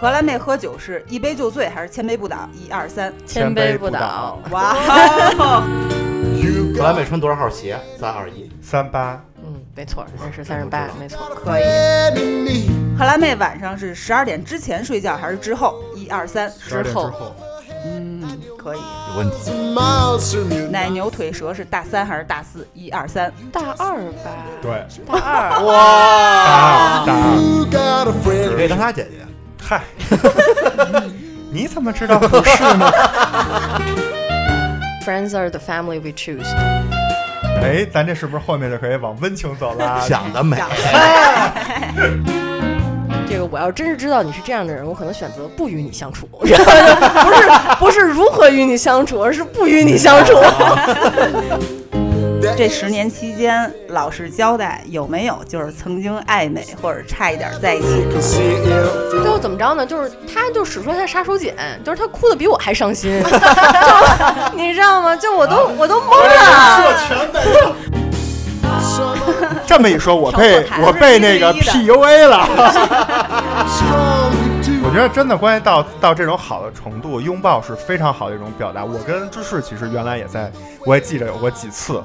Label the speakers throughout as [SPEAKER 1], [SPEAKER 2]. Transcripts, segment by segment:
[SPEAKER 1] 荷兰妹喝酒是一杯就醉还是千杯不倒？一二三，
[SPEAKER 2] 千
[SPEAKER 3] 杯
[SPEAKER 2] 不
[SPEAKER 3] 倒。
[SPEAKER 1] 哇！
[SPEAKER 4] 哦
[SPEAKER 2] 荷兰妹穿多少号鞋？三二一，
[SPEAKER 4] 三八，
[SPEAKER 3] 嗯，没错，那是三十八，没错，可以。
[SPEAKER 1] 荷兰妹晚上是十二点之前睡觉还是之后？一二三，
[SPEAKER 4] 十二点之后，
[SPEAKER 1] 嗯，可以。
[SPEAKER 2] 有问题。
[SPEAKER 1] 奶牛腿蛇是大三还是大四？一二三，
[SPEAKER 3] 大二吧，
[SPEAKER 4] 对，
[SPEAKER 3] 大二，
[SPEAKER 4] 打打，
[SPEAKER 2] 你可以当他姐姐。
[SPEAKER 4] 嗨， 你怎么知道不是呢？
[SPEAKER 3] Friends are the family we choose。
[SPEAKER 4] 哎，咱这是不是后面就可以往温情走了？
[SPEAKER 2] 想得美，
[SPEAKER 3] 这个我要真是知道你是这样的人，我可能选择不与你相 处。不是不是如何与你相处，而是不与你相 处。
[SPEAKER 1] 这十年期间老实交代，有没有就是曾经暧昧或者差一点在一起？
[SPEAKER 3] 最后怎么着呢？就是他就使出他杀手锏，就是他哭的比我还伤 心，就你知道吗？就我都啊我都懵了。
[SPEAKER 4] 这么一说，我被
[SPEAKER 1] 成
[SPEAKER 4] 我被那个
[SPEAKER 1] 我是第一
[SPEAKER 4] PUA 了。我觉得真的关系到到这种好的程度，拥抱是非常好的一种表达。我跟芝士其实原来也在，我也记着有过几次，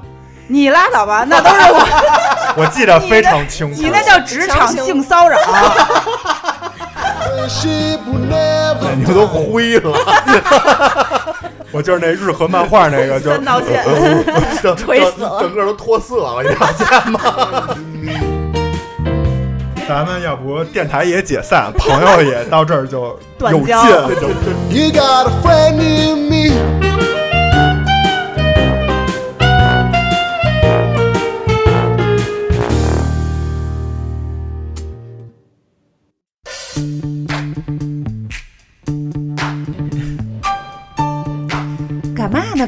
[SPEAKER 1] 你拉倒吧，那都是 我，
[SPEAKER 4] 我记得非常清楚。
[SPEAKER 1] 你那叫职场性骚扰。
[SPEAKER 4] 眼睛都灰了， 我就是那日和漫画那个，就
[SPEAKER 1] 三道线
[SPEAKER 2] 整
[SPEAKER 3] 锤死了
[SPEAKER 2] 整整个都脱色了，你知道吗？
[SPEAKER 4] 咱们要不电台也解散，朋友也到这儿就
[SPEAKER 1] 断
[SPEAKER 4] 有劲
[SPEAKER 1] 交
[SPEAKER 4] 了，就
[SPEAKER 5] You got a friend in me.
[SPEAKER 1] 干嘛呢？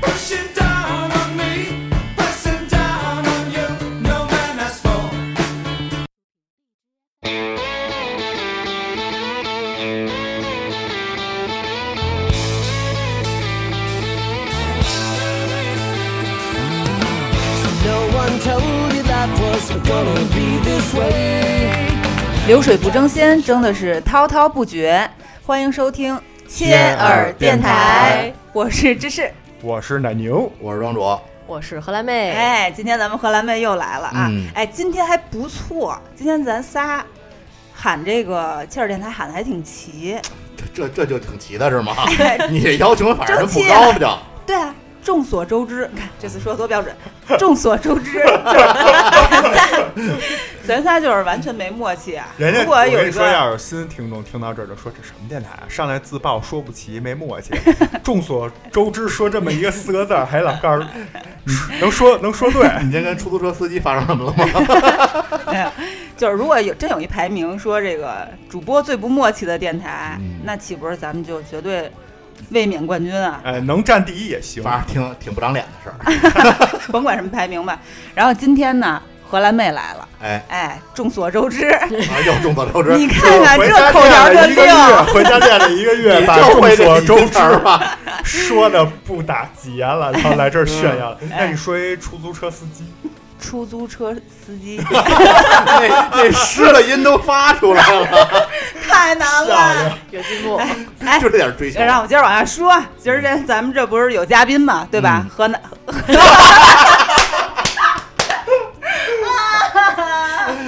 [SPEAKER 6] Pushing down on me, pressing down on you, no man asked for.
[SPEAKER 1] 流水不争先，争的是滔滔不绝。欢迎收听切耳电台，我是芝士。
[SPEAKER 4] 我是奶牛，
[SPEAKER 2] 我是庄主，
[SPEAKER 3] 我是荷兰妹，
[SPEAKER 1] 哎，今天咱们荷兰妹又来了啊！
[SPEAKER 2] 嗯
[SPEAKER 1] 哎，今天还不错，今天咱仨喊这个切尔电台喊的还挺齐。
[SPEAKER 2] 这这就挺齐的是吗？
[SPEAKER 1] 哎
[SPEAKER 2] 你这要求反正不高不就？
[SPEAKER 1] 对啊，众所周知，你看这次说的多标准。众所周知，就是咱仨，咱仨就是完全没默契啊。
[SPEAKER 4] 人家
[SPEAKER 1] 如果
[SPEAKER 4] 我
[SPEAKER 1] 有
[SPEAKER 4] 跟
[SPEAKER 1] 一
[SPEAKER 4] 你说，
[SPEAKER 1] 个
[SPEAKER 4] 要有新听众听到这儿就说这什么电台啊，上来自曝说不齐，没默契。 众所周知，说这么一个四个字儿，还老告诉 能说能说对。
[SPEAKER 2] 你今天跟出租车司机发生什么了吗？
[SPEAKER 1] 就是如果有真有一排名说这个主播最不默契的电台，
[SPEAKER 2] 嗯
[SPEAKER 1] 那岂不是咱们就绝对卫冕冠军啊？
[SPEAKER 4] 哎，能占第一也行。
[SPEAKER 2] 反正挺挺不长脸的事儿。
[SPEAKER 1] 甭管什么排名吧。然后今天呢，荷兰妹来了，
[SPEAKER 2] 哎，
[SPEAKER 1] 哎，众所周知，
[SPEAKER 2] 啊又众所周知，
[SPEAKER 1] 你
[SPEAKER 2] 你
[SPEAKER 1] 看看
[SPEAKER 4] 回
[SPEAKER 1] 这
[SPEAKER 4] 家
[SPEAKER 1] 口条这
[SPEAKER 4] 练了一个
[SPEAKER 1] 溜，
[SPEAKER 4] 月，回家练了一个月，把
[SPEAKER 2] 就
[SPEAKER 4] 众
[SPEAKER 2] 会
[SPEAKER 4] 所
[SPEAKER 2] 这
[SPEAKER 4] 周
[SPEAKER 2] 一
[SPEAKER 4] 知
[SPEAKER 2] 词儿吧？
[SPEAKER 4] 说的不打结了，然后来这儿炫耀。
[SPEAKER 1] 嗯
[SPEAKER 4] 哎那你说一出租车司机，
[SPEAKER 1] 出租车司机
[SPEAKER 2] 那那湿了音都发出来了，
[SPEAKER 1] 太难了。
[SPEAKER 3] 有进步。
[SPEAKER 1] 哎
[SPEAKER 2] 就这点追求。
[SPEAKER 1] 然后我接着往下说，今儿这咱们这不是有嘉宾嘛，对吧？
[SPEAKER 7] 嗯
[SPEAKER 1] 河南，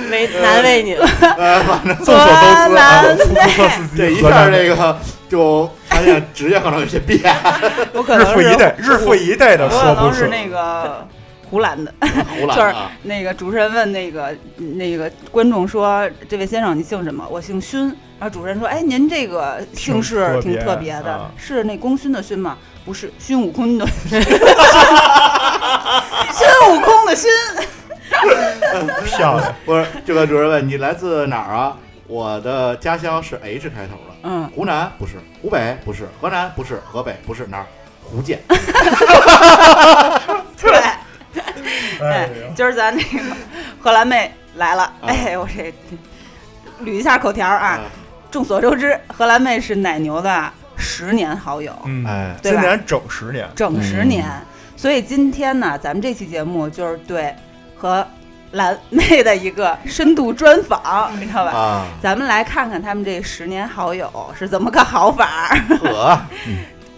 [SPEAKER 3] 没难为你了，
[SPEAKER 2] 呃，反正
[SPEAKER 4] 众所周知啊，
[SPEAKER 1] 河南
[SPEAKER 4] 出租车司机
[SPEAKER 2] 这一
[SPEAKER 4] 河
[SPEAKER 2] 下
[SPEAKER 4] 南
[SPEAKER 2] 这个就发现职业可能有些变。
[SPEAKER 1] 我可
[SPEAKER 4] 日
[SPEAKER 1] 能
[SPEAKER 4] 复
[SPEAKER 1] 是
[SPEAKER 4] 一代，日复一代的
[SPEAKER 1] 我可
[SPEAKER 4] 说不
[SPEAKER 1] 能是
[SPEAKER 4] 顺。
[SPEAKER 1] 那个湖南的，
[SPEAKER 2] 胡
[SPEAKER 1] 就
[SPEAKER 2] 来
[SPEAKER 1] 是
[SPEAKER 2] 啊！
[SPEAKER 1] 那个主持人问那个那个观众说：“这位先生，你姓什么？”我姓勋。然后主持人说：“哎，您这个姓氏挺
[SPEAKER 4] 挺特别
[SPEAKER 1] 特别的，
[SPEAKER 4] 啊
[SPEAKER 1] 是那功勋的勋吗？不是，勋悟 空的勋，孙悟空的勋。
[SPEAKER 4] 漂亮，
[SPEAKER 2] 不是这个主任问你来自哪儿啊？我的家乡是 H 开头的，
[SPEAKER 1] 嗯，
[SPEAKER 2] 湖南不是，湖北不是，河南不是，河北不是哪儿？福建，
[SPEAKER 1] 对，
[SPEAKER 4] 哎
[SPEAKER 1] 哎，今儿咱那个荷兰妹来了，
[SPEAKER 4] 啊
[SPEAKER 1] 哎，我这捋一下口条啊。众所周知，荷兰妹是奶牛的十年好友，
[SPEAKER 4] 嗯，
[SPEAKER 2] 哎，
[SPEAKER 1] 对
[SPEAKER 4] 今
[SPEAKER 1] 吧
[SPEAKER 4] 年整十年，
[SPEAKER 1] 整十年。所以今天呢，咱们这期节目就是对荷兰妹的一个深度专访，你知道吧？
[SPEAKER 2] 啊，
[SPEAKER 1] 咱们来看看他们这十年好友是怎么个好法儿。
[SPEAKER 2] 可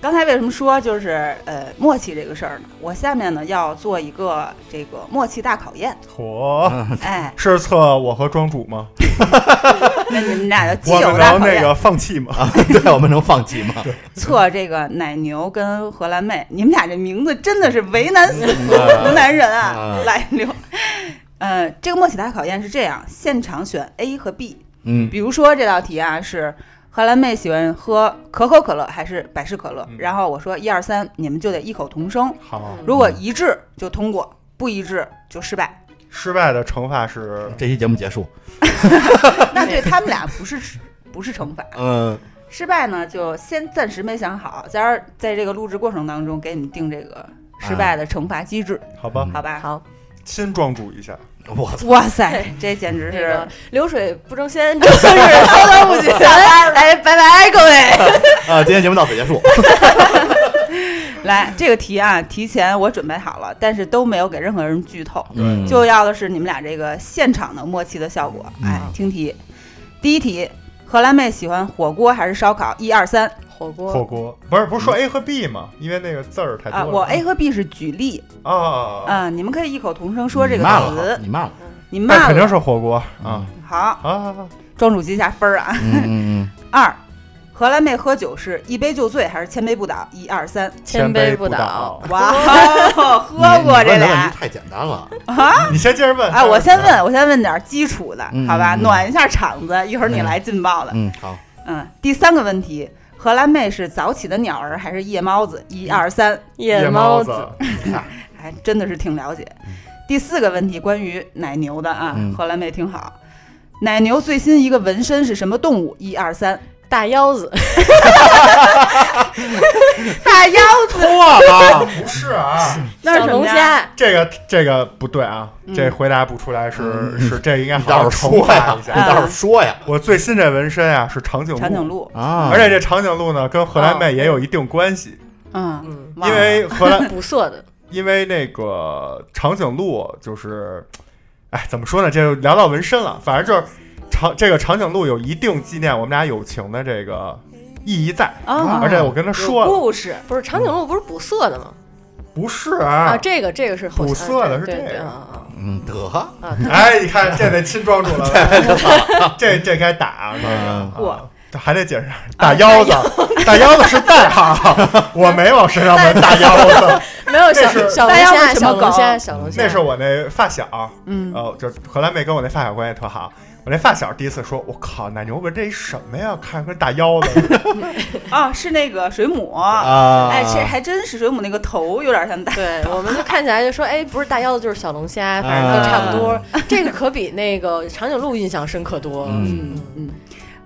[SPEAKER 1] 刚才为什么说就是呃默契这个事儿呢？我下面呢要做一个这个默契大考 验，
[SPEAKER 4] 嚯！
[SPEAKER 2] 嗯
[SPEAKER 1] 哎，
[SPEAKER 4] 是测我和庄主吗？
[SPEAKER 1] 那你们俩就基
[SPEAKER 4] 我
[SPEAKER 1] 友
[SPEAKER 4] 们
[SPEAKER 1] 大
[SPEAKER 4] 能
[SPEAKER 1] 考
[SPEAKER 4] 那
[SPEAKER 1] 验，
[SPEAKER 4] 个放弃吗？
[SPEAKER 2] 啊， 对我们能放弃吗？
[SPEAKER 1] 测这个奶牛跟荷兰妹，你们俩这名字真的是为难 死
[SPEAKER 2] 啊
[SPEAKER 1] 湖南人啊！
[SPEAKER 2] 啊
[SPEAKER 1] 来刘，呃，这个默契大考验是这样，现场选 A 和 B。
[SPEAKER 7] 嗯
[SPEAKER 1] 比如说这道题啊是荷兰妹喜欢喝可口可乐还是百事可乐，
[SPEAKER 4] 嗯
[SPEAKER 1] 然后我说一二三，你们就得异口同声，
[SPEAKER 4] 好，
[SPEAKER 3] 嗯
[SPEAKER 1] 如果一致就通过，不一致就失败。
[SPEAKER 4] 失败的惩罚是
[SPEAKER 7] 这期节目结束。
[SPEAKER 1] 那对他们俩不是不是惩罚，
[SPEAKER 2] 嗯，
[SPEAKER 1] 失败呢就先暂时没想好，在这儿在这个录制过程当中给你们定这个失败的惩罚机制，
[SPEAKER 2] 嗯
[SPEAKER 4] 好吧？
[SPEAKER 1] 好吧？
[SPEAKER 3] 好，
[SPEAKER 4] 先庄主一下，
[SPEAKER 2] 我操，
[SPEAKER 1] 哇塞，这简直
[SPEAKER 3] 那
[SPEAKER 1] 是
[SPEAKER 3] 个流水不争先， 真的是高端不均。哎，拜拜，各位。
[SPEAKER 2] 啊，今天节目到此结束。
[SPEAKER 1] 来这个题啊，提前我准备好了，但是都没有给任何人剧透，
[SPEAKER 7] 嗯，
[SPEAKER 1] 就要的是你们俩这个现场的默契的效果。哎，听题，第一题，荷兰妹喜欢火锅还是烧烤？一二三
[SPEAKER 3] 火
[SPEAKER 4] 火
[SPEAKER 3] 锅，
[SPEAKER 4] 锅不是不是说 A 和 B 吗？因为那个字儿太多
[SPEAKER 1] 啊，
[SPEAKER 4] 了。
[SPEAKER 1] 我 A 和 B 是举例，
[SPEAKER 4] 啊，
[SPEAKER 1] 嗯、你们可以异口同声说这个
[SPEAKER 7] 你慢了
[SPEAKER 1] 词，
[SPEAKER 2] 嗯
[SPEAKER 7] 你慢了。
[SPEAKER 1] 你
[SPEAKER 4] 那
[SPEAKER 1] 慢
[SPEAKER 4] 肯定
[SPEAKER 1] 了，
[SPEAKER 4] 是火锅啊
[SPEAKER 1] 好。
[SPEAKER 4] 啊！
[SPEAKER 1] 庄主记一下分儿啊。
[SPEAKER 7] 嗯嗯
[SPEAKER 1] 二，荷兰妹喝酒是一杯就醉还是千杯不倒？一二三，
[SPEAKER 3] 千
[SPEAKER 4] 杯
[SPEAKER 3] 杯不
[SPEAKER 4] 倒
[SPEAKER 3] 倒。。
[SPEAKER 1] 哇，喝过这
[SPEAKER 2] 你问的问
[SPEAKER 1] 俩
[SPEAKER 2] 题。太简单了，
[SPEAKER 4] 你先接着 问。
[SPEAKER 1] 哎，我先问，我先问点基础的，
[SPEAKER 7] 嗯
[SPEAKER 1] 好吧，
[SPEAKER 7] 嗯嗯
[SPEAKER 1] 暖一下场子。一会儿你来劲爆的。
[SPEAKER 7] 嗯
[SPEAKER 2] 好，
[SPEAKER 1] 嗯，第三个问题，荷兰妹是早起的鸟儿还是夜猫子？一二三，
[SPEAKER 4] 夜
[SPEAKER 3] 夜猫
[SPEAKER 4] 子，
[SPEAKER 1] 哎，真的是挺了解。第四个问题关于奶牛的啊，
[SPEAKER 7] 嗯
[SPEAKER 1] 荷兰妹挺好。奶牛最新一个纹身是什么动物？一二三，
[SPEAKER 3] 大腰子，
[SPEAKER 1] 大腰子。
[SPEAKER 4] 错 了，不是 啊，
[SPEAKER 1] 那是
[SPEAKER 3] 小
[SPEAKER 1] 什么
[SPEAKER 3] 龙
[SPEAKER 1] 呀？
[SPEAKER 3] 虾，
[SPEAKER 4] 这个这个不对啊，
[SPEAKER 1] 嗯
[SPEAKER 4] 这回答不出来是是这应该
[SPEAKER 2] 嗯你
[SPEAKER 4] 好好
[SPEAKER 2] 倒是
[SPEAKER 4] 惩
[SPEAKER 2] 说呀，
[SPEAKER 4] 罚一
[SPEAKER 2] 你
[SPEAKER 4] 下。
[SPEAKER 1] 嗯
[SPEAKER 2] 倒是说呀，
[SPEAKER 4] 我最新这纹身啊是长颈
[SPEAKER 1] 长颈
[SPEAKER 4] 鹿，
[SPEAKER 1] 鹿。
[SPEAKER 7] 啊，
[SPEAKER 4] 而且这长颈鹿呢跟荷兰妹也有一定关系，
[SPEAKER 1] 嗯，
[SPEAKER 3] 嗯，
[SPEAKER 1] 忘
[SPEAKER 4] 因
[SPEAKER 1] 了
[SPEAKER 4] 为荷兰
[SPEAKER 3] 补色的，
[SPEAKER 4] 因为那个长颈鹿就是，哎，怎么说呢？这就聊到纹身了，反正就是长这个长颈鹿有一定纪念我们俩友情的这个意义在，
[SPEAKER 1] 啊，
[SPEAKER 4] 而且我跟他说了，
[SPEAKER 1] 故事
[SPEAKER 3] 不是长颈鹿不是补色的吗？
[SPEAKER 4] 不是
[SPEAKER 3] 啊，
[SPEAKER 4] 啊，
[SPEAKER 3] 这个这个是后
[SPEAKER 4] 补色的是
[SPEAKER 3] 对
[SPEAKER 4] 这个
[SPEAKER 3] 对啊
[SPEAKER 7] 嗯
[SPEAKER 2] 得，
[SPEAKER 3] 啊啊，
[SPEAKER 4] 哎，你看这得亲庄主了吧，这这该打啊，这
[SPEAKER 7] 嗯
[SPEAKER 4] 个啊这还得解释大腰子，大腰子是代号，我没往身上纹大腰子，
[SPEAKER 3] 没有小
[SPEAKER 4] 那是
[SPEAKER 3] 小龙
[SPEAKER 1] 大腰
[SPEAKER 3] 虾，
[SPEAKER 1] 子
[SPEAKER 3] 小
[SPEAKER 1] 什么
[SPEAKER 3] 龙虾，
[SPEAKER 1] 狗
[SPEAKER 3] 小龙虾，
[SPEAKER 4] 那是我那发小，
[SPEAKER 1] 嗯，
[SPEAKER 4] 哦，就是荷兰妹跟我那发小关系特好。我那发小第一次说：“我靠，奶牛纹这一什么呀？看着跟大腰子。
[SPEAKER 1] 啊，是那个水母，
[SPEAKER 2] 啊，
[SPEAKER 1] 哎，这 还真是水母那个头有点像大，
[SPEAKER 3] 对，我们就看起来就说，哎，不是大腰子就是小龙虾，反正都差不多。这个可比那个长颈鹿印象深刻多。
[SPEAKER 7] 嗯
[SPEAKER 1] 嗯。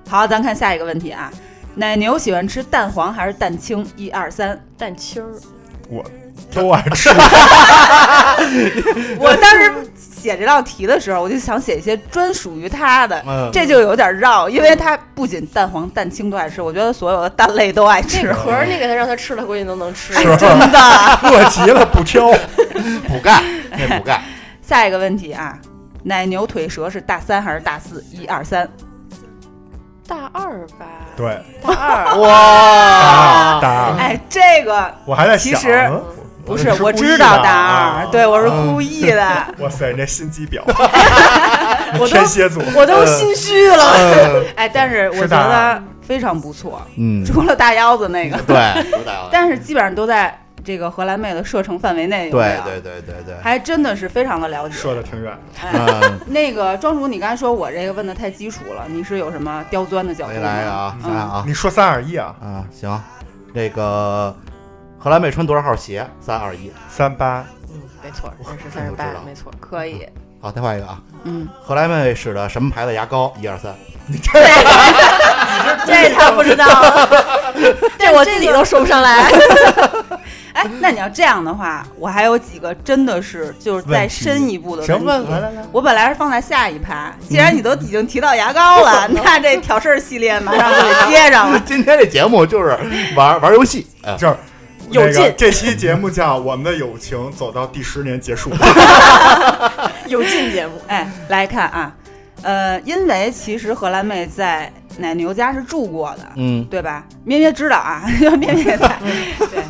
[SPEAKER 1] 好，咱看下一个问题啊，奶牛喜欢吃蛋黄还是蛋清？一二 三，
[SPEAKER 3] 蛋清儿，”
[SPEAKER 4] 我都爱吃，
[SPEAKER 1] 我当时写这道题的时候，我就想写一些专属于它的。
[SPEAKER 2] 嗯
[SPEAKER 1] 这就有点绕，因为它不仅蛋黄、蛋清都爱吃，我觉得所有的蛋类都爱
[SPEAKER 3] 这
[SPEAKER 1] 吃，
[SPEAKER 3] 壳儿你给它让它吃了，估计都能吃。
[SPEAKER 1] 哎 真的。啊
[SPEAKER 4] 饿极了不 挑。
[SPEAKER 2] 补 钙，那补钙，
[SPEAKER 1] 下一个问题啊，奶牛腿蛇是大三还是大四？一二三，
[SPEAKER 3] 大二吧，
[SPEAKER 4] 对，
[SPEAKER 3] 大二。
[SPEAKER 2] 哇，
[SPEAKER 4] 大，
[SPEAKER 1] 哎，这个
[SPEAKER 4] 我还在想，
[SPEAKER 1] 其实
[SPEAKER 4] 嗯
[SPEAKER 1] 不
[SPEAKER 4] 是
[SPEAKER 1] 是，我
[SPEAKER 4] 故意
[SPEAKER 1] 知
[SPEAKER 4] 的
[SPEAKER 1] 道
[SPEAKER 4] 啊嗯
[SPEAKER 1] 大二，对。我是故意 的。
[SPEAKER 4] 哇塞，你这心机婊，
[SPEAKER 1] 我都
[SPEAKER 4] 天蝎座。嗯
[SPEAKER 3] 我都心虚了，
[SPEAKER 1] 哎，但是我
[SPEAKER 4] 是啊
[SPEAKER 1] 觉
[SPEAKER 4] 大二
[SPEAKER 1] 得非常不错，
[SPEAKER 7] 嗯，
[SPEAKER 1] 除了大腰子那个，
[SPEAKER 2] 对，有点
[SPEAKER 1] 但是基本上都在这个荷兰妹的射程范围内。有没
[SPEAKER 2] 对
[SPEAKER 1] 有
[SPEAKER 2] 对对对对，
[SPEAKER 1] 还真的是非常的了解。
[SPEAKER 4] 说的挺远，
[SPEAKER 1] 哎，
[SPEAKER 2] 嗯
[SPEAKER 7] 啊，
[SPEAKER 1] 那个庄主，你刚才说我这个问的太基础了，你是有什么刁钻的角度
[SPEAKER 2] 回
[SPEAKER 1] 吗？
[SPEAKER 2] 来啊，咱俩啊
[SPEAKER 4] 你说三二一啊，
[SPEAKER 2] 啊，行，这个荷兰妹穿多少号鞋？三二一，
[SPEAKER 4] 三八
[SPEAKER 3] 嗯，没错，这是
[SPEAKER 2] 这
[SPEAKER 3] 三十
[SPEAKER 2] 个不
[SPEAKER 3] 八
[SPEAKER 2] 知道，
[SPEAKER 3] 没错。
[SPEAKER 1] 可以，
[SPEAKER 2] 好，再换一个啊，
[SPEAKER 1] 嗯，
[SPEAKER 2] 荷兰妹使的什么牌子牙膏？一二三，
[SPEAKER 1] 这他不知道，
[SPEAKER 3] 这我自己都说不上来。
[SPEAKER 1] 哎那你要这样的话，我还有几个真的是就是再深一步的
[SPEAKER 4] 行，
[SPEAKER 1] 问
[SPEAKER 4] 问
[SPEAKER 1] 题。
[SPEAKER 4] 来来来，
[SPEAKER 1] 我本来是放在下一排，既
[SPEAKER 2] 嗯
[SPEAKER 1] 然你都已经提到牙膏 了，那这挑事儿系列马上就得接上了。
[SPEAKER 2] 今天这节目就是玩玩游戏，哎
[SPEAKER 4] 就是。
[SPEAKER 3] 有
[SPEAKER 4] 那个
[SPEAKER 3] 劲
[SPEAKER 4] 这期节目叫《我们的友情走到第十年结束》，
[SPEAKER 3] 有劲节目，
[SPEAKER 1] 哎，来看啊，呃，因为其实荷兰妹在奶牛家是住过的，
[SPEAKER 2] 嗯，
[SPEAKER 1] 对吧？咩咩知道啊， 咩咩 也在， 对，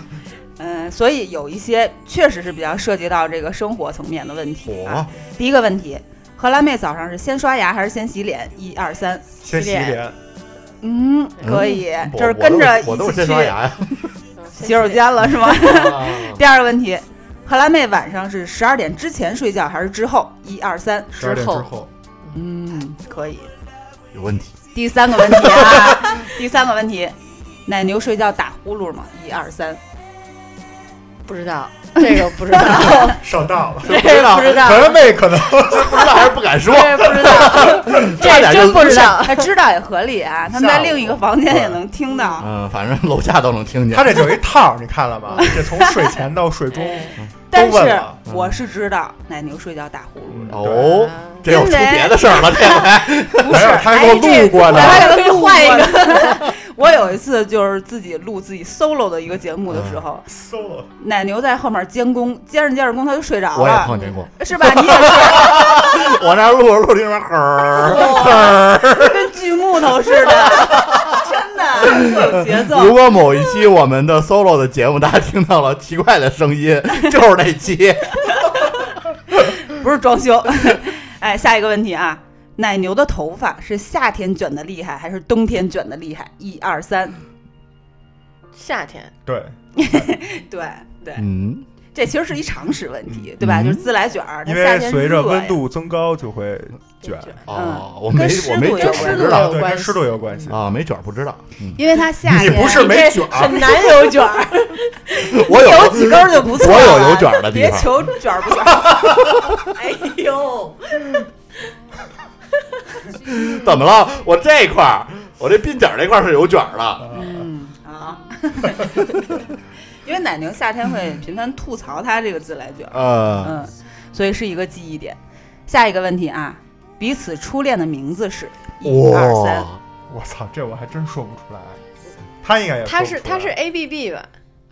[SPEAKER 1] 嗯、所以有一些确实是比较涉及到这个生活层面的问题啊。第一个问题，荷兰妹早上是先刷牙还是先洗脸？一二三，
[SPEAKER 4] 先洗
[SPEAKER 3] 脸
[SPEAKER 4] 脸，
[SPEAKER 1] 嗯，可以，
[SPEAKER 2] 我
[SPEAKER 1] 就是
[SPEAKER 2] 我
[SPEAKER 1] 跟着
[SPEAKER 2] 都我都
[SPEAKER 1] 一起
[SPEAKER 2] 是先
[SPEAKER 1] 去
[SPEAKER 2] 刷 牙呀，
[SPEAKER 1] 洗手间 了是吗？
[SPEAKER 2] 啊
[SPEAKER 1] 第二个问题，荷兰妹晚上是十二点之前睡觉还是之后？一二三，
[SPEAKER 4] 十二点之
[SPEAKER 3] 后
[SPEAKER 4] 后，
[SPEAKER 1] 嗯，可以。
[SPEAKER 2] 有问 题。
[SPEAKER 1] 第三个问题啊，第三个问 题，奶牛睡觉打呼噜吗？一二三，
[SPEAKER 3] 不知道这个不知道，
[SPEAKER 4] 上当 了。
[SPEAKER 3] 这个不知道
[SPEAKER 4] 可，能妹可能
[SPEAKER 2] 不知道还是不敢说，
[SPEAKER 3] 这个不知道，
[SPEAKER 2] 差点
[SPEAKER 3] 这真
[SPEAKER 2] 就
[SPEAKER 3] 不知道。
[SPEAKER 1] 他知道也合理啊，他们在另一个房间也能听到。
[SPEAKER 2] 嗯，反正楼下都能听见
[SPEAKER 4] 他。这就有一套儿，你看了吗？这从睡前到睡
[SPEAKER 1] 哦
[SPEAKER 4] 中，
[SPEAKER 3] 哎
[SPEAKER 1] 但
[SPEAKER 4] 都问
[SPEAKER 1] 是
[SPEAKER 4] 了
[SPEAKER 1] 我是知道奶牛睡觉打呼噜的，
[SPEAKER 2] 哦，这又出
[SPEAKER 1] 因为
[SPEAKER 2] 别的事儿了，这回
[SPEAKER 1] 不
[SPEAKER 4] 没
[SPEAKER 1] 是
[SPEAKER 4] 有，他给我录过呢。
[SPEAKER 1] 哎
[SPEAKER 3] 给我换一
[SPEAKER 1] 个。 我有一次就是自己录自己 solo 的一个节目的时候，
[SPEAKER 2] 嗯
[SPEAKER 4] Solo
[SPEAKER 1] 奶牛在后面监工，监着监着工他就睡着
[SPEAKER 2] 我也
[SPEAKER 1] 了，
[SPEAKER 2] 碰见过。
[SPEAKER 1] 是吧？你也是
[SPEAKER 2] 我那儿录着录着，那边
[SPEAKER 1] 哦
[SPEAKER 2] 儿哼
[SPEAKER 1] 跟锯木头似的， 真的有节奏
[SPEAKER 2] 哼。。如果某一期我们的 solo 的节目，大家听到了奇怪的 声音，就是那期。
[SPEAKER 1] 不是装修。 哎，下一个问题啊，奶牛的头发是夏天卷的厉害还是冬天卷的厉害？一二三，
[SPEAKER 3] 夏天
[SPEAKER 4] 对，
[SPEAKER 1] 对对，
[SPEAKER 2] 嗯，
[SPEAKER 1] 这其实是一常识问题，对吧？
[SPEAKER 2] 嗯
[SPEAKER 1] 就是自来卷儿，它
[SPEAKER 4] 因
[SPEAKER 1] 夏
[SPEAKER 4] 为
[SPEAKER 1] 天
[SPEAKER 4] 随
[SPEAKER 1] 热
[SPEAKER 4] 着
[SPEAKER 1] 呀
[SPEAKER 4] 温度增高就会卷，
[SPEAKER 2] 哦，我没
[SPEAKER 1] 嗯跟湿
[SPEAKER 2] 我没
[SPEAKER 1] 度
[SPEAKER 2] 卷
[SPEAKER 1] 有
[SPEAKER 2] 儿，
[SPEAKER 1] 关
[SPEAKER 2] 我也
[SPEAKER 1] 系
[SPEAKER 2] 知道
[SPEAKER 4] 对，
[SPEAKER 3] 关
[SPEAKER 4] 跟
[SPEAKER 3] 系
[SPEAKER 4] 湿度有关系。
[SPEAKER 2] 啊，没卷儿不知道。嗯，
[SPEAKER 1] 因为它夏
[SPEAKER 4] 你
[SPEAKER 1] 天
[SPEAKER 4] 不是没卷儿，
[SPEAKER 3] 很难有卷儿，
[SPEAKER 2] 啊 我有
[SPEAKER 1] 有几根儿就不错了，
[SPEAKER 2] 我有有卷儿的地
[SPEAKER 1] 别
[SPEAKER 2] 方。
[SPEAKER 1] 求卷儿不卷儿。
[SPEAKER 3] 哎呦，
[SPEAKER 2] 怎么了？我这块儿，我这鬓角这块儿是有卷儿的。
[SPEAKER 1] 嗯啊， 因为奶牛夏天会 频繁吐槽它这个自来卷儿。
[SPEAKER 2] 呃，
[SPEAKER 1] 嗯，所以是一个记忆点。下一个问题啊，彼此初恋的名字是一二三，
[SPEAKER 2] 哇，
[SPEAKER 4] 我操，这我还真说不出来。他应该也说
[SPEAKER 3] 他
[SPEAKER 4] 不
[SPEAKER 3] 是
[SPEAKER 4] 出
[SPEAKER 3] 他
[SPEAKER 4] 来
[SPEAKER 3] 是 A B B 吧？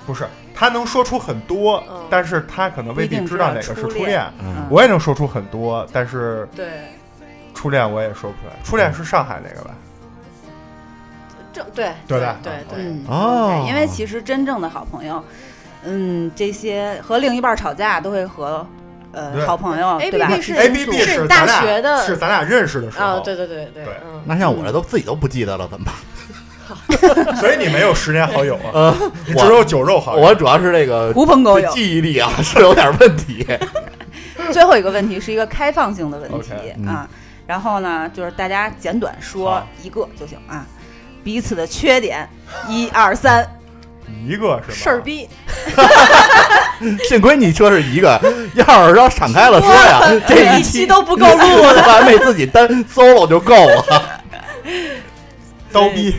[SPEAKER 4] 不是他能说出很多
[SPEAKER 3] 嗯，
[SPEAKER 4] 但是他可能未必知道哪个是
[SPEAKER 1] 不一定知道
[SPEAKER 4] 初恋。
[SPEAKER 1] 嗯
[SPEAKER 4] 我也能说出很多，但是
[SPEAKER 3] 对，
[SPEAKER 4] 初恋我也说不出来。初恋是上海那个吧？
[SPEAKER 3] 正对
[SPEAKER 4] 对
[SPEAKER 3] 对
[SPEAKER 4] 吧
[SPEAKER 3] 对对，
[SPEAKER 1] 嗯
[SPEAKER 2] 哦
[SPEAKER 1] 对因为其实真正的好朋友，嗯，这些和另一半吵架都会和呃
[SPEAKER 4] 对
[SPEAKER 1] 好朋友
[SPEAKER 3] A
[SPEAKER 1] 对
[SPEAKER 3] B
[SPEAKER 1] 吧
[SPEAKER 3] B 是
[SPEAKER 4] A B B
[SPEAKER 3] 是
[SPEAKER 4] 咱
[SPEAKER 3] 大
[SPEAKER 4] 俩
[SPEAKER 3] 学的
[SPEAKER 4] 是咱俩认识的时
[SPEAKER 3] 啊，
[SPEAKER 4] 候，
[SPEAKER 3] 对对对对
[SPEAKER 4] 对
[SPEAKER 3] 嗯，
[SPEAKER 2] 那像我这都自己都不记得了，怎么办？
[SPEAKER 4] 所以你没有十年好友啊，
[SPEAKER 2] 呃，
[SPEAKER 4] 你只
[SPEAKER 2] 我
[SPEAKER 4] 有酒肉好友。
[SPEAKER 2] 我主要是这个
[SPEAKER 1] 狐朋狗友
[SPEAKER 2] 这。记忆力啊是有点问题。
[SPEAKER 1] 最后一个问题是一个开放性的问题
[SPEAKER 4] OK，
[SPEAKER 2] 嗯
[SPEAKER 1] 啊，然后呢，就是大家简短说
[SPEAKER 4] 好
[SPEAKER 1] 一个就行啊。彼此的缺点，一二 三，
[SPEAKER 4] 一个是吧
[SPEAKER 3] 事儿，逼，
[SPEAKER 2] 幸亏你说是一个，要是要闪开了说呀，这
[SPEAKER 1] 一
[SPEAKER 2] 期
[SPEAKER 1] 期都不够录的。
[SPEAKER 2] 完美自己单 solo 就够 了。
[SPEAKER 4] 刀逼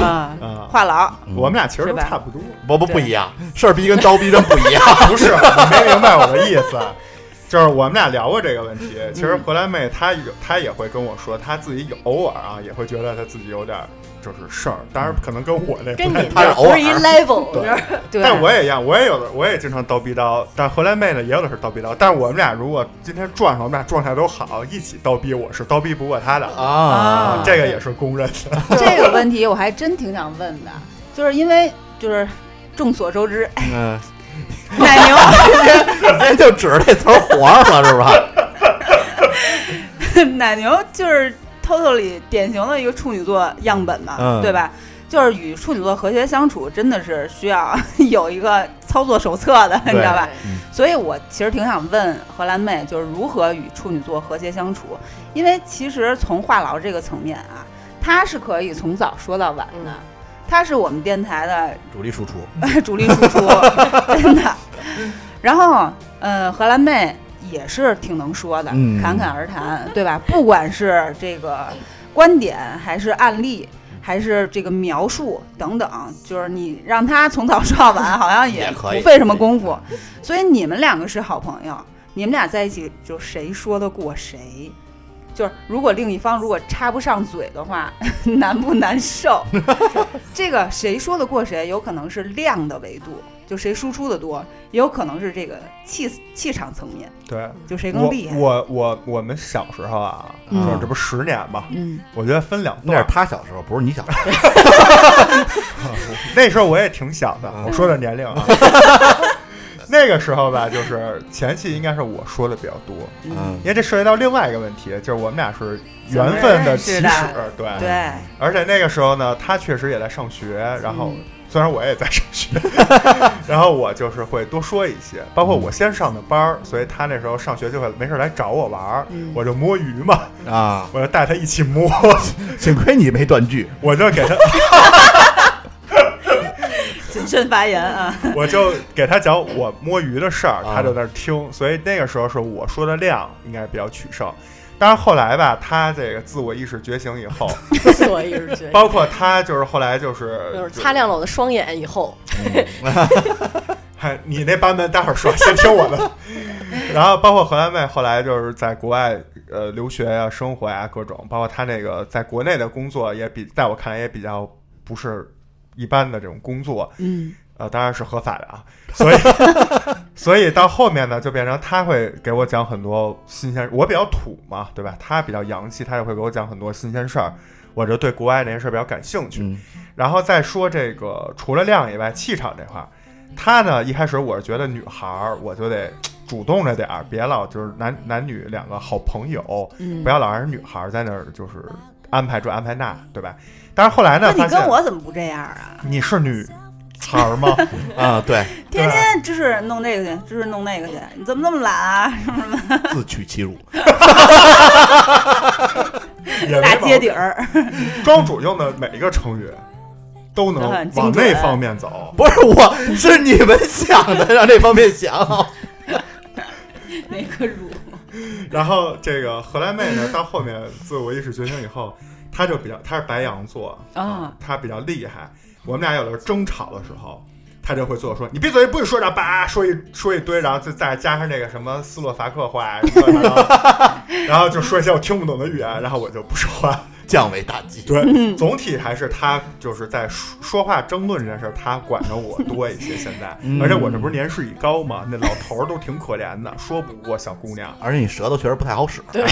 [SPEAKER 1] 啊，
[SPEAKER 2] 嗯
[SPEAKER 4] 啊！
[SPEAKER 1] 话痨，
[SPEAKER 4] 我们俩其实
[SPEAKER 1] 是
[SPEAKER 4] 都
[SPEAKER 1] 吧
[SPEAKER 4] 差不多，
[SPEAKER 2] 不不不一样，事儿逼跟刀逼真 不一样。
[SPEAKER 4] 不是啊你没明白我的意思啊。就是我们俩聊过这个问题，
[SPEAKER 3] 嗯
[SPEAKER 4] 其实荷兰妹她有她也会跟我说，她自己有偶尔啊也会觉得她自己有点儿就是事儿，当然可能跟我这
[SPEAKER 3] 跟
[SPEAKER 4] 不
[SPEAKER 3] 你
[SPEAKER 4] 太
[SPEAKER 2] 他是
[SPEAKER 3] 们
[SPEAKER 2] 偶
[SPEAKER 3] 不
[SPEAKER 2] 尔
[SPEAKER 3] 是一
[SPEAKER 1] 哦
[SPEAKER 3] level，
[SPEAKER 4] 对
[SPEAKER 3] 你知道吗
[SPEAKER 1] 对，
[SPEAKER 4] 但我也一样，我也有的，我也经常叨逼叨，但荷兰妹呢也有的是叨逼叨。但是我们俩如果今天撞上，我们俩状态都好，一起叨逼，我是叨逼不过她的，
[SPEAKER 2] 啊
[SPEAKER 4] 这个也是公认的。
[SPEAKER 1] 这个问题我还真挺想问的，就是因为就是众所周知，
[SPEAKER 2] 嗯，
[SPEAKER 1] 奶牛
[SPEAKER 2] 今天就指着这词儿活上了是吧？
[SPEAKER 1] 奶牛就是 totally 典型的一个处女座样本嘛，
[SPEAKER 2] 嗯
[SPEAKER 1] 对吧？就是与处女座和谐相处，真的是需要 有一个操作手册的，你
[SPEAKER 2] 对
[SPEAKER 1] 知道吧？
[SPEAKER 2] 嗯
[SPEAKER 1] 所以我其实挺想问荷兰妹，就是如何与处女座和谐相处，因为其实从话痨这个层面啊，她是可以从早说到晚的，
[SPEAKER 3] 嗯
[SPEAKER 1] 她是我们电台的
[SPEAKER 2] 主力输出，
[SPEAKER 1] 主力输出，真的。然后，呃，荷兰妹也是挺能说的，
[SPEAKER 2] 嗯嗯
[SPEAKER 1] 侃侃而谈，对吧？不管是这个观点还是案例，还是这个描述等等，就是你让他从早说到晚， 好像
[SPEAKER 2] 也
[SPEAKER 1] 也不
[SPEAKER 2] 可以嗯
[SPEAKER 1] 费什么功夫。所以你们两个是好朋友，你们俩在一起就谁说得过谁。就是如果另一方如果插不上嘴的话， 难不难受？ 这个谁说得过谁，有可能是量的维度，就谁输出的多，也有可能是这个气气场层面，
[SPEAKER 4] 对，
[SPEAKER 1] 就谁更
[SPEAKER 4] 我
[SPEAKER 1] 厉害。
[SPEAKER 4] 我我我们小时候啊，
[SPEAKER 1] 嗯
[SPEAKER 4] 就是这不十年吧，
[SPEAKER 1] 嗯，
[SPEAKER 4] 我觉得分两
[SPEAKER 2] 那
[SPEAKER 4] 段
[SPEAKER 2] 是。他小时候，不是你小时候。
[SPEAKER 4] 那时候我也挺小的，
[SPEAKER 2] 嗯
[SPEAKER 4] 我说的年 龄啊。那个时候吧，就是前期应该是我说的比较多，
[SPEAKER 2] 嗯
[SPEAKER 4] 因为这涉及到另外一个问题，就是我们俩是缘分
[SPEAKER 1] 怎
[SPEAKER 4] 起始
[SPEAKER 1] 么认识，
[SPEAKER 4] 对。
[SPEAKER 2] 嗯
[SPEAKER 1] 对，
[SPEAKER 4] 而且那个时候呢，他确实也在上学，然后
[SPEAKER 1] 嗯
[SPEAKER 4] 虽然我也在上 学，然后我就是会多说一些，包括我先上的班儿，所以他那时候上学就会没事来找我玩儿，
[SPEAKER 1] 嗯
[SPEAKER 4] 我就摸鱼嘛，
[SPEAKER 2] 啊，
[SPEAKER 4] 我就带他一起摸，
[SPEAKER 2] 幸亏你没断句。
[SPEAKER 4] 我就给他，
[SPEAKER 1] 谨慎发言啊。
[SPEAKER 4] 我就给他讲我摸鱼的事儿，
[SPEAKER 2] 啊
[SPEAKER 4] 他就在那儿听，所以那个时候是我说的量应该比较取胜。当然后来吧，他这个自我意识觉醒以 后，
[SPEAKER 3] 自我意识觉醒，
[SPEAKER 4] 包括他就是后来就是
[SPEAKER 3] 就是擦亮了我的双眼以后，
[SPEAKER 4] 嗨，你那版本待会儿说，先听我的。然后包括荷兰妹后来就是在国外呃留学呀、生活呀、各种，包括她那个在国内的工作也比在我看来也比较不是一般的这种工作，
[SPEAKER 1] 嗯，
[SPEAKER 4] 呃，当然是合法的啊。所以所以到后面呢，就变成她会给我讲很多新鲜，我比较土嘛，对吧？她比较洋气，她也会给我讲很多新鲜事儿。我就对国外那些事儿比较感兴趣，
[SPEAKER 2] 嗯
[SPEAKER 4] 然后再说这个除了量以外，气场这块儿，他呢一开始我是觉得女孩儿我就得主动着点儿，别老就是男男女两个好朋友，
[SPEAKER 1] 嗯
[SPEAKER 4] 不要老让人女孩儿在那儿就是安排这安排那，对吧？但是后来
[SPEAKER 1] 那
[SPEAKER 4] 呢，发
[SPEAKER 1] 你跟
[SPEAKER 4] 现
[SPEAKER 1] 我怎么不这样啊？
[SPEAKER 4] 你是女 孩儿吗？
[SPEAKER 2] 啊，对，
[SPEAKER 1] 天天就是弄这个去，就是弄那个去，你怎么那么懒啊？
[SPEAKER 2] 自取其辱。
[SPEAKER 4] 也没
[SPEAKER 1] 大
[SPEAKER 4] 毛
[SPEAKER 1] 街
[SPEAKER 4] 病
[SPEAKER 1] 底儿，
[SPEAKER 4] 庄主用的每一个成语都能
[SPEAKER 1] 都很精
[SPEAKER 4] 往那
[SPEAKER 1] 准
[SPEAKER 4] 方面走。
[SPEAKER 2] 不是我，是你们想的，让这方面想。
[SPEAKER 1] 那个 乳，
[SPEAKER 4] 然后这个荷兰妹呢，到后面自我意识觉醒以后，她就比较，她是白羊座
[SPEAKER 3] 哦
[SPEAKER 1] 啊，
[SPEAKER 4] 她比较厉害。我们俩有的时候争吵的时候，她就会做说：“你闭嘴，不许说这叭说一说一堆，然后再再加上那个什么斯洛伐克话，什么的然后就说一些我听不懂的语言，然后我就不说话。
[SPEAKER 2] 降维打击。
[SPEAKER 4] 对， 总体还是她就是在说说话争论这件事儿，她管着我多一些。现在，而且我这不是年事已高嘛，那老头儿都挺可怜的，说不过小姑娘。
[SPEAKER 2] 而且你舌头确实不太好使。啊
[SPEAKER 3] 对，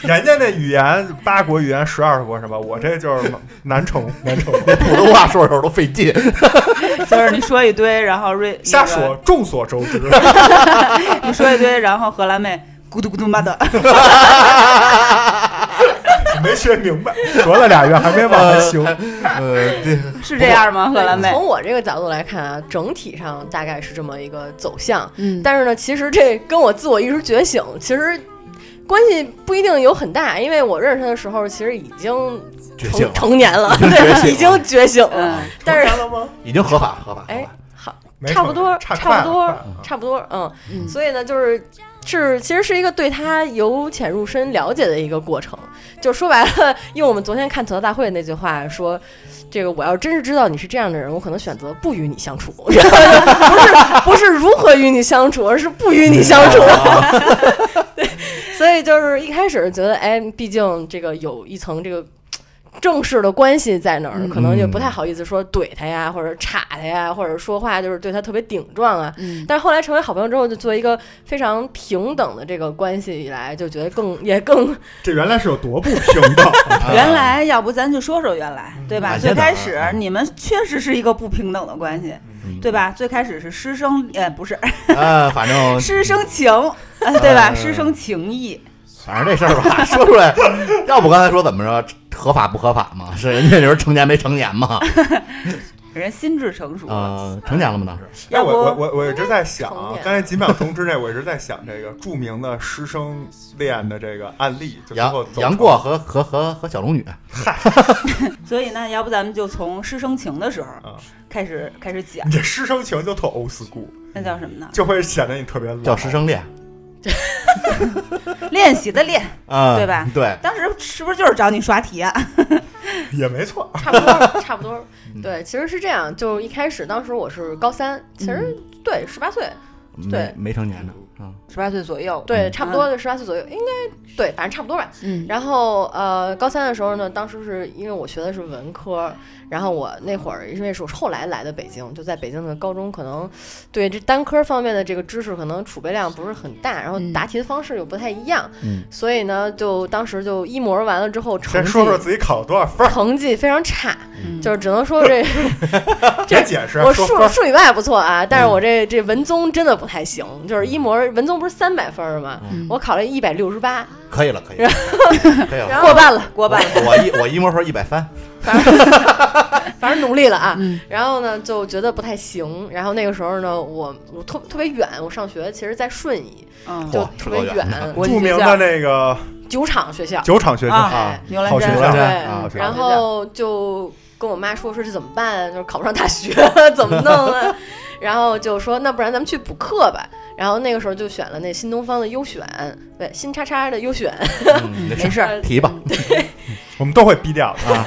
[SPEAKER 4] 人家那语言八国语言十二国什么，我这就是南城南城
[SPEAKER 2] 普通话说着时候都费 劲，
[SPEAKER 1] 就是你说一堆，然后瑞
[SPEAKER 4] 瞎说，，众所周知。
[SPEAKER 1] 那个你说一堆，然后荷兰妹咕嘟咕嘟妈的，
[SPEAKER 4] 没学明白，隔了俩月还没往还行。
[SPEAKER 2] 呃，对，
[SPEAKER 1] 是这样 吗？荷兰妹，
[SPEAKER 3] 从我这个角度来看啊，整体上大概是这么一个走向。
[SPEAKER 1] 嗯
[SPEAKER 3] 但是呢，其实这跟我自我意识觉醒其实关系不一定有很大，因为我认识他的时候，其实已经
[SPEAKER 2] 觉
[SPEAKER 3] 成
[SPEAKER 2] 醒了，
[SPEAKER 3] 成年了， 对，已经觉醒了。
[SPEAKER 1] 嗯，
[SPEAKER 3] 但是
[SPEAKER 4] 成年了吗？
[SPEAKER 2] 已经合法合法。合
[SPEAKER 3] 哎
[SPEAKER 2] 法，
[SPEAKER 3] 好，
[SPEAKER 4] 没
[SPEAKER 3] 差不多，
[SPEAKER 4] 成
[SPEAKER 3] 差不多
[SPEAKER 4] 差快了，啊
[SPEAKER 3] 差不多，嗯。
[SPEAKER 1] 嗯
[SPEAKER 3] 所以呢，就是是其实是一个对他由浅入深了解的一个过程。就说白了，用我们昨天看《吐槽大会》那句话说。这个我要真是知道你是这样的人，我可能选择不与你相处， 不是不是如何与你相处，而是不与你相处。
[SPEAKER 4] 嗯
[SPEAKER 3] 所以就是一开始觉得，哎，毕竟这个有一层这个正式的关系在那儿，
[SPEAKER 1] 嗯
[SPEAKER 3] 可能就不太好意思说怼他呀，或者插他呀，或者说话就是对他特别顶撞啊。
[SPEAKER 1] 嗯，
[SPEAKER 3] 但是后来成为好朋友之后，就作为一个非常平等的这个关系以来，就觉得 更也更
[SPEAKER 4] 这原来是有多不平等。 啊
[SPEAKER 1] 原来要不咱就说说原来，对吧？
[SPEAKER 2] 嗯
[SPEAKER 1] 最开始
[SPEAKER 2] 啊
[SPEAKER 1] 你们确实是一个不平等的关系，
[SPEAKER 4] 嗯
[SPEAKER 1] 对吧？最开始是师生，呃，不 是
[SPEAKER 2] 呃，反正
[SPEAKER 1] 师生情，呃对吧？
[SPEAKER 2] 嗯
[SPEAKER 1] 师生情谊，
[SPEAKER 2] 反正这事儿吧，说出来，要不刚才说怎么着合法不合法嘛？是人家就是成年没成年嘛？
[SPEAKER 1] 人心智成熟了，
[SPEAKER 2] 呃，成年了吗？当时
[SPEAKER 4] 哎，
[SPEAKER 1] 要不
[SPEAKER 4] 我我我我一直在想
[SPEAKER 3] 成
[SPEAKER 4] 啊，
[SPEAKER 3] 年
[SPEAKER 4] 刚才几秒钟之内，我一直在想这个著名的师生恋的这个案例，就最
[SPEAKER 2] 杨
[SPEAKER 4] 后走成
[SPEAKER 2] 杨过和和和和小龙女，
[SPEAKER 1] 所以呢，要不咱们就从师生情的时候
[SPEAKER 4] 啊，
[SPEAKER 1] 开始开始讲
[SPEAKER 4] 你，这师生情就特 old school，
[SPEAKER 1] 那叫什么呢？
[SPEAKER 4] 就会显得你特别老。
[SPEAKER 2] 叫师生恋，
[SPEAKER 1] 练习的练，
[SPEAKER 2] 啊，
[SPEAKER 1] 对吧
[SPEAKER 2] 嗯对，
[SPEAKER 1] 当时是不是就是找你刷题啊？
[SPEAKER 4] 也没错。
[SPEAKER 3] 差不 多，差不多。
[SPEAKER 1] 嗯
[SPEAKER 3] 对，其实是这样，就一开始当时我是高三，其实对十八岁，对
[SPEAKER 2] 没没成年的啊，
[SPEAKER 1] 嗯十八岁左右，啊
[SPEAKER 3] 对，
[SPEAKER 2] 嗯
[SPEAKER 3] 差不多就十八岁左右，应该对，反正差不多吧。
[SPEAKER 1] 嗯，
[SPEAKER 3] 然后呃，高三的时候呢，当时是因为我学的是文科，然后我那会儿因为是我后来来的北京，就在北京的高中，可能对这单科方面的这个知识可能储备量不是很大，然后
[SPEAKER 1] 嗯
[SPEAKER 3] 答题的方式又不太一样，
[SPEAKER 2] 嗯
[SPEAKER 3] 所以呢，就当时就一模完了之后，成
[SPEAKER 4] 先
[SPEAKER 3] 绩
[SPEAKER 4] 说说自己考了多少分儿，
[SPEAKER 3] 成绩非常差，
[SPEAKER 1] 嗯
[SPEAKER 3] 就是只能说这 这
[SPEAKER 4] 别解释，
[SPEAKER 3] 我
[SPEAKER 4] 啊
[SPEAKER 3] 数
[SPEAKER 4] 说分儿。嗯
[SPEAKER 3] 数理外不错啊，但是我这这文综真的不太行，就是一模文综不是三百分儿吗？
[SPEAKER 1] 嗯
[SPEAKER 3] 我考了一百六十八，
[SPEAKER 2] 可以了，可以了，可以
[SPEAKER 3] 然
[SPEAKER 4] 嗯
[SPEAKER 2] 了。
[SPEAKER 3] 后
[SPEAKER 1] 过半了，过
[SPEAKER 2] 我
[SPEAKER 1] 半了，
[SPEAKER 2] 我一我一摸分一百三，
[SPEAKER 3] 反正努力了啊。
[SPEAKER 1] 嗯
[SPEAKER 3] 然后呢，就觉得不太行。然后那个时候呢，我我特特别远，我上学其实，在顺义，
[SPEAKER 1] 嗯，
[SPEAKER 3] 就
[SPEAKER 2] 嚯
[SPEAKER 3] 特别
[SPEAKER 2] 是多远
[SPEAKER 3] 远，
[SPEAKER 1] 国际
[SPEAKER 4] 著名
[SPEAKER 1] 学
[SPEAKER 4] 的
[SPEAKER 1] 校
[SPEAKER 4] 那个
[SPEAKER 3] 酒厂学校。
[SPEAKER 4] 酒厂学校
[SPEAKER 1] 啊
[SPEAKER 4] 啊，
[SPEAKER 1] 牛栏
[SPEAKER 4] 好学
[SPEAKER 1] 山
[SPEAKER 4] 校
[SPEAKER 2] 牛栏
[SPEAKER 3] 对
[SPEAKER 2] 山啊
[SPEAKER 3] 然
[SPEAKER 1] 学校
[SPEAKER 3] 后就跟我妈说说这怎么办，啊就是考不上大学 怎么弄啊？ 然后就说那不然咱们去补课吧。然后那个时候就选了那新东方的优选，对，新叉叉的优选，
[SPEAKER 2] 嗯没
[SPEAKER 1] 没
[SPEAKER 2] 事
[SPEAKER 1] 事儿，
[SPEAKER 2] 儿提吧。
[SPEAKER 4] 我们都会逼掉的。
[SPEAKER 2] 啊，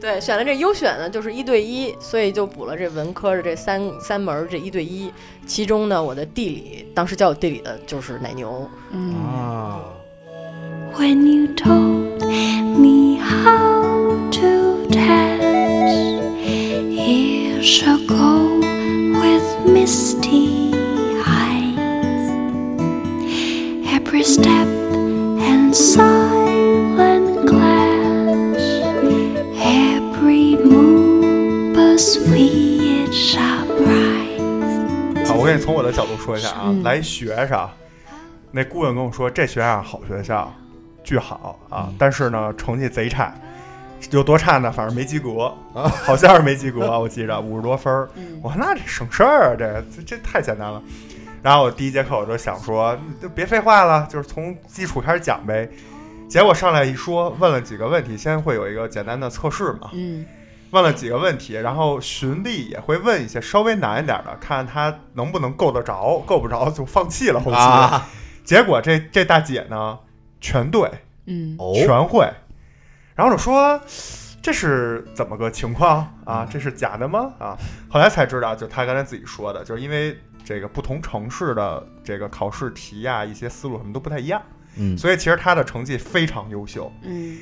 [SPEAKER 3] 对，选了这优选呢，就是一对一，所以就补了这文科的这三三门儿这一对一。其中呢，我的地理当时教我地理的就是奶牛，
[SPEAKER 1] 嗯，
[SPEAKER 2] 啊，
[SPEAKER 8] When you told me how to dance years ago with misty eyes, every step and silent glance, every move a sweet surprise.
[SPEAKER 4] 啊，我给你从我的角度说一下啊
[SPEAKER 1] 嗯，
[SPEAKER 4] 来学生，啊那顾问跟我说，这学校好学校，巨好啊，但是呢，成绩贼差，有多差呢？反正没及格， 好像是没及格，我记着五十多分儿。我说那这省事儿啊，这这这太简单了。然后我第一节课我就想说，你就别废话了，就是从基础开始讲呗。结果上来一说，问了几个问题，先会有一个简单的测试嘛，
[SPEAKER 1] 嗯，
[SPEAKER 4] 问了几个问题，然后循例也会问一些稍微难一点的，看他能不能够得着，够不着就放弃了。后期、
[SPEAKER 2] 啊
[SPEAKER 4] 结果这这大姐呢，全对，
[SPEAKER 1] 嗯，
[SPEAKER 2] 哦，
[SPEAKER 4] 全会。然后我说这是怎么个情况
[SPEAKER 2] 嗯
[SPEAKER 4] 啊？这是假的吗？啊？后来才知道，就他刚才自己说的，就是因为这个不同城市的这个考试题啊，一些思路什么都不太一样，
[SPEAKER 2] 嗯，
[SPEAKER 4] 所以其实他的成绩非常优秀。
[SPEAKER 1] 嗯，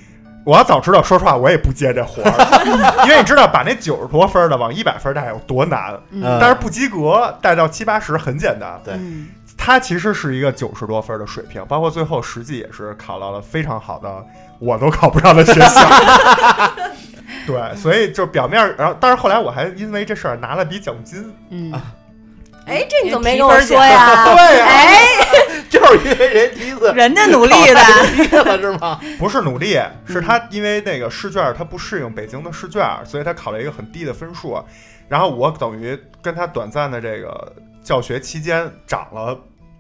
[SPEAKER 4] 我要早知道，说实话我也不接这活 儿，因为你知道把那九十多分儿的往一百分儿带有多难，
[SPEAKER 2] 嗯
[SPEAKER 4] 但是不及格带到七八十很简单。
[SPEAKER 2] 对
[SPEAKER 1] 嗯，
[SPEAKER 4] 他其实是一个九十多分儿的水平，包括最后实际也是考到了非常好的，我都考不上的学校。对，所以就表面儿，然后但是后来我还因为这事儿拿了笔奖金，
[SPEAKER 1] 嗯，
[SPEAKER 3] 哎，这你怎么没
[SPEAKER 1] 提
[SPEAKER 3] 跟我
[SPEAKER 1] 分儿
[SPEAKER 3] 说
[SPEAKER 1] 奖
[SPEAKER 3] 呀？啊
[SPEAKER 4] 对呀
[SPEAKER 3] 哎，
[SPEAKER 2] 就是因为人第一次
[SPEAKER 1] 人家努力 的，
[SPEAKER 2] 低了是吗？
[SPEAKER 4] 不是努力，是他因为那个试卷儿他不适应北京的试卷儿，所以他考了一个很低的分数。然后我等于跟他短暂的这个教学期间涨了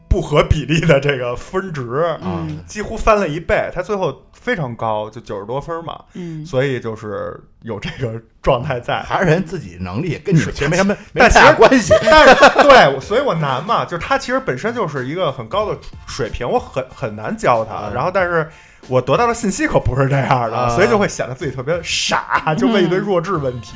[SPEAKER 4] 不合比例的这个分值，
[SPEAKER 1] 嗯
[SPEAKER 4] 几乎翻了一倍。他最后非常高，就九十多分儿嘛。
[SPEAKER 1] 嗯，
[SPEAKER 4] 所以就是有这个状态在。
[SPEAKER 2] 嗯还是人自己能力，跟你们其实没什么没
[SPEAKER 4] 但其
[SPEAKER 2] 太
[SPEAKER 4] 实
[SPEAKER 2] 大关系。
[SPEAKER 4] 但是对，所以我难嘛， 就是他其实本身就是一个很高的水平，我很很难教他。
[SPEAKER 2] 嗯
[SPEAKER 4] 然后，但是我得到的信息可不是这样的，
[SPEAKER 2] 啊
[SPEAKER 4] 所以就会显得自己特别傻， 就问一堆弱智问题。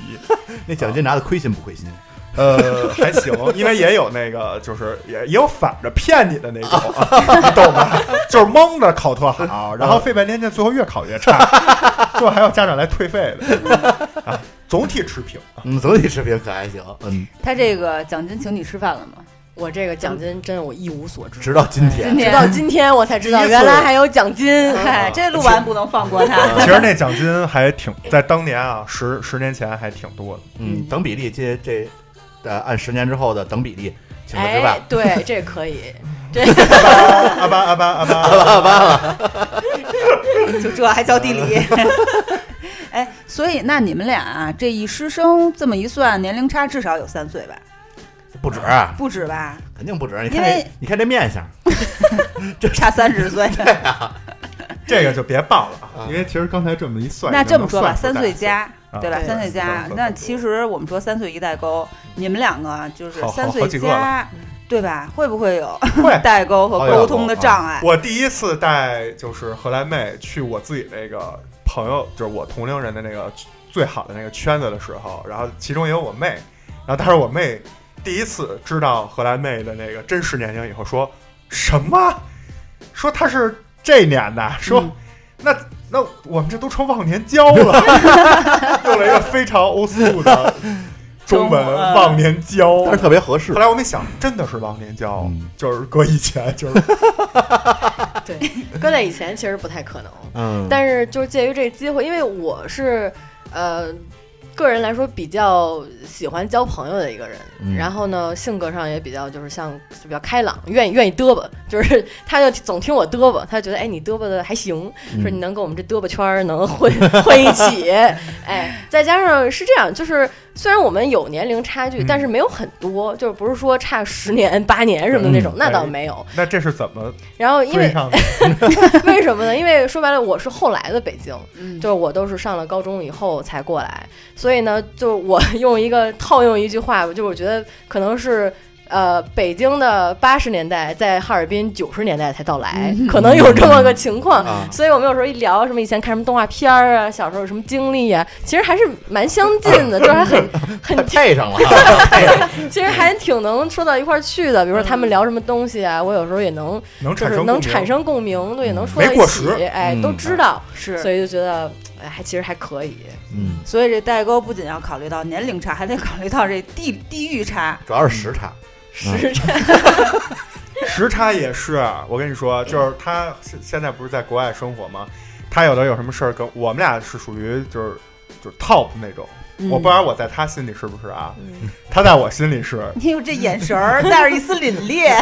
[SPEAKER 2] 那奖金拿的亏心不亏心？啊
[SPEAKER 4] 呃，还行，因为也有那个，就是也也有反着骗你的那种，啊 你懂吧？就是蒙着考特好，
[SPEAKER 2] 哦
[SPEAKER 4] 然后费半天劲，最后越考越差， 最后还要家长来退费的。啊，总体持平。
[SPEAKER 2] 嗯，总体水平可还行。嗯，
[SPEAKER 1] 他这个奖金请你吃饭了吗？
[SPEAKER 3] 我这个奖金真的我一无所知，
[SPEAKER 2] 直到今
[SPEAKER 1] 今
[SPEAKER 2] 天，
[SPEAKER 3] 直
[SPEAKER 1] 天
[SPEAKER 3] 到今天我才知道
[SPEAKER 4] 第一次
[SPEAKER 3] 原来还有奖金。
[SPEAKER 1] 嗨，哎这录完不能放过他。
[SPEAKER 4] 啊其实那奖金还挺，在当年啊，十十年前还挺多的。
[SPEAKER 2] 嗯，等比例这这，呃，按十年之后的等比例，请他吃
[SPEAKER 3] 哎
[SPEAKER 2] 饭。，
[SPEAKER 3] 对，这可以，
[SPEAKER 4] 阿巴阿巴阿巴阿巴，
[SPEAKER 1] 就这还教地理？ 哎，所以那你们俩啊，这一师生这么一算，年龄差至少有三岁吧？
[SPEAKER 2] 不止，
[SPEAKER 1] 不止吧？
[SPEAKER 2] 肯定不止。你看
[SPEAKER 1] 因为
[SPEAKER 2] 这，你看这面相，
[SPEAKER 1] 差三十岁。
[SPEAKER 4] 这个就别报了啊，
[SPEAKER 2] 啊
[SPEAKER 4] 因为其实刚才这么一算，
[SPEAKER 1] 那
[SPEAKER 4] 也
[SPEAKER 1] 这
[SPEAKER 4] 能
[SPEAKER 1] 么说吧，
[SPEAKER 4] 算
[SPEAKER 1] 三
[SPEAKER 4] 出
[SPEAKER 1] 岁
[SPEAKER 4] 大
[SPEAKER 1] 加，
[SPEAKER 4] 啊
[SPEAKER 1] 对吧？
[SPEAKER 3] 对
[SPEAKER 1] 三岁
[SPEAKER 4] 三
[SPEAKER 1] 加
[SPEAKER 4] 岁。
[SPEAKER 1] 那其实我们说三岁一代沟，你们两个就是
[SPEAKER 4] 好好
[SPEAKER 1] 三岁
[SPEAKER 4] 好几个
[SPEAKER 1] 加
[SPEAKER 4] 了，嗯哎
[SPEAKER 1] 对吧？会不会有
[SPEAKER 4] 会。
[SPEAKER 1] 代沟和
[SPEAKER 2] 好有
[SPEAKER 1] 沟通的障碍？
[SPEAKER 4] 我第一次带就是荷兰妹去我自己那个朋友，就是我同龄人的那个最好的那个圈子的时候，然后其中也有我妹，然后当时我妹第一次知道荷兰妹的那个真实年龄以后说，什么？说她是这年的，说、那那我们这都成忘年交了， 用了一个非常 old school 的中
[SPEAKER 1] 中
[SPEAKER 4] 文
[SPEAKER 1] 文
[SPEAKER 4] 忘年交，
[SPEAKER 2] 但是特别合适
[SPEAKER 4] 后。来我们一想，真的是忘年交，
[SPEAKER 2] 嗯
[SPEAKER 4] 就是搁以前就是
[SPEAKER 3] 对，搁在以前其实不太可能，
[SPEAKER 2] 嗯，
[SPEAKER 3] 但是就是介于这机会，因为我是呃个人来说比较喜欢交朋友的一个人，
[SPEAKER 2] 嗯
[SPEAKER 3] 然后呢性格上也比较就是像就比较开朗，愿意愿意嘚啵，就是 他就总听我嘚啵，他就觉得哎你嘚啵的还行，
[SPEAKER 2] 嗯
[SPEAKER 3] 说你能跟我们这嘚啵圈儿能混混一起，哎，再加上是这样，就是虽然我们有年龄差距，
[SPEAKER 4] 嗯
[SPEAKER 3] 但是没有很多，就是不是说差十年八年什么的那种，
[SPEAKER 2] 嗯
[SPEAKER 3] 那倒没有。
[SPEAKER 4] 那这是怎么
[SPEAKER 3] 然后因
[SPEAKER 4] 追
[SPEAKER 3] 为
[SPEAKER 4] 上的？
[SPEAKER 3] 为什么呢？因为说白了，我是后来的北京，
[SPEAKER 1] 嗯
[SPEAKER 3] 就是我都是上了高中以后才过来，所以呢，就我用一个套用一句话，就是我觉得可能是。呃，北京的八十年代在哈尔滨九十年代才到来，可能有这么个情况，
[SPEAKER 2] 啊
[SPEAKER 3] 所以我们有时候一聊什么以前看什么动画片儿啊，小时候有什么经历啊，其实还是蛮相近的，就是还很很
[SPEAKER 2] 配上了，
[SPEAKER 3] 其实还挺能说到一块儿去的。比如说他们聊什么东西啊，我有时候也能
[SPEAKER 4] 能
[SPEAKER 3] 就
[SPEAKER 4] 产
[SPEAKER 3] 是
[SPEAKER 4] 生
[SPEAKER 3] 能
[SPEAKER 4] 共鸣嗯
[SPEAKER 3] 产生共鸣，对，也能说
[SPEAKER 4] 没
[SPEAKER 3] 到一
[SPEAKER 4] 过
[SPEAKER 3] 起
[SPEAKER 4] 时，
[SPEAKER 3] 哎，
[SPEAKER 2] 嗯
[SPEAKER 3] 都知道，
[SPEAKER 1] 是
[SPEAKER 3] 所以就觉得哎，还其实还可以。
[SPEAKER 2] 嗯，
[SPEAKER 1] 所以这代沟不仅要考虑到年龄差，还得考虑到这地地域差。
[SPEAKER 2] 主要是时差，
[SPEAKER 4] 嗯
[SPEAKER 3] 是这
[SPEAKER 4] 时差也是，我跟你说，就是他现现在不是在国外生活吗？他有的有什么事儿跟我们俩是属于就是就是 top 那种，我
[SPEAKER 3] 嗯
[SPEAKER 4] 不知道我在他心里是不是啊？他在我心里是，
[SPEAKER 1] 你有这眼神儿，带着一丝凛冽。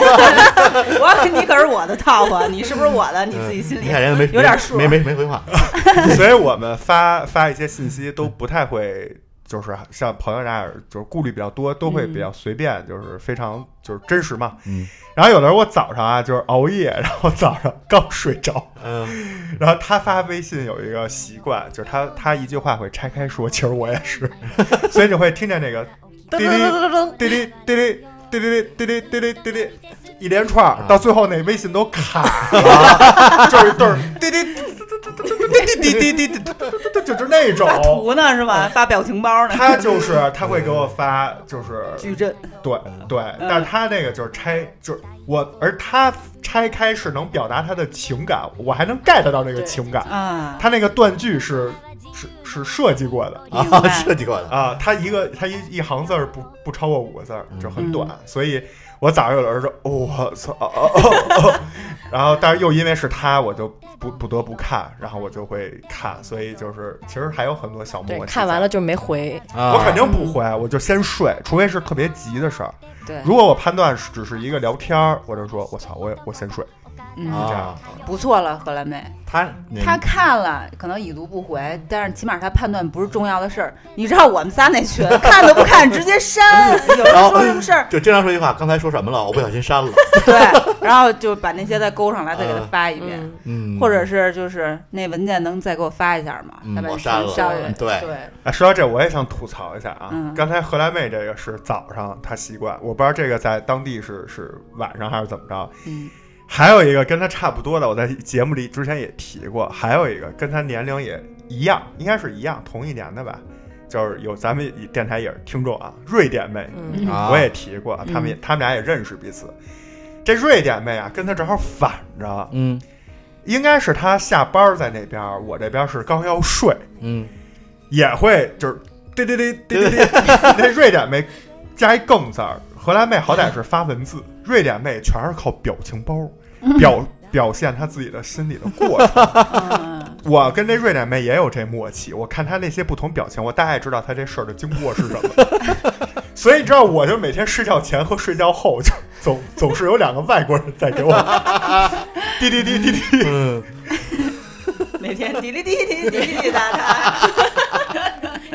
[SPEAKER 1] 我你可是我的套啊，你是不是我的？你自己心里
[SPEAKER 2] 嗯你
[SPEAKER 4] 嗯
[SPEAKER 2] 看人家没
[SPEAKER 1] 有点数
[SPEAKER 2] 没没没回话，
[SPEAKER 4] 所以我们发发一些信息都不太会。就是像朋友那样，就是顾虑比较多，都会比较随便，就是非常就是真实嘛。
[SPEAKER 2] 嗯。
[SPEAKER 4] 然后有的时候我早上啊，就是熬夜，然后早上刚睡着，
[SPEAKER 2] 嗯，
[SPEAKER 4] 然后他发微信有一个习惯，就是他他一句话会拆开说，其实我也是， 所以你会听见那个
[SPEAKER 3] 噔
[SPEAKER 4] 滴
[SPEAKER 3] 噔噔噔噔，
[SPEAKER 4] 滴滴滴滴滴滴滴滴滴滴滴滴一连串
[SPEAKER 2] 啊
[SPEAKER 4] 儿，到最后那微信都卡 了，就是就是滴滴 滴滴滴滴滴滴滴，就是那种。
[SPEAKER 1] 发图呢是吧？发表情包呢？
[SPEAKER 4] 他 就是他会给我发，就是
[SPEAKER 1] 矩阵，
[SPEAKER 4] 对对，但是他那个就是拆，就是我，而他拆开是能表达他的情感，我还能 get 到那个情感。
[SPEAKER 1] 啊，
[SPEAKER 4] 他那个断句是是是设计过的
[SPEAKER 1] 明
[SPEAKER 2] 啊，
[SPEAKER 1] 白
[SPEAKER 2] 设计过的，
[SPEAKER 4] 啊，他一个他一一行字儿不不超过五个字儿，
[SPEAKER 3] 嗯
[SPEAKER 4] 就很短，所以我早上有人说，哦我操、哦哦哦 哦，然后但是又因为是他，我就不不得不看，然后我就会看，所以就是其实还有很多小
[SPEAKER 3] 对，
[SPEAKER 4] 默契。
[SPEAKER 3] 看完了。就没回。
[SPEAKER 2] 我
[SPEAKER 4] 我肯定不回，我就先睡，除非是特别急的事儿。
[SPEAKER 1] 对，
[SPEAKER 4] 如果我判断是只是一个聊天儿，我就说我操，我我先睡。
[SPEAKER 1] 嗯，
[SPEAKER 2] 啊，
[SPEAKER 1] 不错了，荷兰妹。
[SPEAKER 2] 他
[SPEAKER 1] 他看了，可能已读不回，但是起码他判断不是重要的事儿。你知道我们仨那群， 看都不看，直接删。有人说什么事儿，
[SPEAKER 2] 哦就经常说一句话，刚才说什么了？我不小 心删了，
[SPEAKER 1] 对，然后就把那些再勾上来，再给他发一遍，
[SPEAKER 3] 嗯，
[SPEAKER 2] 嗯，
[SPEAKER 1] 或者是就是那文件能再给我发一下吗？
[SPEAKER 2] 嗯
[SPEAKER 1] 咱们
[SPEAKER 2] 我删了
[SPEAKER 1] 稍
[SPEAKER 3] 对
[SPEAKER 1] 微
[SPEAKER 2] 对
[SPEAKER 3] 对，
[SPEAKER 4] 啊，说到这，我也想吐槽一下啊。
[SPEAKER 1] 嗯
[SPEAKER 4] 刚才荷兰妹这个是早上她习惯，我不知道这个在当地是是晚上还是怎么着。
[SPEAKER 1] 嗯，
[SPEAKER 4] 还有一个跟她差不多的，我在节目里之前也提过，还有一个跟她年龄也一样，应该是一样同一年的吧，就是有咱们电台也是听众啊，瑞典妹，
[SPEAKER 3] 嗯，
[SPEAKER 2] 啊
[SPEAKER 4] 我也提过，他们也、他们俩也认识彼此。这瑞典妹啊，跟她正好反着，
[SPEAKER 2] 嗯
[SPEAKER 4] 应该是她下班在那边，我这边是刚要睡。
[SPEAKER 2] 嗯
[SPEAKER 4] 也会就是滴滴滴滴滴滴，那瑞典妹加一更字儿，荷兰妹好歹是发文字，瑞典妹全是靠表情包表表现她自己的心里的过程。
[SPEAKER 1] 嗯
[SPEAKER 4] 我跟这瑞典妹也有这默契，我看她那些不同表情，我大概知道她这事儿的经过是什么。所以你知道，我就每天睡觉前和睡觉后，就总总是有两个外国人在给我滴滴滴滴滴。
[SPEAKER 2] 嗯，
[SPEAKER 1] 每天滴哩滴哩滴哩滴哩滴答答，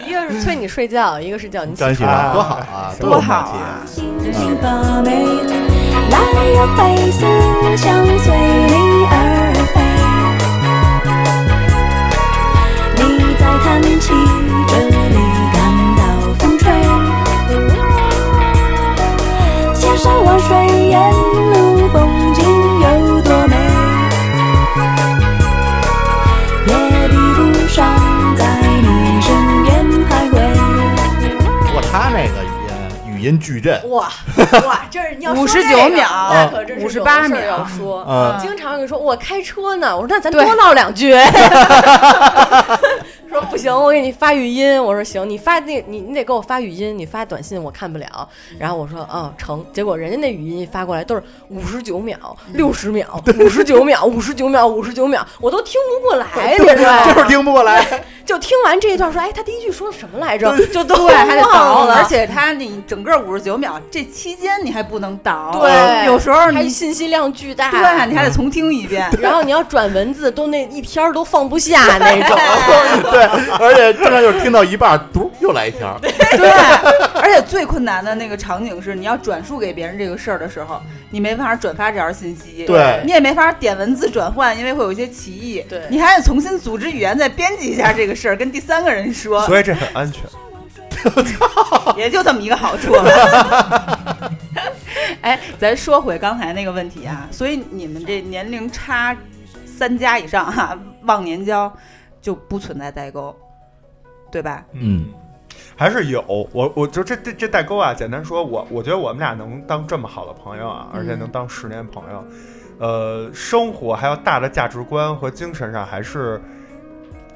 [SPEAKER 3] 一个是催你睡觉，一个是叫你起
[SPEAKER 2] 张一起
[SPEAKER 4] 啊
[SPEAKER 2] 多好 啊，
[SPEAKER 4] 多
[SPEAKER 2] 有
[SPEAKER 1] 好
[SPEAKER 2] 默契
[SPEAKER 1] 啊！
[SPEAKER 8] 寻宝贝，来呀，飞丝相随你而飞。你在叹气，这里感到风吹。千山万水沿路风景有多美，也比不上
[SPEAKER 2] 语音矩阵，
[SPEAKER 3] 哇哇，这是你要说这个
[SPEAKER 1] 59秒
[SPEAKER 3] 那可真是有
[SPEAKER 1] 58
[SPEAKER 3] 事儿
[SPEAKER 1] 秒嗯
[SPEAKER 3] 要说。
[SPEAKER 2] 呃，
[SPEAKER 3] 经常有人说我开车呢，我说那咱多
[SPEAKER 1] 对
[SPEAKER 3] 唠两 句。说不行，我给你发语音。我说行，你发那，你你得给我发语音，你发短信我看不了。然后我说嗯成，结果人家那语音一发过来都是五十九秒、
[SPEAKER 1] 嗯
[SPEAKER 3] 六十秒、五十九秒、五十九秒、五十九秒，我都听不过来，你知道吗？
[SPEAKER 2] 就是听不 过来。
[SPEAKER 3] 就听完这一段说，哎，他第一句说的什么来着？就都
[SPEAKER 1] 对，还得倒
[SPEAKER 3] 忘了，
[SPEAKER 1] 而且它你整个五十九秒这期间你还不能倒，
[SPEAKER 3] 对
[SPEAKER 1] 有时候
[SPEAKER 3] 还
[SPEAKER 1] 你
[SPEAKER 3] 信息量巨大。
[SPEAKER 1] 对你还得重听一遍，
[SPEAKER 3] 然后你要转文字，都那一天儿都放不下那种。
[SPEAKER 2] 对，而且经常就是听到一半儿，嘟又来一条，
[SPEAKER 1] 对，而且最困难的那个场景是，你要转述给别人这个事儿的时候，你没办法转发这条信息，
[SPEAKER 2] 对
[SPEAKER 1] 你也没法点文字转换，因为会有一些歧义，
[SPEAKER 3] 对
[SPEAKER 1] 你还得重新组织语言再编辑一下这个事儿，跟第三个人说，
[SPEAKER 4] 所以这很安全。
[SPEAKER 1] 也就这么一个好处。哎，咱说回刚才那个问题啊，所以你们这年龄差三家以上哈、忘年交就不存在代沟，对吧？
[SPEAKER 7] 嗯，
[SPEAKER 4] 还是有我，我就这这这代沟啊，简单说，我我觉得我们俩能当这么好的朋友啊，而且能当十年朋友，呃，生活还有大的价值观和精神上还是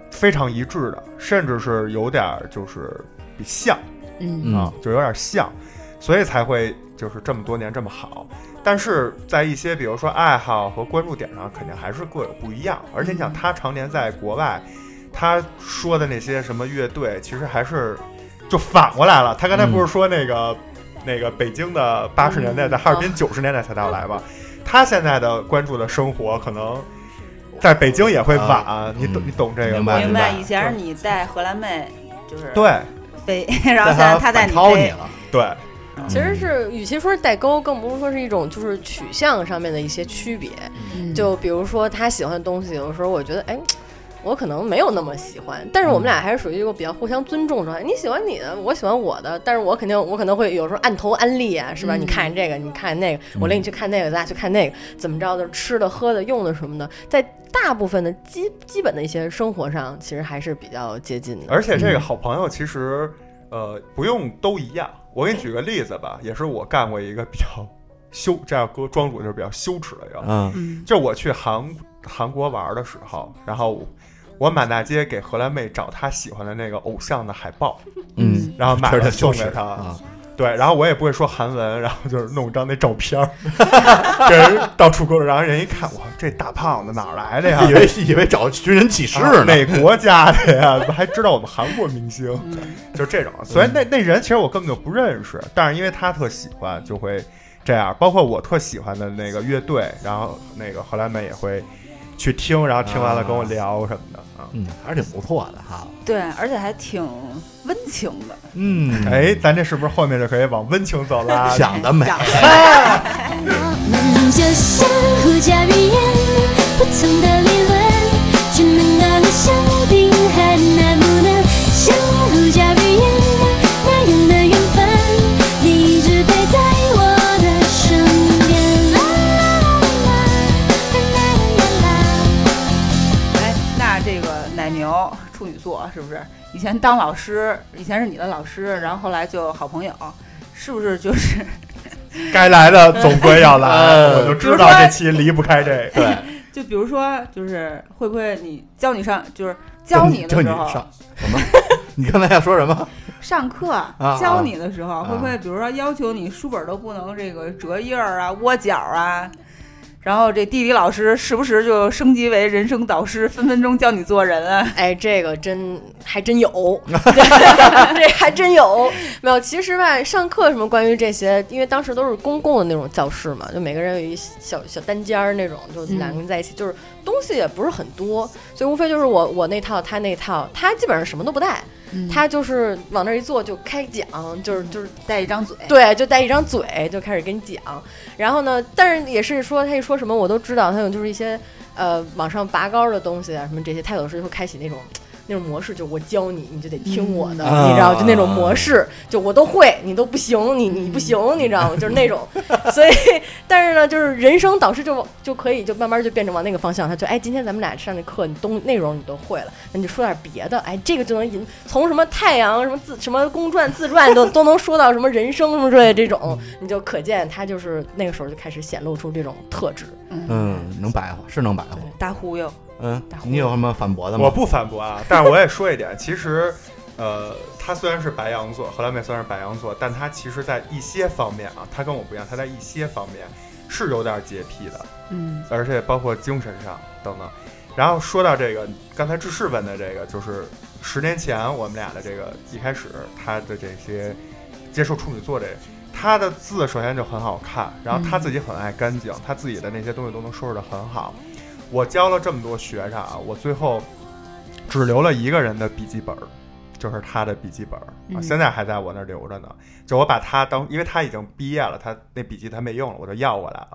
[SPEAKER 4] 非常一致的，甚至是有点儿就是比像。
[SPEAKER 1] 嗯
[SPEAKER 2] 嗯，
[SPEAKER 4] 啊就有点像，所以才会就是这么多年这么好。但是在一些比如说爱好和关注点上，肯定还是各有不一样。而且你想，
[SPEAKER 2] 嗯
[SPEAKER 4] 他常年在国外，他说的那些什么乐队，其实还是就反过来了。他刚才
[SPEAKER 2] 嗯
[SPEAKER 4] 不是说那个、那个北京的八十年代在哈
[SPEAKER 2] 嗯
[SPEAKER 4] 尔滨九十年代才到来吗？他现在的关注的生活可能。在北京也会晚，你懂
[SPEAKER 2] 嗯
[SPEAKER 4] 你懂这个
[SPEAKER 2] 明
[SPEAKER 4] 吗？
[SPEAKER 2] 白
[SPEAKER 1] 明
[SPEAKER 2] 明白
[SPEAKER 1] 白。以前是你带荷兰妹，就是
[SPEAKER 4] 对
[SPEAKER 1] 飞， 然后现在他在你
[SPEAKER 2] 掏你啊
[SPEAKER 1] 飞，
[SPEAKER 2] 了，
[SPEAKER 4] 对，
[SPEAKER 3] 其实是，与其说是代沟，更不如说是一种就是取向上面的一些区别。嗯就比如说他喜欢的东西，有时候我觉得，哎，我可能没有那么喜欢，但是我们俩还是属于一个比较互相尊重的状态。你喜欢你的，我喜欢我的，但是我肯定我可能会有时候按头安利啊，是吧？
[SPEAKER 1] 嗯
[SPEAKER 3] 你看这个，你看那个，我领你去看那个，咱俩去看那个，怎么着的，吃的、喝的、用的什么的，在大部分的基基本的一些生活上，其实还是比较接近的。
[SPEAKER 4] 而且
[SPEAKER 2] 嗯
[SPEAKER 4] 这个好朋友其实，呃，不用都一样。我给你举个例子吧，也是我干过一个比较 羞，这样哥庄主就是比较羞耻的一个，
[SPEAKER 2] 嗯
[SPEAKER 1] 嗯
[SPEAKER 4] 就我去韩韩国玩的时候，然后我我满大街给荷兰妹找她喜欢的那个偶像的海报，
[SPEAKER 2] 嗯，
[SPEAKER 4] 然后买
[SPEAKER 2] 这
[SPEAKER 4] 了
[SPEAKER 2] 是
[SPEAKER 4] 送
[SPEAKER 2] 羞
[SPEAKER 4] 给
[SPEAKER 2] 耻
[SPEAKER 4] 她。
[SPEAKER 2] 啊，
[SPEAKER 4] 对，然后我也不会说韩文，然后就是弄张那照片儿， 给人到处勾着，然后人一看，哇，这大胖子哪儿来的 呀？
[SPEAKER 2] 啊以为以为找寻人启事
[SPEAKER 4] 啊
[SPEAKER 2] 呢，
[SPEAKER 4] 哪国家的呀？ 还知道我们韩国明星，就这种。
[SPEAKER 2] 嗯
[SPEAKER 4] 所以那那人其实我根本就不认识，但是因为他特喜欢，就会这样。包括我特喜欢的那个乐队，然后那个荷兰妹也会去听，然后听完了跟我聊什么的啊。
[SPEAKER 2] 嗯，还是挺不错的哈，
[SPEAKER 1] 对，而且还挺温情的。
[SPEAKER 2] 嗯，
[SPEAKER 4] 哎，咱这是不是后面就可以往温情走啦？
[SPEAKER 2] 想得美，
[SPEAKER 1] 想
[SPEAKER 8] 们就像互加语言，不同的理论，只能当小兵还难不能相互加语言那样的缘分，你一直陪在我的身边。啦啦啦啦啦啦啦啦。
[SPEAKER 1] 哎，那这个奶牛处女座是不是以前当老师，以前是你的老师，然后后来就好朋友，是不是就是
[SPEAKER 4] 该来的总归要来，
[SPEAKER 2] 嗯
[SPEAKER 4] 我就知道这期离不开这个。
[SPEAKER 2] 对，
[SPEAKER 1] 就比如说就是会不会你教你上就是教你的时
[SPEAKER 2] 教
[SPEAKER 1] 候
[SPEAKER 2] 你上什么？ 你刚才要说什么？
[SPEAKER 1] 上课
[SPEAKER 2] 啊
[SPEAKER 1] 教你的时候，会不会比如说要求你书本都不能这个折页儿啊、 窝角啊？然后这地理老师时不时就升级为人生导师，分分钟教你做人啊！
[SPEAKER 3] 哎，这个真还真有，这还真有。没有，其实吧，上课什么关于这些，因为当时都是公共的那种教室嘛，就每个人有一小小单间儿那种，就
[SPEAKER 1] 嗯
[SPEAKER 3] 两个人在一起，就是东西也不是很多，所以无非就是我我那套，他那套，他基本上什么都不带，他就是往那儿一坐就开讲，就是就是
[SPEAKER 1] 带一张嘴，
[SPEAKER 3] 对，就带一张嘴就开始跟你讲。然后呢，但是也是说他一说什么我都知道，他有就是一些呃往上拔高的东西啊，什么这些，他有时候会开启那种那种模式，就我教你，你就得听我的，
[SPEAKER 7] 嗯
[SPEAKER 3] 你知道，
[SPEAKER 7] 啊
[SPEAKER 3] 就那种模式，就我都会，你都不行，你你不行，你知道吗？就是那 种，所以但是呢，就是人生导师就就可以就慢慢就变成往那个方向，他就哎，今天咱们俩上这课，你东内容你都会了，那你就说点别的，哎，这个就能引从什么太阳什么自什么公转自转都都能说到什么人生什么之类的这种，你就可见他就是那个时候就开始显露出这种特质。
[SPEAKER 2] 嗯，能白活是能白活。
[SPEAKER 1] 大忽悠，
[SPEAKER 2] 嗯
[SPEAKER 1] 大，伙
[SPEAKER 2] 你有什么反驳的吗？
[SPEAKER 4] 我不反驳啊，但是我也说一点，其实，呃，他虽然是白羊座，荷兰妹虽然是白羊座，但他其实在一些方面啊，他跟我不一样，他在一些方面是有点洁癖的，
[SPEAKER 1] 嗯
[SPEAKER 4] 而且包括精神上等等。然后说到这个，刚才志士问的这个，就是十年前我们俩的这个一开始他的这些接触处女座这个，他的字首先就很好看，然后他自己很爱干净，他自己的那些东西都能收拾得很好。我教了这么多学生啊，我最后只留了一个人的笔记本儿，就是他的笔记本儿啊，
[SPEAKER 1] 嗯
[SPEAKER 4] 现在还在我那儿留着呢。就我把他当，因为他已经毕业了，他那笔记他没用了，我就要过来了，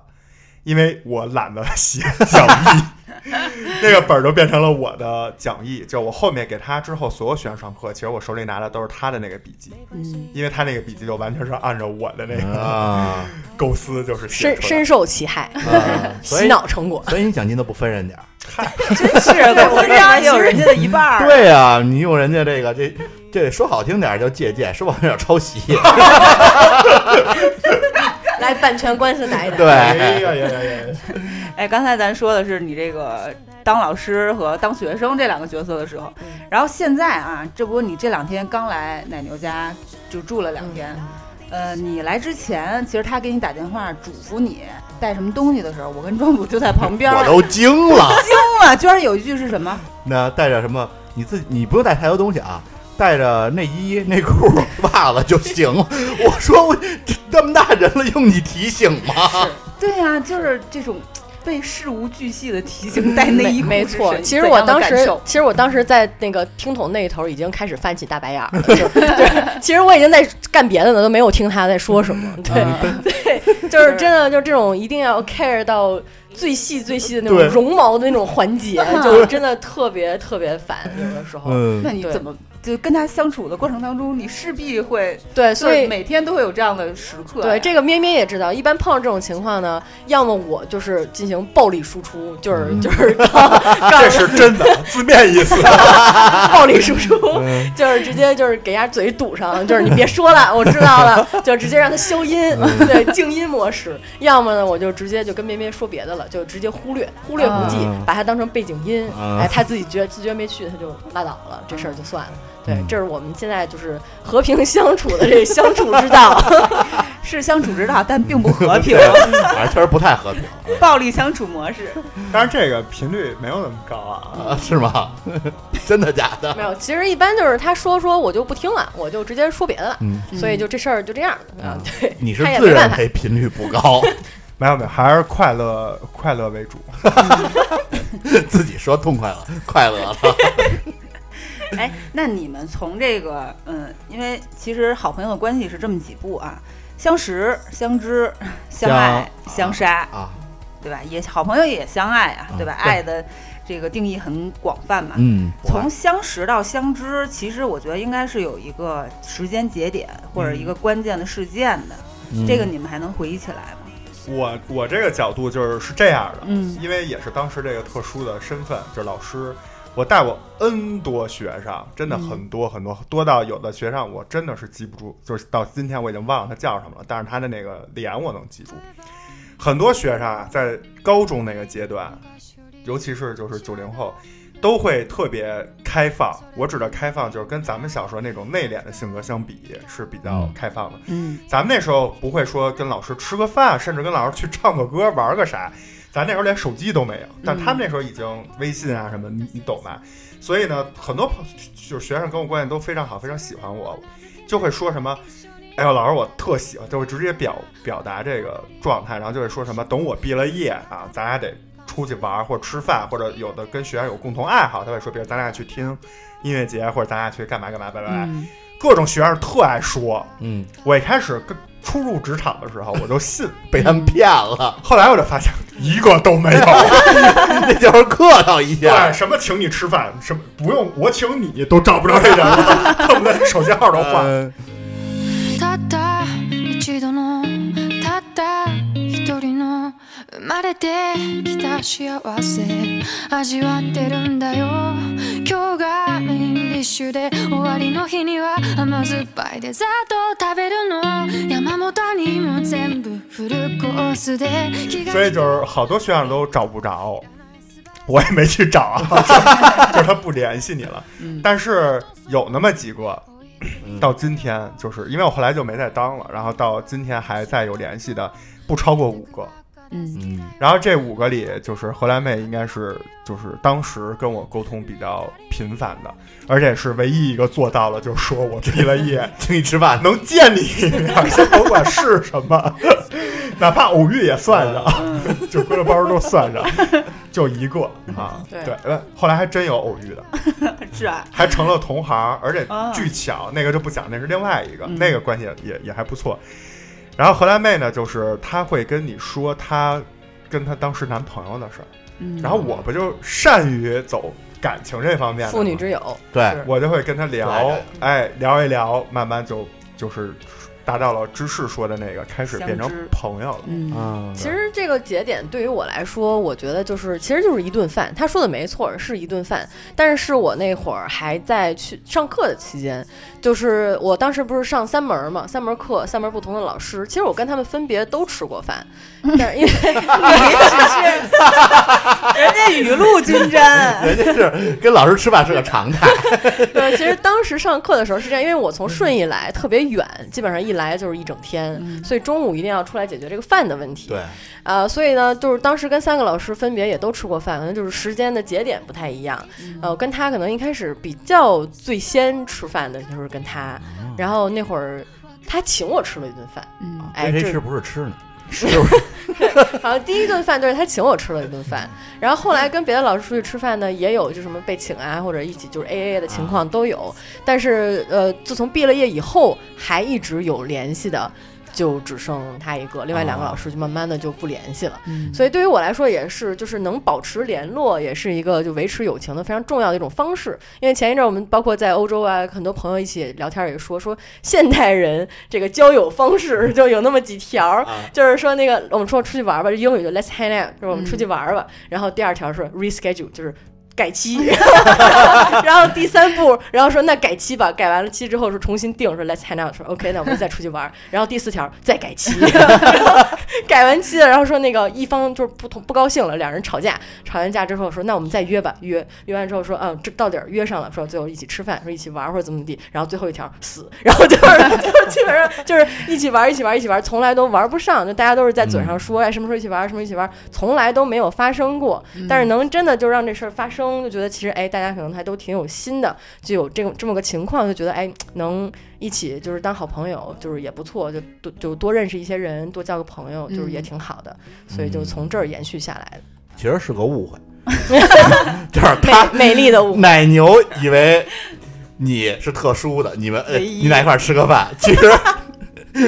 [SPEAKER 4] 因为我懒得写讲义，那个本儿就变成了我的讲义。就我后面给他之后，所有学生上课，其实我手里拿的都是他的那个笔记，
[SPEAKER 1] 嗯，
[SPEAKER 4] 因为他那个笔记就完全是按照我的那个
[SPEAKER 2] 啊，
[SPEAKER 4] 构思，就是写
[SPEAKER 3] 深
[SPEAKER 4] 出来
[SPEAKER 3] 深受其害，
[SPEAKER 2] 啊所
[SPEAKER 3] 洗
[SPEAKER 2] 以
[SPEAKER 3] 脑成果。
[SPEAKER 2] 所以你奖金都不分人点儿？
[SPEAKER 1] 是对，我这样也有人家的一半儿，
[SPEAKER 2] 对呀，你用人家这个这这说好听点儿叫借鉴，说不好听点儿抄袭。
[SPEAKER 3] 来版权官司打一打。
[SPEAKER 2] 对
[SPEAKER 4] 哎呀呀呀呀！
[SPEAKER 1] 哎，刚才咱说的是你这个当老师和当学生这两个角色的时候，然后现在啊，这不你这两天刚来奶牛家就住了
[SPEAKER 3] 嗯
[SPEAKER 1] 两天，呃，你来之前，其实他给你打电话嘱咐你带什么东西的时候，我跟庄主就在旁边儿，
[SPEAKER 2] 我都惊了。
[SPEAKER 1] 惊了，居然有一句是什么？
[SPEAKER 2] 那带着什么？你自己你不用带太多东西啊，带着内衣、内裤、袜子就行了。我说我这这么大人了，用你提醒吗？
[SPEAKER 1] 对呀、就是这种被事无巨细的提醒带内衣
[SPEAKER 3] 没
[SPEAKER 1] 裤
[SPEAKER 3] 没
[SPEAKER 1] 是
[SPEAKER 3] 错，
[SPEAKER 1] 怎
[SPEAKER 3] 其实
[SPEAKER 1] 怎
[SPEAKER 3] 我
[SPEAKER 1] 样的
[SPEAKER 3] 当
[SPEAKER 1] 感
[SPEAKER 3] 时
[SPEAKER 1] 受，
[SPEAKER 3] 其实我当时在那个听筒那一头已经开始翻起大白眼儿了，就 对，其实我已经在干别的呢，都没有听他在说什么，对，
[SPEAKER 2] 嗯
[SPEAKER 3] 就是真的，就这种一定要 care 到最细最细的那种
[SPEAKER 2] 对
[SPEAKER 3] 绒毛的那种 环节，就真的特别特别烦，有的时候，
[SPEAKER 1] 那
[SPEAKER 2] 嗯，
[SPEAKER 1] 你
[SPEAKER 3] 对
[SPEAKER 1] 怎么就跟他相处的过程当中，你势必会
[SPEAKER 3] 对，
[SPEAKER 1] 就
[SPEAKER 3] 所
[SPEAKER 1] 是
[SPEAKER 3] 以
[SPEAKER 1] 每天都会有这样的时刻呀。
[SPEAKER 3] 对，这个咩咩也知道，一般碰到这种情况呢，要么我就是进行暴力输出，就是、
[SPEAKER 2] 嗯
[SPEAKER 3] 就是 告 告
[SPEAKER 4] 这是真的，字面意思。
[SPEAKER 3] 暴力输出，
[SPEAKER 2] 嗯
[SPEAKER 3] 就是直接就是给人家嘴堵上，就是你别说了，我知道了，就直接让他消音，
[SPEAKER 2] 嗯
[SPEAKER 3] 对，静音模式。要么呢，我就直接就跟咩咩说别的了，就直接忽略，忽略不计，
[SPEAKER 2] 嗯
[SPEAKER 3] 把它当成背景音，
[SPEAKER 2] 嗯
[SPEAKER 3] 哎，他自己觉自觉没去，他就拉倒了，这事儿就算了。对
[SPEAKER 2] 嗯，
[SPEAKER 3] 这是我们现在就是和平相处的这相处之道。
[SPEAKER 1] 是相处之道，但并 不和平
[SPEAKER 2] 对。反正确实不太和平
[SPEAKER 1] 暴力相处模式，
[SPEAKER 4] 当然这个频率没有那么高啊。
[SPEAKER 2] 啊，是吗？ 真的假的？
[SPEAKER 3] 没有，其实一般就是他说说我就不听了，我就直接说别的了，
[SPEAKER 2] 嗯，
[SPEAKER 3] 所以就这事儿就这样了。
[SPEAKER 2] 嗯
[SPEAKER 3] 啊对，
[SPEAKER 2] 你是
[SPEAKER 3] 他也
[SPEAKER 2] 自
[SPEAKER 3] 没办
[SPEAKER 2] 认
[SPEAKER 3] 法。
[SPEAKER 2] 为频率不高，
[SPEAKER 4] 没有没有，还是快乐快乐为主。
[SPEAKER 2] 自己说痛快了，快乐了。
[SPEAKER 1] 哎，那你们从这个，嗯，因为其实好朋友的关系是这么几步啊：相识、相知、相爱、相
[SPEAKER 2] 相
[SPEAKER 1] 杀，
[SPEAKER 2] 啊，
[SPEAKER 1] 对吧？也好朋友也相爱啊，
[SPEAKER 2] 啊
[SPEAKER 1] 对吧？
[SPEAKER 2] 对
[SPEAKER 1] 爱的这个定义很广泛嘛。
[SPEAKER 2] 嗯，我
[SPEAKER 1] 从相识到相知，其实我觉得应该是有一个时间节点或者一个关键的事件的，这个你们还能回忆起来吗？
[SPEAKER 4] 我我这个角度就是是这样的，
[SPEAKER 1] 嗯
[SPEAKER 4] 因为也是当时这个特殊的身份，就是老师，我带过 N 多学生，真的很多很多，多到有的学生我真的是记不住，就是到今天我已经忘了他叫什么了，但是他的那个脸我能记住。很多学生啊，在高中那个阶段，尤其是就是九零后，都会特别开放。我指的开放，就是跟咱们小时候那种内敛的性格相比，是比较
[SPEAKER 2] 嗯
[SPEAKER 4] 开放的。
[SPEAKER 1] 嗯
[SPEAKER 4] 咱们那时候不会说跟老师吃个饭，甚至跟老师去唱个歌、玩个啥，咱那时候连手机都没有。但他们那时候已经微信啊什么，你你懂吧？所以呢，很多朋就是学生跟我关系都非常好，非常喜欢我，就会说什么。哎呦，老师，我特喜欢，就会直接表表达这个状态，然后就会说什么，等我毕了业啊，咱俩得出去玩儿或者吃饭，或者有的跟学生有共同爱好，他会说，比如咱俩去听音乐节，或者咱俩去干嘛干嘛，拜拜拜，
[SPEAKER 1] 嗯
[SPEAKER 4] 各种学生特爱说，
[SPEAKER 2] 嗯
[SPEAKER 4] 我一开始跟初入职场的时候，我就信，
[SPEAKER 2] 被他们骗了，
[SPEAKER 4] 后来我就发现一个都没有。
[SPEAKER 2] 那就是客套一下
[SPEAKER 4] 对，。什么请你吃饭，什么不用我请你都找不着这人了，恨不得手机号都换。
[SPEAKER 2] 呃
[SPEAKER 9] たった一度のたった一人の生まれてきた幸せ味わってるんだよ今日がメインディッシュで終わりの日には甘酸っぱいデザートを食べるの山本にも全部フルコースで気が
[SPEAKER 4] 所以就是好多学长都找不着，我也没去找啊，就是他不联系你了。但是有那么几个，到今天就是因为我后来就没再当了，然后到今天还在有联系的不超过五个。
[SPEAKER 1] 嗯，
[SPEAKER 2] 嗯，
[SPEAKER 4] 然后这五个里，就是荷兰妹应该是就是当时跟我沟通比较频繁的，而且是唯一一个做到了，就是说我毕了业
[SPEAKER 2] 请你吃饭，
[SPEAKER 4] 能见你一面，先 甭管是什么，哪怕偶遇也算上，就归了包都算上，就一个啊。
[SPEAKER 3] 对
[SPEAKER 4] 对，呃后来还真有偶遇的，
[SPEAKER 1] 是啊，
[SPEAKER 4] 还成了同行，而且
[SPEAKER 1] 啊
[SPEAKER 4] 巨巧，那个就不讲，那是另外一个，
[SPEAKER 1] 嗯
[SPEAKER 4] 那个关系也也还不错。然后荷兰妹呢，就是她会跟你说她跟她当时男朋友的事儿，
[SPEAKER 1] 嗯
[SPEAKER 4] 然后我不就善于走感情这方面的吗
[SPEAKER 3] 妇女之友，
[SPEAKER 2] 对，
[SPEAKER 4] 我就会跟她聊
[SPEAKER 2] 对对，
[SPEAKER 4] 哎，聊一聊，慢慢就就是达到了芝士说的那个，开始变
[SPEAKER 1] 相
[SPEAKER 4] 成
[SPEAKER 1] 知
[SPEAKER 4] 朋友了。
[SPEAKER 1] 嗯
[SPEAKER 2] 啊，
[SPEAKER 3] 其实这个节点对于我来说，我觉得就是其实就是一顿饭。他说的没错，是一顿饭。但是是我那会儿还在去上课的期间，就是我当时不是上三门儿嘛，三门课，三门不同的老师。其实我跟他们分别都吃过饭，但是因为
[SPEAKER 1] 人家雨露均沾，
[SPEAKER 2] 人家是跟老师吃饭是个常态，
[SPEAKER 3] 对，呃其实当时上课的时候是这样，因为我从顺义来特别远，基本上一来就是一整天，所以中午一定要出来解决这个饭的问题。
[SPEAKER 2] 对，
[SPEAKER 3] 呃，所以呢，就是当时跟三个老师分别也都吃过饭，可能就是时间的节点不太一样。呃，跟他可能一开始比较最先吃饭的就是跟他，然后那会儿他请我吃了一顿饭，
[SPEAKER 1] 嗯
[SPEAKER 3] 哎，
[SPEAKER 2] 跟
[SPEAKER 3] 这
[SPEAKER 2] 谁吃不是吃呢？
[SPEAKER 3] 好像第一顿饭就是他请我吃了一顿饭，然后后来跟别的老师出去吃饭呢，也有就什么被请啊，或者一起就是 A A 的情况都有。但是呃，自从毕了业以后，还一直有联系的，就只剩他一个，另外两个老师就慢慢的就不联系了。
[SPEAKER 1] 嗯
[SPEAKER 3] 所以对于我来说也是，就是能保持联络，也是一个就维持友情的非常重要的一种方式。因为前一阵儿我们包括在欧洲啊，很多朋友一起聊天儿也说，说现代人这个交友方式就有那么几条儿， 就是说那个我们说出去玩儿吧，英语就 Let's hang out，就是我们出去玩儿吧。然后第二条是 reschedule，就是。改期， 然后第三步，然后说那改期吧，改完了期之后说重新定，说 Let's hang out，说 OK，那我们再出去玩儿。 然后第四条再改期，然后改完期了，然后说那个一方就是不同不高兴了，两人吵架，吵完架之后说那我们再约吧，约约完之后说嗯这到底儿约上了，说最后一起吃饭，说一起玩儿或者怎么怎么地，然后最后一条死， 然后就是就是基本上就是一起玩儿一起玩儿一起玩儿，从来都玩儿不上，就大家都是在嘴上说哎什么时候一起玩儿什么时候一起玩儿，从来都没有发生过，但是
[SPEAKER 2] 嗯
[SPEAKER 3] 能真的就让这事儿发生，就觉得其实哎大家可能还都挺有心的，就有这种这么个情况，就觉得哎能一起就是当好朋友，就是也不错，就多就多认识一些人，多交个朋友，就是也
[SPEAKER 1] 嗯
[SPEAKER 3] 挺好的，所
[SPEAKER 2] 嗯
[SPEAKER 3] 以就从这儿延续下 来的。
[SPEAKER 2] 其实是个误 会，就是他
[SPEAKER 3] 美美丽的舞，
[SPEAKER 2] 奶牛以为你是特殊的，你们呃，
[SPEAKER 1] 唯一
[SPEAKER 2] 你俩一块儿吃个饭，其实。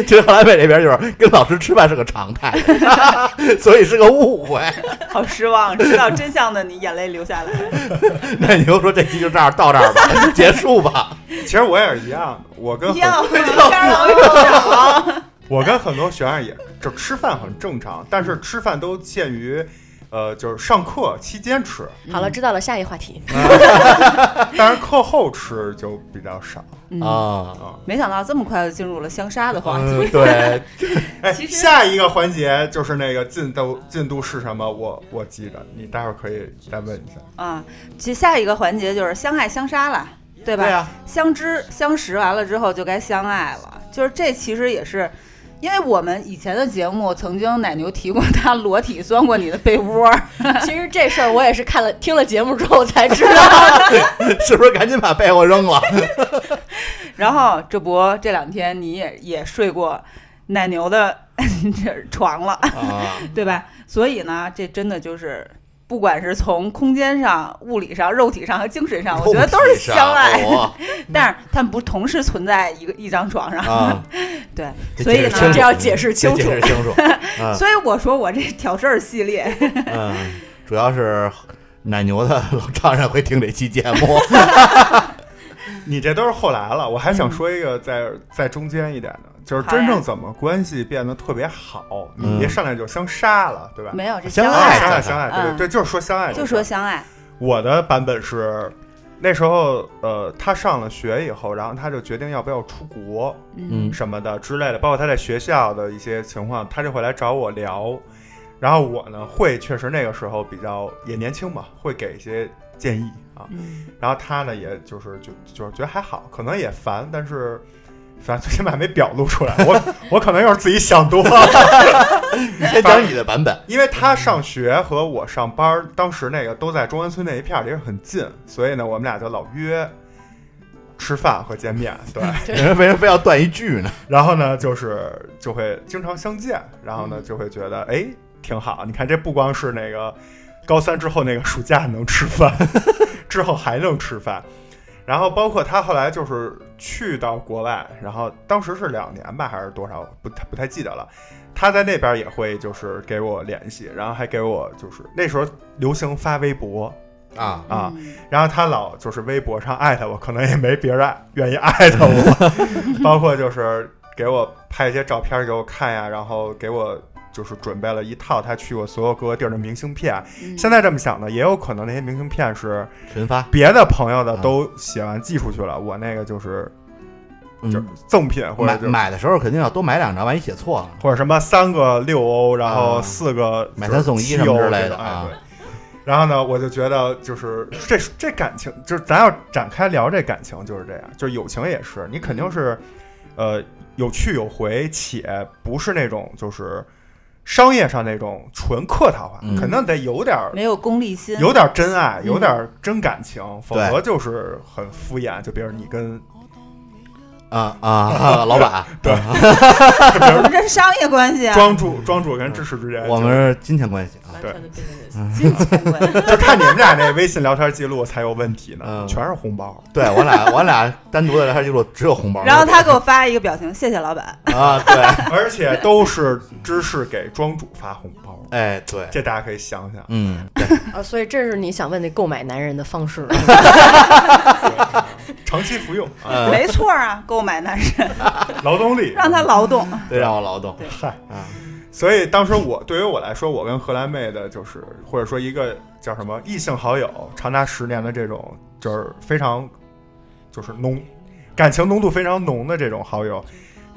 [SPEAKER 2] 其实后来北这边就是跟老师吃饭是个常态， 所以是个误会。
[SPEAKER 1] 好失望，知道真相的你眼泪流下来。
[SPEAKER 2] 奶牛说这期就这样到这儿吧，结束吧。
[SPEAKER 4] 其实我也是一样，我跟很
[SPEAKER 1] 要天啊老又长，
[SPEAKER 4] 我跟很多学生也就吃饭很正常，但是吃饭都限于。呃，就是上课期间 吃，
[SPEAKER 2] 嗯
[SPEAKER 3] 好了，知道了，下一话 题。
[SPEAKER 4] 当然课后吃就比较少
[SPEAKER 2] 啊，
[SPEAKER 4] 啊。
[SPEAKER 1] 嗯没想到这么快就进入了相杀的话题。
[SPEAKER 2] 嗯，对，
[SPEAKER 4] 哎，
[SPEAKER 1] 其实
[SPEAKER 4] 下一个环节就是那个进度进度是什么？我我记着，你待会儿可以再问一下。
[SPEAKER 1] 啊，其下一个环节就是相爱相杀了，对吧？
[SPEAKER 2] 对啊呀
[SPEAKER 1] 相知相识完了之后就该相爱了，就是这其实也是。因为我们以前的节目曾经奶牛提过他裸体钻过你的被窝，
[SPEAKER 3] 其实这事儿我也是看了听了节目之后才知 道的。
[SPEAKER 2] 是不是赶紧把被窝扔了？
[SPEAKER 1] 然后这不这两天你也也睡过奶牛的 这床了，
[SPEAKER 2] 啊，
[SPEAKER 1] 对吧？所以呢，这真的就是不管是从空间上、物理上、肉体上和精神上， 我觉得都是相爱。
[SPEAKER 2] 哇
[SPEAKER 1] 但是他们不同时存在一个一张床上，
[SPEAKER 2] 啊，
[SPEAKER 1] 对，
[SPEAKER 2] 这
[SPEAKER 1] 所以
[SPEAKER 2] 解
[SPEAKER 1] 呢
[SPEAKER 2] 释清楚
[SPEAKER 3] 这要解释清
[SPEAKER 2] 这
[SPEAKER 3] 楚
[SPEAKER 2] 解。释清楚。啊
[SPEAKER 1] 所以我说我这挑事儿系列，
[SPEAKER 2] 嗯，主要是奶牛的老丈人会听这期节目。
[SPEAKER 1] 嗯
[SPEAKER 4] 你这都是后来了，我还想说一个在在中间一点的，就是
[SPEAKER 1] 好呀
[SPEAKER 4] 真正怎么关系变得特别好，你别上来就相杀了，对吧？
[SPEAKER 1] 没有这
[SPEAKER 2] 相
[SPEAKER 4] 啊
[SPEAKER 2] 爱
[SPEAKER 4] 嗯相爱，
[SPEAKER 2] 相
[SPEAKER 4] 相
[SPEAKER 2] 爱
[SPEAKER 4] 爱，对
[SPEAKER 1] 嗯
[SPEAKER 4] 对对，就是说相爱这事儿，
[SPEAKER 1] 就说相爱，
[SPEAKER 4] 我的版本是，那时候呃，他上了学以后，然后他就决定要不要出国
[SPEAKER 1] 嗯
[SPEAKER 4] 什么的之类的，包括他在学校的一些情况，他就会来找我聊。然后我呢，会确实那个时候比较也年轻嘛，会给一些建议啊。
[SPEAKER 1] 嗯，
[SPEAKER 4] 然后他呢，也就是就就是觉得还好，可能也烦，但是反正最起码没表露出来。我 我可能又是自己想多了。
[SPEAKER 2] 你先讲你的版本。
[SPEAKER 4] 因为他上学和我上班儿，当时那个都在中关村那一片儿，离着很近，所以呢，我们俩就老约吃饭和见面，对。
[SPEAKER 2] 人为什么非要断一句呢？
[SPEAKER 4] 然后呢，就是就会经常相见，然后呢，就会觉得哎挺好。你看，这不光是那个高三之后那个暑假能吃饭， 之后还能吃饭。然后包括他后来就是去到国外，然后当时是两年吧，还是多少，不太不太记得了。他在那边也会就是给我联系，然后还给我就是那时候流行发微博
[SPEAKER 2] 啊，
[SPEAKER 4] 啊，
[SPEAKER 1] 嗯
[SPEAKER 4] 然后他老就是微博上艾特我，可能也没别人爱愿意艾特我， 包括就是给我拍一些照片给我看呀，然后给我就是准备了一套他去过所有各个地儿的明信片。
[SPEAKER 1] 嗯
[SPEAKER 4] 现在这么想呢，也有可能那些明信片是
[SPEAKER 2] 啊群发，
[SPEAKER 4] 别的朋友的都写完寄出去了，我那个就是就是
[SPEAKER 2] 嗯，
[SPEAKER 4] 赠品或者
[SPEAKER 2] 买
[SPEAKER 4] 就是
[SPEAKER 2] 买的时候肯定要多买两张，万一写错了。
[SPEAKER 4] 或者什么三个六欧，然后
[SPEAKER 2] 啊
[SPEAKER 4] 四个
[SPEAKER 2] 买三送一
[SPEAKER 4] 七
[SPEAKER 2] 什么
[SPEAKER 4] 欧
[SPEAKER 2] 之类的
[SPEAKER 4] 这种哎
[SPEAKER 2] 啊
[SPEAKER 4] 对然后呢，我就觉得就是这这感情，就是咱要展开聊这感情就是这样，就是友情也是，你肯定是呃有去有回，且不是那种就是商业上那种纯客套话，
[SPEAKER 2] 嗯
[SPEAKER 4] 肯定得有点儿
[SPEAKER 1] 没有功利心，
[SPEAKER 4] 有点儿真爱，
[SPEAKER 1] 嗯
[SPEAKER 4] 有点儿真感情，否
[SPEAKER 2] 对
[SPEAKER 4] 则就是很敷衍。就比如你跟
[SPEAKER 2] 啊啊啊，老板，
[SPEAKER 4] 对
[SPEAKER 1] 我们这是商业关系啊，
[SPEAKER 4] 庄主、庄主跟知识之间，
[SPEAKER 2] 我们是金钱关系啊。
[SPEAKER 3] 完
[SPEAKER 4] 对
[SPEAKER 3] 全的 business，
[SPEAKER 1] 金钱关 系，
[SPEAKER 4] 就看你们俩那微信聊天记录才有问题呢
[SPEAKER 2] 嗯，
[SPEAKER 4] 全是红包。
[SPEAKER 2] 对我俩，我俩单独的聊天记录只有红包。
[SPEAKER 1] 然后他给我发一个表情，谢谢老板，
[SPEAKER 2] 啊，对，
[SPEAKER 4] 而且都是芝士给庄主发红包，
[SPEAKER 2] 哎， 对，
[SPEAKER 4] 这大家可以想想。
[SPEAKER 2] 嗯，
[SPEAKER 3] 啊，所以这是你想问那购买男人的方式了。
[SPEAKER 4] 长期服用啊，
[SPEAKER 2] 呃
[SPEAKER 1] 没错啊，购买男人，
[SPEAKER 4] 劳动力
[SPEAKER 1] 让他劳动，
[SPEAKER 2] 得让我劳动。
[SPEAKER 4] 嗨
[SPEAKER 2] 啊。
[SPEAKER 4] 所以当时我对于我来说，我跟荷兰妹的就是或者说一个叫什么异性好友，长达十年的这种就是非常就是浓感情浓度非常浓的这种好友，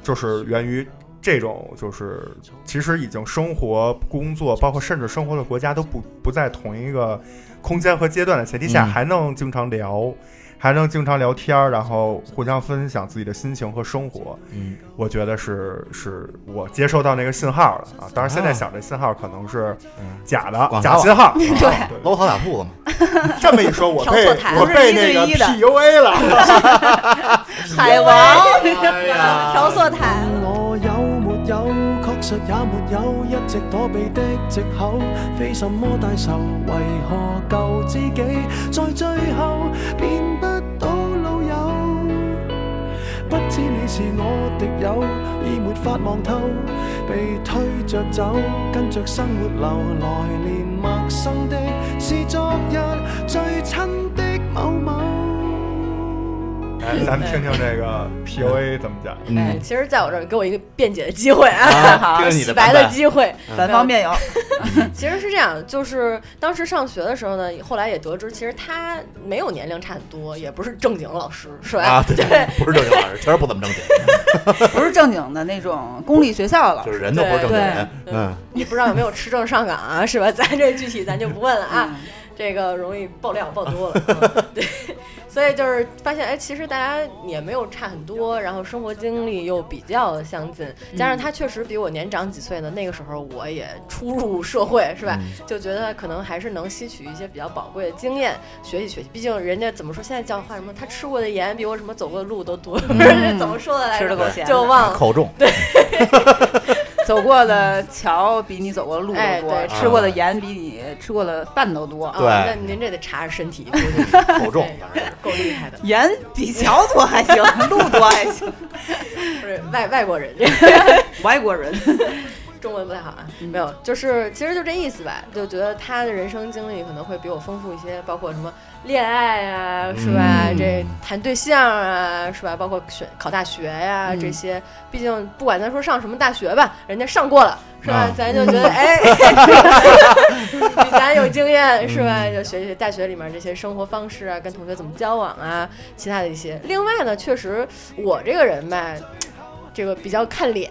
[SPEAKER 4] 就是源于这种就是其实已经生活、工作，包括甚至生活的国家都不不在同一个空间和阶段的前提下，
[SPEAKER 2] 嗯
[SPEAKER 4] 还能经常聊，还能经常聊天儿，然后互相分享自己的心情和生活。
[SPEAKER 2] 嗯，
[SPEAKER 4] 我觉得是是我接收到那个信号了啊。当然，现在想这信号可能是
[SPEAKER 2] 嗯
[SPEAKER 4] 假的，
[SPEAKER 2] 广告
[SPEAKER 4] 假 信号。
[SPEAKER 1] 对
[SPEAKER 4] 啊
[SPEAKER 2] 搂草打兔子嘛，
[SPEAKER 4] 这么一说，我
[SPEAKER 3] 上
[SPEAKER 4] 被
[SPEAKER 3] 错台
[SPEAKER 1] 不
[SPEAKER 4] 我
[SPEAKER 1] 是
[SPEAKER 4] 被
[SPEAKER 1] 一对
[SPEAKER 4] 那个
[SPEAKER 1] 一的
[SPEAKER 4] PUA 了。
[SPEAKER 1] 海王
[SPEAKER 2] 哎呀
[SPEAKER 1] 调色台。
[SPEAKER 6] 我有沒有？確實也沒有，一直躲避的藉口，非什麼大仇，為何舊知己在最後變不到老友？不知你是我敵友，已沒法望透，被推着走，跟着生活流，來年陌生的是昨日最親的某某。
[SPEAKER 4] 哎，咱们听听这个 PUA 怎么讲。
[SPEAKER 3] 哎，
[SPEAKER 2] 嗯，
[SPEAKER 3] 其实在我这儿给我一个辩解的机会
[SPEAKER 2] 啊
[SPEAKER 3] 啊，
[SPEAKER 2] 听听你
[SPEAKER 3] 洗
[SPEAKER 2] 的
[SPEAKER 3] 白
[SPEAKER 2] 版
[SPEAKER 3] 的
[SPEAKER 2] 本
[SPEAKER 3] 机会。
[SPEAKER 2] 嗯
[SPEAKER 1] 反方面有，
[SPEAKER 3] 其实是这样，就是当时上学的时候呢，后来也得知，其实他没有年龄差很多，也不是正经老师，是吧？
[SPEAKER 2] 啊，对，不是正经老师，确实不怎么 正经，
[SPEAKER 1] 不是正经的那种公立学校了
[SPEAKER 2] 就，是人都不是正经人。
[SPEAKER 3] 对对
[SPEAKER 2] 嗯，
[SPEAKER 3] 也不知道有没有持证上岗啊，是吧？ 咱这具体咱就不问了啊。
[SPEAKER 1] 嗯，
[SPEAKER 3] 这个容易爆料爆多了，嗯 对，所以就是发现，哎，其实大家也没有差很多，然后生活经历又比较相近，加上他确实比我年长几岁呢，那个时候我也初入社会，是吧？就觉得可能还是能吸取一些比较宝贵的经验，学习学习。毕竟人家怎么说，现在叫话什么，他吃过的盐比我 什么走过的路都多，不是、怎么说的来哎
[SPEAKER 1] 吃
[SPEAKER 3] 着
[SPEAKER 1] 的？够咸的，
[SPEAKER 3] 就忘了。
[SPEAKER 2] 口重，
[SPEAKER 1] 走过的桥比你走过的路
[SPEAKER 3] 哎
[SPEAKER 1] 都多，
[SPEAKER 3] 对
[SPEAKER 1] 吃过的盐比你吃过的饭都多。
[SPEAKER 3] 啊
[SPEAKER 2] 对
[SPEAKER 3] 那您这得查查身体，
[SPEAKER 2] 口重，反正是
[SPEAKER 3] 够厉害的，
[SPEAKER 1] 盐比桥多还 行，路多还行。
[SPEAKER 3] 不是外外国人这 个。
[SPEAKER 1] 外国人，
[SPEAKER 3] 中文不太好啊，没有，就是其实就这意思吧，就觉得他的人生经历可能会比我丰富一些，包括什么恋爱啊，是吧？
[SPEAKER 7] 嗯
[SPEAKER 3] 这谈对象啊，是吧？包括选考大学呀、
[SPEAKER 1] 嗯
[SPEAKER 3] 这些，毕竟不管咱说上什么大学吧，人家上过了，是吧？
[SPEAKER 7] 啊
[SPEAKER 3] 咱就觉得哎， 比咱有经验，是吧？就学学大学里面这些生活方式啊，跟同学怎么交往啊，其他的一些。另外呢，确实我这个人吧，这个比较看脸，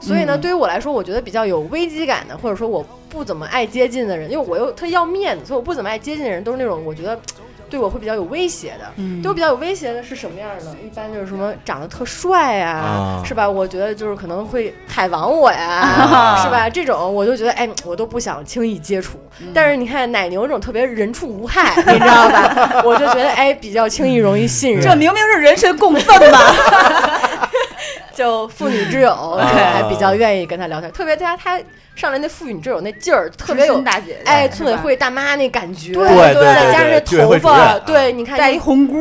[SPEAKER 3] 所以呢，
[SPEAKER 1] 嗯
[SPEAKER 3] 对于我来说，我觉得比较有危机感的，或者说我不怎么爱接近的人，因为我又特要面子，所以我不怎么爱接近的人都是那种我觉得对我会比较有威胁的。
[SPEAKER 1] 嗯
[SPEAKER 3] 对我比较有威胁的是什么样的？一般就是什么长得特帅呀、
[SPEAKER 2] 啊
[SPEAKER 3] 是吧？我觉得就是可能会海王我呀，
[SPEAKER 2] 啊
[SPEAKER 3] 是吧？这种我就觉得，哎，我都不想轻易接触。
[SPEAKER 1] 嗯
[SPEAKER 3] 但是你看奶牛这种特别人畜无害，你知道吧？ 我就觉得，哎，比较轻易容易信任。
[SPEAKER 1] 这明明是人神共愤 吧？
[SPEAKER 3] 就妇女之友，
[SPEAKER 2] 啊
[SPEAKER 3] 对，还比较愿意跟他聊天。特别他他上来那妇女之友那劲儿特别
[SPEAKER 1] 知
[SPEAKER 3] 有
[SPEAKER 1] 心，大姐姐，
[SPEAKER 3] 哎，
[SPEAKER 1] 是吧
[SPEAKER 3] 村委会大妈那感觉，
[SPEAKER 1] 对
[SPEAKER 2] 对对
[SPEAKER 3] 再加上这
[SPEAKER 2] 对居委
[SPEAKER 3] 头
[SPEAKER 2] 会主
[SPEAKER 3] 发，
[SPEAKER 2] 任啊
[SPEAKER 3] 对，你看
[SPEAKER 1] 带一
[SPEAKER 3] 就
[SPEAKER 1] 红箍，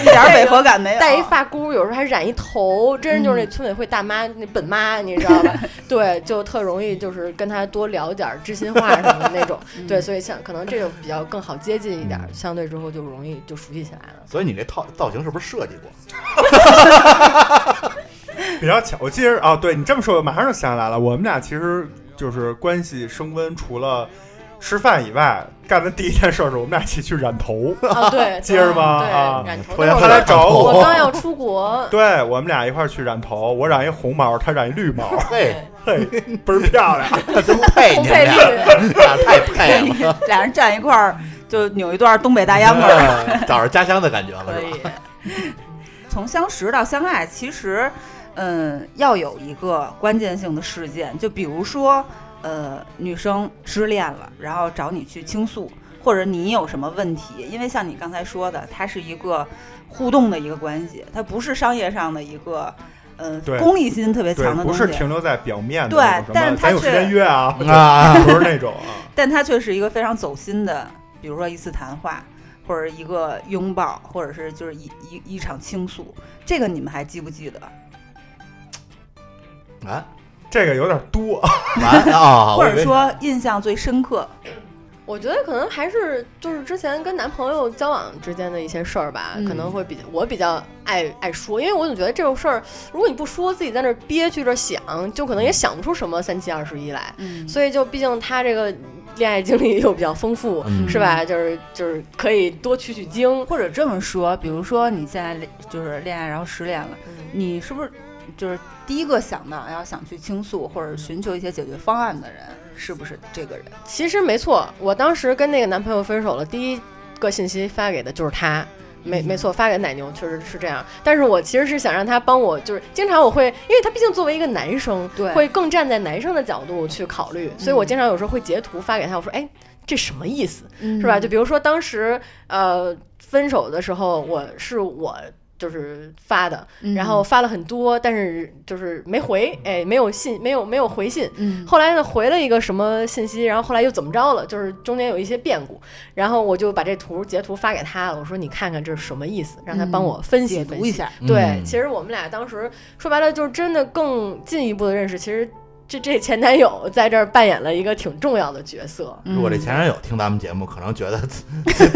[SPEAKER 1] 一点违和感没有，
[SPEAKER 4] 哦
[SPEAKER 3] 带一发箍，有时候还染一头，真是就是
[SPEAKER 4] 嗯
[SPEAKER 3] 那村委会大妈那本妈，你知道 吧？对，就特容易就是跟他多聊点儿知心话什么的那种，
[SPEAKER 4] 嗯
[SPEAKER 3] 对，所以像可能这种比较更好接近一点儿，相对之后就容易就熟悉起来 了。
[SPEAKER 2] 所以你这套造型是不是设计过？
[SPEAKER 4] 比较巧。我记着哦，对你这么说，我马上就想起来了。我们俩其实就是关系升温，除了吃饭以外，干的第一件事是我们俩一起去染 头。
[SPEAKER 3] 啊，对，
[SPEAKER 4] 接着吗
[SPEAKER 3] 对
[SPEAKER 4] 啊，
[SPEAKER 3] 染头。
[SPEAKER 2] 回来
[SPEAKER 4] 他来找
[SPEAKER 3] 我
[SPEAKER 4] 我，
[SPEAKER 3] 刚要出国，
[SPEAKER 4] 对我们俩一块儿去染头，我染一红毛，他染一绿毛，
[SPEAKER 2] 嘿，
[SPEAKER 4] 嘿，嗯倍儿漂亮。
[SPEAKER 2] 真 配
[SPEAKER 3] 红
[SPEAKER 2] 你
[SPEAKER 3] 配
[SPEAKER 2] 们
[SPEAKER 3] 绿，
[SPEAKER 2] 俩， 俩太配了。
[SPEAKER 1] 俩人站一块儿就扭一段东北
[SPEAKER 3] 哎
[SPEAKER 1] 大秧歌儿。
[SPEAKER 2] 嗯找着家乡的感觉了，
[SPEAKER 3] 可
[SPEAKER 2] 是吧？
[SPEAKER 3] 以。
[SPEAKER 1] 从相识到相爱，其实，嗯，要有一个关键性的事件，就比如说，呃，女生失恋了，然后找你去倾诉，或者你有什么问题，因为像你刚才说的，它是一个互动的一个关系，它不是商业上的一个，呃
[SPEAKER 4] 对，
[SPEAKER 1] 功利心特别
[SPEAKER 4] 对
[SPEAKER 1] 强，的
[SPEAKER 4] 不
[SPEAKER 1] 东
[SPEAKER 4] 是
[SPEAKER 1] 西，
[SPEAKER 4] 停留在表面的
[SPEAKER 1] 对
[SPEAKER 4] 那种什么，
[SPEAKER 1] 但是他
[SPEAKER 4] 咱有时
[SPEAKER 1] 却
[SPEAKER 4] 间约 啊，
[SPEAKER 2] 啊，
[SPEAKER 4] 不是那种啊。
[SPEAKER 1] 但它却是一个非常走心的，比如说一次谈话。或者一个拥抱，或者是就是一一一场倾诉，这个你们还记不记得？
[SPEAKER 2] 啊，
[SPEAKER 4] 这个有点多，
[SPEAKER 2] 完啊，
[SPEAKER 1] 或
[SPEAKER 2] 我以
[SPEAKER 1] 者
[SPEAKER 2] 为
[SPEAKER 1] 说印象最深刻，
[SPEAKER 3] 我觉得可能还是就是之前跟男朋友交往之间的一些事儿吧，
[SPEAKER 1] 嗯
[SPEAKER 3] 可能会比我比较爱爱说，因为我总觉得这种事儿，如果你不说，自己在那儿憋屈着想，就可能也想不出什么三七二十一来。
[SPEAKER 1] 嗯
[SPEAKER 3] 所以就毕竟他这个恋爱经历又比较丰富，
[SPEAKER 2] 嗯
[SPEAKER 3] 是吧？就是就是可以多取取经。
[SPEAKER 1] 或者这么说，比如说你现在恋就是恋爱，然后失恋了，你是不是就是第一个想到要想去倾诉或者寻求一些解决方案的人，是不是这个人？
[SPEAKER 3] 其实没错，我当时跟那个男朋友分手了，第一个信息发给的就是他。没没错，发给奶牛确实是这样，但是我其实是想让他帮我，就是经常我会，因为他毕竟作为一个男生，
[SPEAKER 1] 对
[SPEAKER 3] 会更站在男生的角度去考虑，所以我经常有时候会截图发给他，我说，哎，这什么意思，是吧？就比如说当时呃分手的时候，我是我就是发的，
[SPEAKER 1] 嗯
[SPEAKER 3] 然后发了很多，但是就是没回，哎，没有信，没有没有回信，
[SPEAKER 1] 嗯
[SPEAKER 3] 后来呢，回了一个什么信息，然后后来又怎么着了？就是中间有一些变故，然后我就把这图截图发给他了，我说你看看这是什么意思，让他帮我分
[SPEAKER 1] 嗯
[SPEAKER 3] 析
[SPEAKER 1] 解
[SPEAKER 3] 分
[SPEAKER 1] 读
[SPEAKER 3] 析
[SPEAKER 1] 一。下，
[SPEAKER 3] 对，
[SPEAKER 7] 嗯
[SPEAKER 3] 其实我们俩当时说白了，就是真的更进一步的认识。其实这这前男友在这儿扮演了一个挺重要的角色。
[SPEAKER 2] 如
[SPEAKER 1] 嗯
[SPEAKER 2] 果这前男友听咱们节目，可能觉得自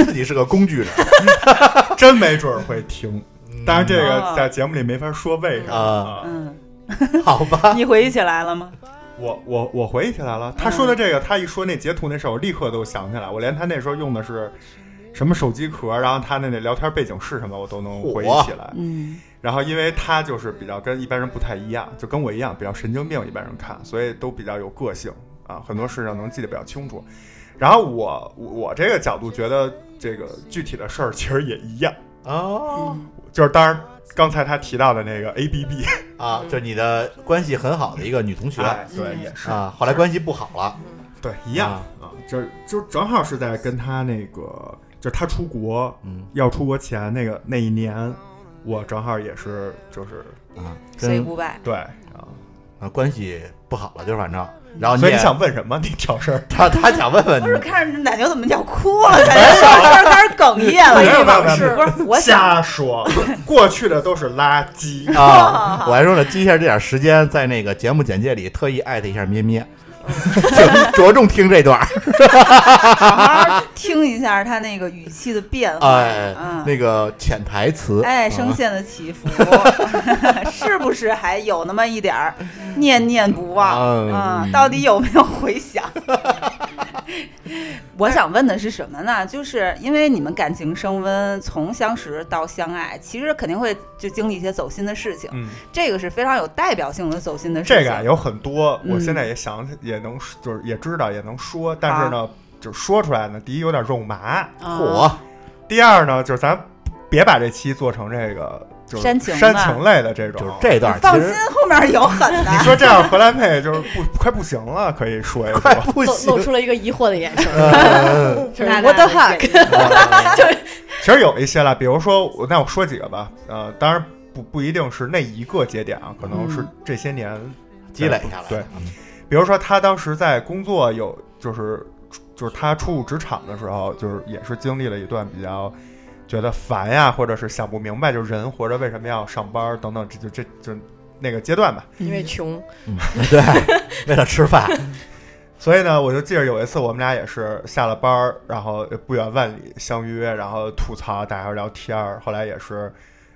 [SPEAKER 2] 自己是个工具人。
[SPEAKER 4] 真没准儿会停。当然，这个
[SPEAKER 1] 啊
[SPEAKER 4] 在节目里没法说为什么
[SPEAKER 2] 啊
[SPEAKER 4] 啊。
[SPEAKER 1] 嗯，
[SPEAKER 2] 好吧，
[SPEAKER 1] 你回忆起来了 吗？
[SPEAKER 4] 我我我回忆起来了，他
[SPEAKER 1] 嗯
[SPEAKER 4] 说的这个，他一说那截图那事儿，我立刻都想起来。我连他那时候用的是什么手机壳，然后他那那聊天背景是什么，我都能回忆起来。
[SPEAKER 1] 嗯
[SPEAKER 4] 然后，因为他就是比较跟一般人不太一样，就跟我一样比较神经病，一般人看，所以都比较有个性啊，很多事情能记得比较清楚。然后我我我这个角度觉得，这个具体的事儿其实也一样，
[SPEAKER 2] 哦
[SPEAKER 4] 就是当然刚才他提到的那个 A B B，
[SPEAKER 2] 啊，就你的关系很好的一个女同学
[SPEAKER 4] 哎，对，也是
[SPEAKER 2] 啊，后来关系不好了，
[SPEAKER 4] 对，一样
[SPEAKER 2] 啊
[SPEAKER 4] 啊，就就正好是在跟他那个，就是他出国
[SPEAKER 2] 嗯
[SPEAKER 4] 要出国前那个那一年，我正好也是就是
[SPEAKER 2] 啊，
[SPEAKER 1] ，say
[SPEAKER 2] 跟
[SPEAKER 1] goodbye，
[SPEAKER 4] 对啊，
[SPEAKER 2] 啊，关系不好了，就是反正，然后
[SPEAKER 4] 所以
[SPEAKER 2] 也
[SPEAKER 4] 你想问什么？你挑事儿。
[SPEAKER 2] 他他想问问
[SPEAKER 1] 嗯不是
[SPEAKER 2] 你，
[SPEAKER 1] 看着奶牛怎么要哭 了，感觉上边开始哽咽了，
[SPEAKER 4] 没有
[SPEAKER 1] 一往
[SPEAKER 4] 没有
[SPEAKER 1] 事。不是，我 想
[SPEAKER 4] 瞎说，过去的都是垃圾。
[SPEAKER 2] 啊，我还说呢，记一下这点时间，在那个节目简介里特意艾特一下咩咩，
[SPEAKER 1] 嗯
[SPEAKER 2] 就着重听 这段儿。
[SPEAKER 1] 好好听一下他那个语气的变
[SPEAKER 4] 啊
[SPEAKER 1] 化，
[SPEAKER 2] 哎，
[SPEAKER 1] 嗯，
[SPEAKER 2] 那个潜台词，
[SPEAKER 1] 哎，声
[SPEAKER 2] 啊
[SPEAKER 1] 线的起伏，是不是还有那么一点儿念念不忘
[SPEAKER 2] 嗯
[SPEAKER 1] 啊？到底有没有回响？ 我想问的是什么呢？就是因为你们感情升温，从相识到相爱，其实肯定会就经历一些走心的事情，
[SPEAKER 4] 嗯，
[SPEAKER 1] 这个是非常有代表性的走心的事情。
[SPEAKER 4] 这个啊有很多，
[SPEAKER 1] 嗯
[SPEAKER 4] 我现在也想，也能就是也知道，也能说，但是呢，就是说出来呢，第一有点肉麻，
[SPEAKER 1] 啊
[SPEAKER 2] 火，
[SPEAKER 4] 第二呢，就是咱别把这期做成这个就是
[SPEAKER 1] 煽情
[SPEAKER 4] 煽
[SPEAKER 1] 吧
[SPEAKER 4] 情类的这种，啊
[SPEAKER 2] 就是这段
[SPEAKER 1] 放
[SPEAKER 2] 其
[SPEAKER 1] 心
[SPEAKER 2] 实，
[SPEAKER 1] 后面有狠的。
[SPEAKER 4] 你说这样荷兰妹就是不快不行了，可以说一
[SPEAKER 2] 快
[SPEAKER 4] 说。
[SPEAKER 2] 不
[SPEAKER 3] 露
[SPEAKER 2] 行
[SPEAKER 3] 露，出了一个疑惑的眼 神，
[SPEAKER 2] 呃
[SPEAKER 3] 就是 what the fuck？
[SPEAKER 4] 其实有一些啦，比如说我，那我说几个吧。呃，当然不不一定是那一个节点啊，可
[SPEAKER 1] 嗯
[SPEAKER 4] 能是这些年
[SPEAKER 2] 积累下来，嗯
[SPEAKER 4] 对，比如说他当时在工作有，就是就是他初入职场的时候，就是也是经历了一段比较觉得烦呀，或者是想不明白，就是人活着为什么要上班等等，这就这就那个阶段吧。
[SPEAKER 3] 因为穷，
[SPEAKER 2] 对，为了吃饭，
[SPEAKER 4] 所以呢，我就记着有一次我们俩也是下了班儿，然后不远万里相约，然后吐槽，大家聊天儿。后来也是，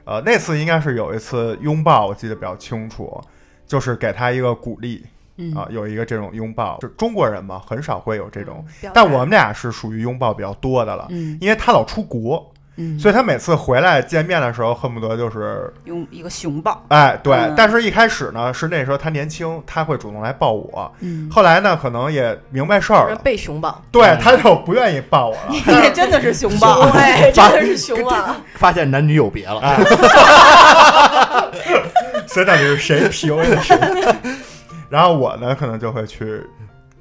[SPEAKER 4] 呃，那次应该是有一次拥抱，我记得比较清楚，就是给他一个鼓励
[SPEAKER 1] 嗯
[SPEAKER 4] 啊、有一个这种拥抱。就中国人嘛，很少会有这种，
[SPEAKER 1] 表达
[SPEAKER 4] 但我们俩是属于拥抱比较多的了，
[SPEAKER 1] 嗯
[SPEAKER 4] 因为他老出国，
[SPEAKER 1] 嗯，
[SPEAKER 4] 所以他每次回来见面的时候，恨不得就是
[SPEAKER 1] 用一个熊抱，
[SPEAKER 4] 哎，对，
[SPEAKER 1] 嗯
[SPEAKER 4] 但是一开始呢，是那时候他年轻，他会主动来抱我。
[SPEAKER 1] 嗯
[SPEAKER 4] 后来呢，可能也明白事
[SPEAKER 3] 有
[SPEAKER 4] 儿
[SPEAKER 3] 人
[SPEAKER 4] 了，
[SPEAKER 3] 被熊抱，
[SPEAKER 4] 对他就不愿意抱我 了。
[SPEAKER 1] 这 真的是熊抱，
[SPEAKER 3] 哎，真的是熊啊！
[SPEAKER 2] 发现男女有别
[SPEAKER 4] 哎
[SPEAKER 2] 了，
[SPEAKER 4] 所以到底是谁 PUA 的谁？ 然后我呢，可能就会去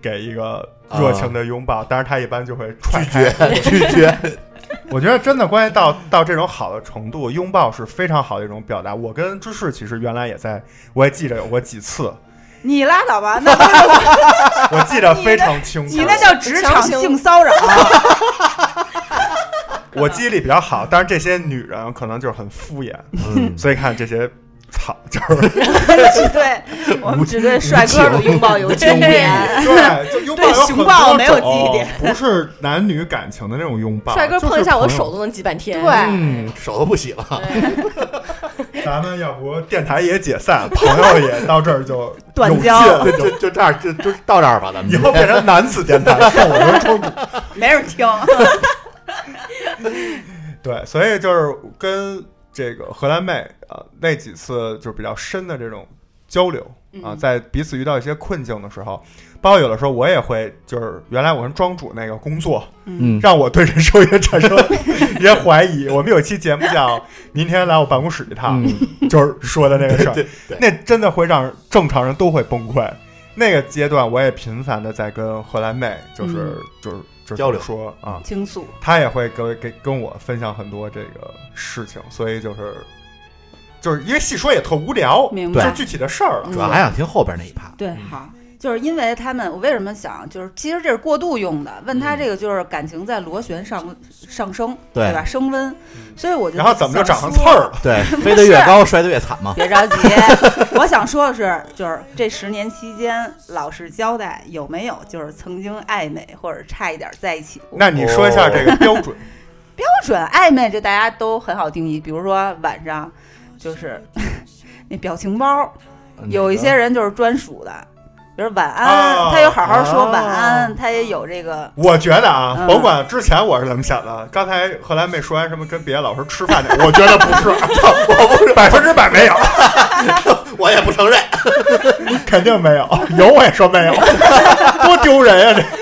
[SPEAKER 4] 给一个热情的拥抱，但是他一般就会踹
[SPEAKER 2] 拒
[SPEAKER 4] 开
[SPEAKER 2] 绝。 拒绝，
[SPEAKER 4] 我觉得真的关系到到这种好的程度，拥抱是非常好的一种表达。我跟芝士其实原来也在，我也记着有过几次，
[SPEAKER 1] 你拉倒吧，那不是
[SPEAKER 4] 我记得非常清 楚。
[SPEAKER 1] 你那叫职场性骚扰，
[SPEAKER 4] 我记忆力比较好，但是这些女人可能就是很敷衍，
[SPEAKER 2] 嗯
[SPEAKER 4] 所以看这些草就是
[SPEAKER 1] 只对我们只对帅哥的拥抱有经验。
[SPEAKER 4] 对，就拥抱有很
[SPEAKER 1] 熊
[SPEAKER 4] 多
[SPEAKER 1] 抱没有
[SPEAKER 4] 种
[SPEAKER 1] 记忆点，
[SPEAKER 4] 不是男女感情的那种拥抱。
[SPEAKER 3] 帅哥
[SPEAKER 4] 就是
[SPEAKER 3] 碰一下我
[SPEAKER 4] 朋友
[SPEAKER 3] 手，都能挤半天，
[SPEAKER 1] 对，
[SPEAKER 2] 嗯，手都不洗了，
[SPEAKER 4] 咱们要不电台也解散，朋友也到这儿就
[SPEAKER 1] 断
[SPEAKER 4] 有劲
[SPEAKER 1] 交
[SPEAKER 4] 了
[SPEAKER 2] 就就就这样，就就到这儿吧，咱们
[SPEAKER 4] 以后变成男子电 台，受我们冲突。
[SPEAKER 1] 没人 听，
[SPEAKER 4] 对，所以就是跟这个荷兰妹呃那几次就是比较深的这种交流啊，在彼此遇到一些困境的时候，包括有的时候我也会就是原来我跟庄主那个工作，
[SPEAKER 2] 嗯
[SPEAKER 4] 让我对人生也产生一些怀疑。我们有一期节目叫《明天来我办公室一趟》，
[SPEAKER 2] 嗯
[SPEAKER 4] 就是说的那个事儿，
[SPEAKER 2] 对对
[SPEAKER 4] 那真的会让正常人都会崩溃。那个阶段，我也频繁的在跟荷兰妹，就是、就是就是
[SPEAKER 2] 交流
[SPEAKER 4] 说啊，
[SPEAKER 1] 倾诉
[SPEAKER 4] 他也会给给跟我分享很多这个事情，所以就是就是因为细说也特无聊，
[SPEAKER 1] 明
[SPEAKER 4] 就
[SPEAKER 1] 白嗯
[SPEAKER 4] 是。具体的事儿了。
[SPEAKER 2] 主要还想听后边那一趴，
[SPEAKER 1] 对，好，就是因为他们，我为什么想，就是其实这是过度用的。问
[SPEAKER 4] 嗯
[SPEAKER 1] 他这个就是感情在螺旋上上升，
[SPEAKER 2] 对
[SPEAKER 1] 对吧？升温，所以我就
[SPEAKER 4] 嗯然后怎么就长
[SPEAKER 1] 想说
[SPEAKER 4] 上刺儿了？
[SPEAKER 2] 对，飞得越高摔得越惨嘛，
[SPEAKER 1] 别着 急，我想说的是，就是这十年期间，老实交代有没有就是曾经暧昧或者差一点在一起过？
[SPEAKER 4] 那你说一下这个标准，
[SPEAKER 1] 标准暧昧这大家都很好定义，比如说晚上就是 那表情包，
[SPEAKER 2] 嗯
[SPEAKER 1] 有一些人就是专属的，比如晚安，
[SPEAKER 4] 哦
[SPEAKER 1] 他有好好说晚安，
[SPEAKER 4] 哦
[SPEAKER 1] 他也有这个。
[SPEAKER 4] 我觉得啊，
[SPEAKER 1] 嗯
[SPEAKER 4] 甭管之前我是怎么想的，刚才荷兰妹说完什么跟别的老师吃饭那个，我觉得不是，我不是 百分之百没有，
[SPEAKER 2] 我也不承认，
[SPEAKER 4] 肯定没有，有我也说没有，多丢人呀、这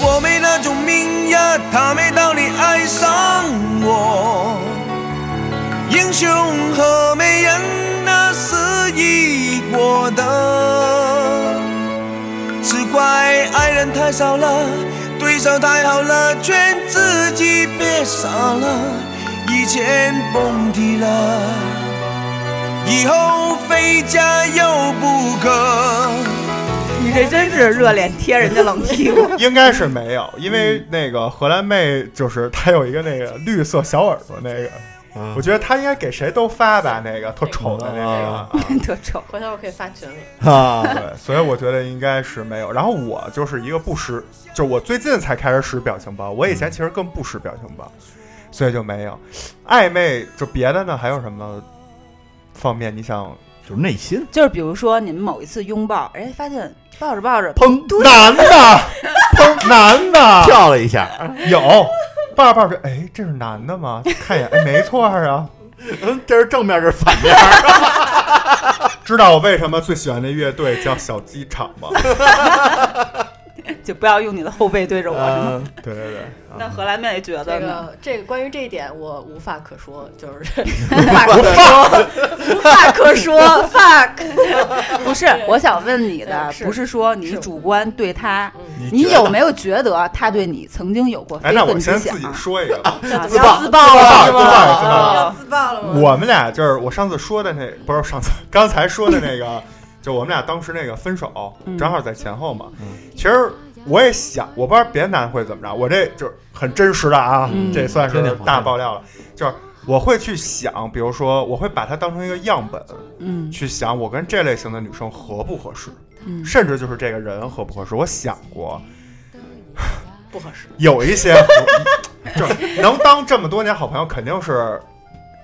[SPEAKER 6] 我没那种命呀，他没道理爱上我。英雄和美人那是一国的，只怪爱人太少了，对手太好了，劝自己别傻了，以前蹦迪了。
[SPEAKER 10] 以后非家又不可。
[SPEAKER 1] 你这真是热脸贴人家冷屁股。
[SPEAKER 4] 应该是没有，因为那个荷兰妹就是她有一个那个绿色小耳朵那个，
[SPEAKER 2] 嗯
[SPEAKER 4] 我觉得她应该给谁都发吧，那个特丑的那个
[SPEAKER 2] 啊
[SPEAKER 4] 啊，
[SPEAKER 1] 特丑。
[SPEAKER 3] 回头我可以发群里。
[SPEAKER 2] 啊，
[SPEAKER 4] 对，所以我觉得应该是没有。然后我就是一个不识，就是我最近才开始使表情包，我以前其实更不识表情包，所以就没有。暧昧就别的呢，还有什么方面？你想
[SPEAKER 2] 就是内心
[SPEAKER 1] 就是比如说你们某一次拥抱，哎，发现抱着抱着，
[SPEAKER 2] 砰
[SPEAKER 4] 男的，砰男的
[SPEAKER 2] 跳了一下，
[SPEAKER 4] 有，爸爸说，哎，这是男的吗？看一眼，哎，没错儿啊。
[SPEAKER 2] 嗯，这是正面，这是反面，
[SPEAKER 4] 知道我为什么最喜欢的乐队叫小机场吗？
[SPEAKER 1] 就不要用你的后背对着我，是吗？
[SPEAKER 4] 对对对，
[SPEAKER 1] 那荷兰妹觉
[SPEAKER 3] 这
[SPEAKER 1] 得呢？
[SPEAKER 3] 个这个关于这一点我无话可说，就是无法可说，无话可说，fuck。
[SPEAKER 1] 不是，我想问你的
[SPEAKER 3] 嗯，是
[SPEAKER 1] 不是说你
[SPEAKER 3] 是
[SPEAKER 1] 主观对他，
[SPEAKER 2] 你
[SPEAKER 1] 你
[SPEAKER 2] 觉得
[SPEAKER 1] 有没有觉得他对你曾经有过
[SPEAKER 4] 哎，
[SPEAKER 1] 非
[SPEAKER 4] 那
[SPEAKER 1] 分
[SPEAKER 4] 我
[SPEAKER 1] 之
[SPEAKER 4] 先
[SPEAKER 1] 想
[SPEAKER 4] 自己？说一个吧。
[SPEAKER 1] 啊
[SPEAKER 2] 自爆
[SPEAKER 3] 自爆了是
[SPEAKER 4] 自爆了自爆
[SPEAKER 3] 吗？
[SPEAKER 4] 了
[SPEAKER 1] 哦
[SPEAKER 3] 要自爆了吗？
[SPEAKER 4] 我们俩就是我上次说的那，不是上次刚才说的 那个，就我们俩当时那个分手，
[SPEAKER 1] 嗯
[SPEAKER 4] 正好在前后嘛。
[SPEAKER 2] 嗯
[SPEAKER 4] 其实我也想，我不知道别的男的会怎么着，我这就是很真实的啊，
[SPEAKER 1] 嗯
[SPEAKER 4] 这算是
[SPEAKER 2] 真的好
[SPEAKER 4] 大爆料了。就是我会去想，比如说我会把它当成一个样本，
[SPEAKER 1] 嗯
[SPEAKER 4] 去想我跟这类型的女生合不合适，
[SPEAKER 1] 嗯
[SPEAKER 4] 甚至就是这个人合不合适。我想过
[SPEAKER 3] 不合适，
[SPEAKER 4] 有一些 就是能当这么多年好朋友，肯定是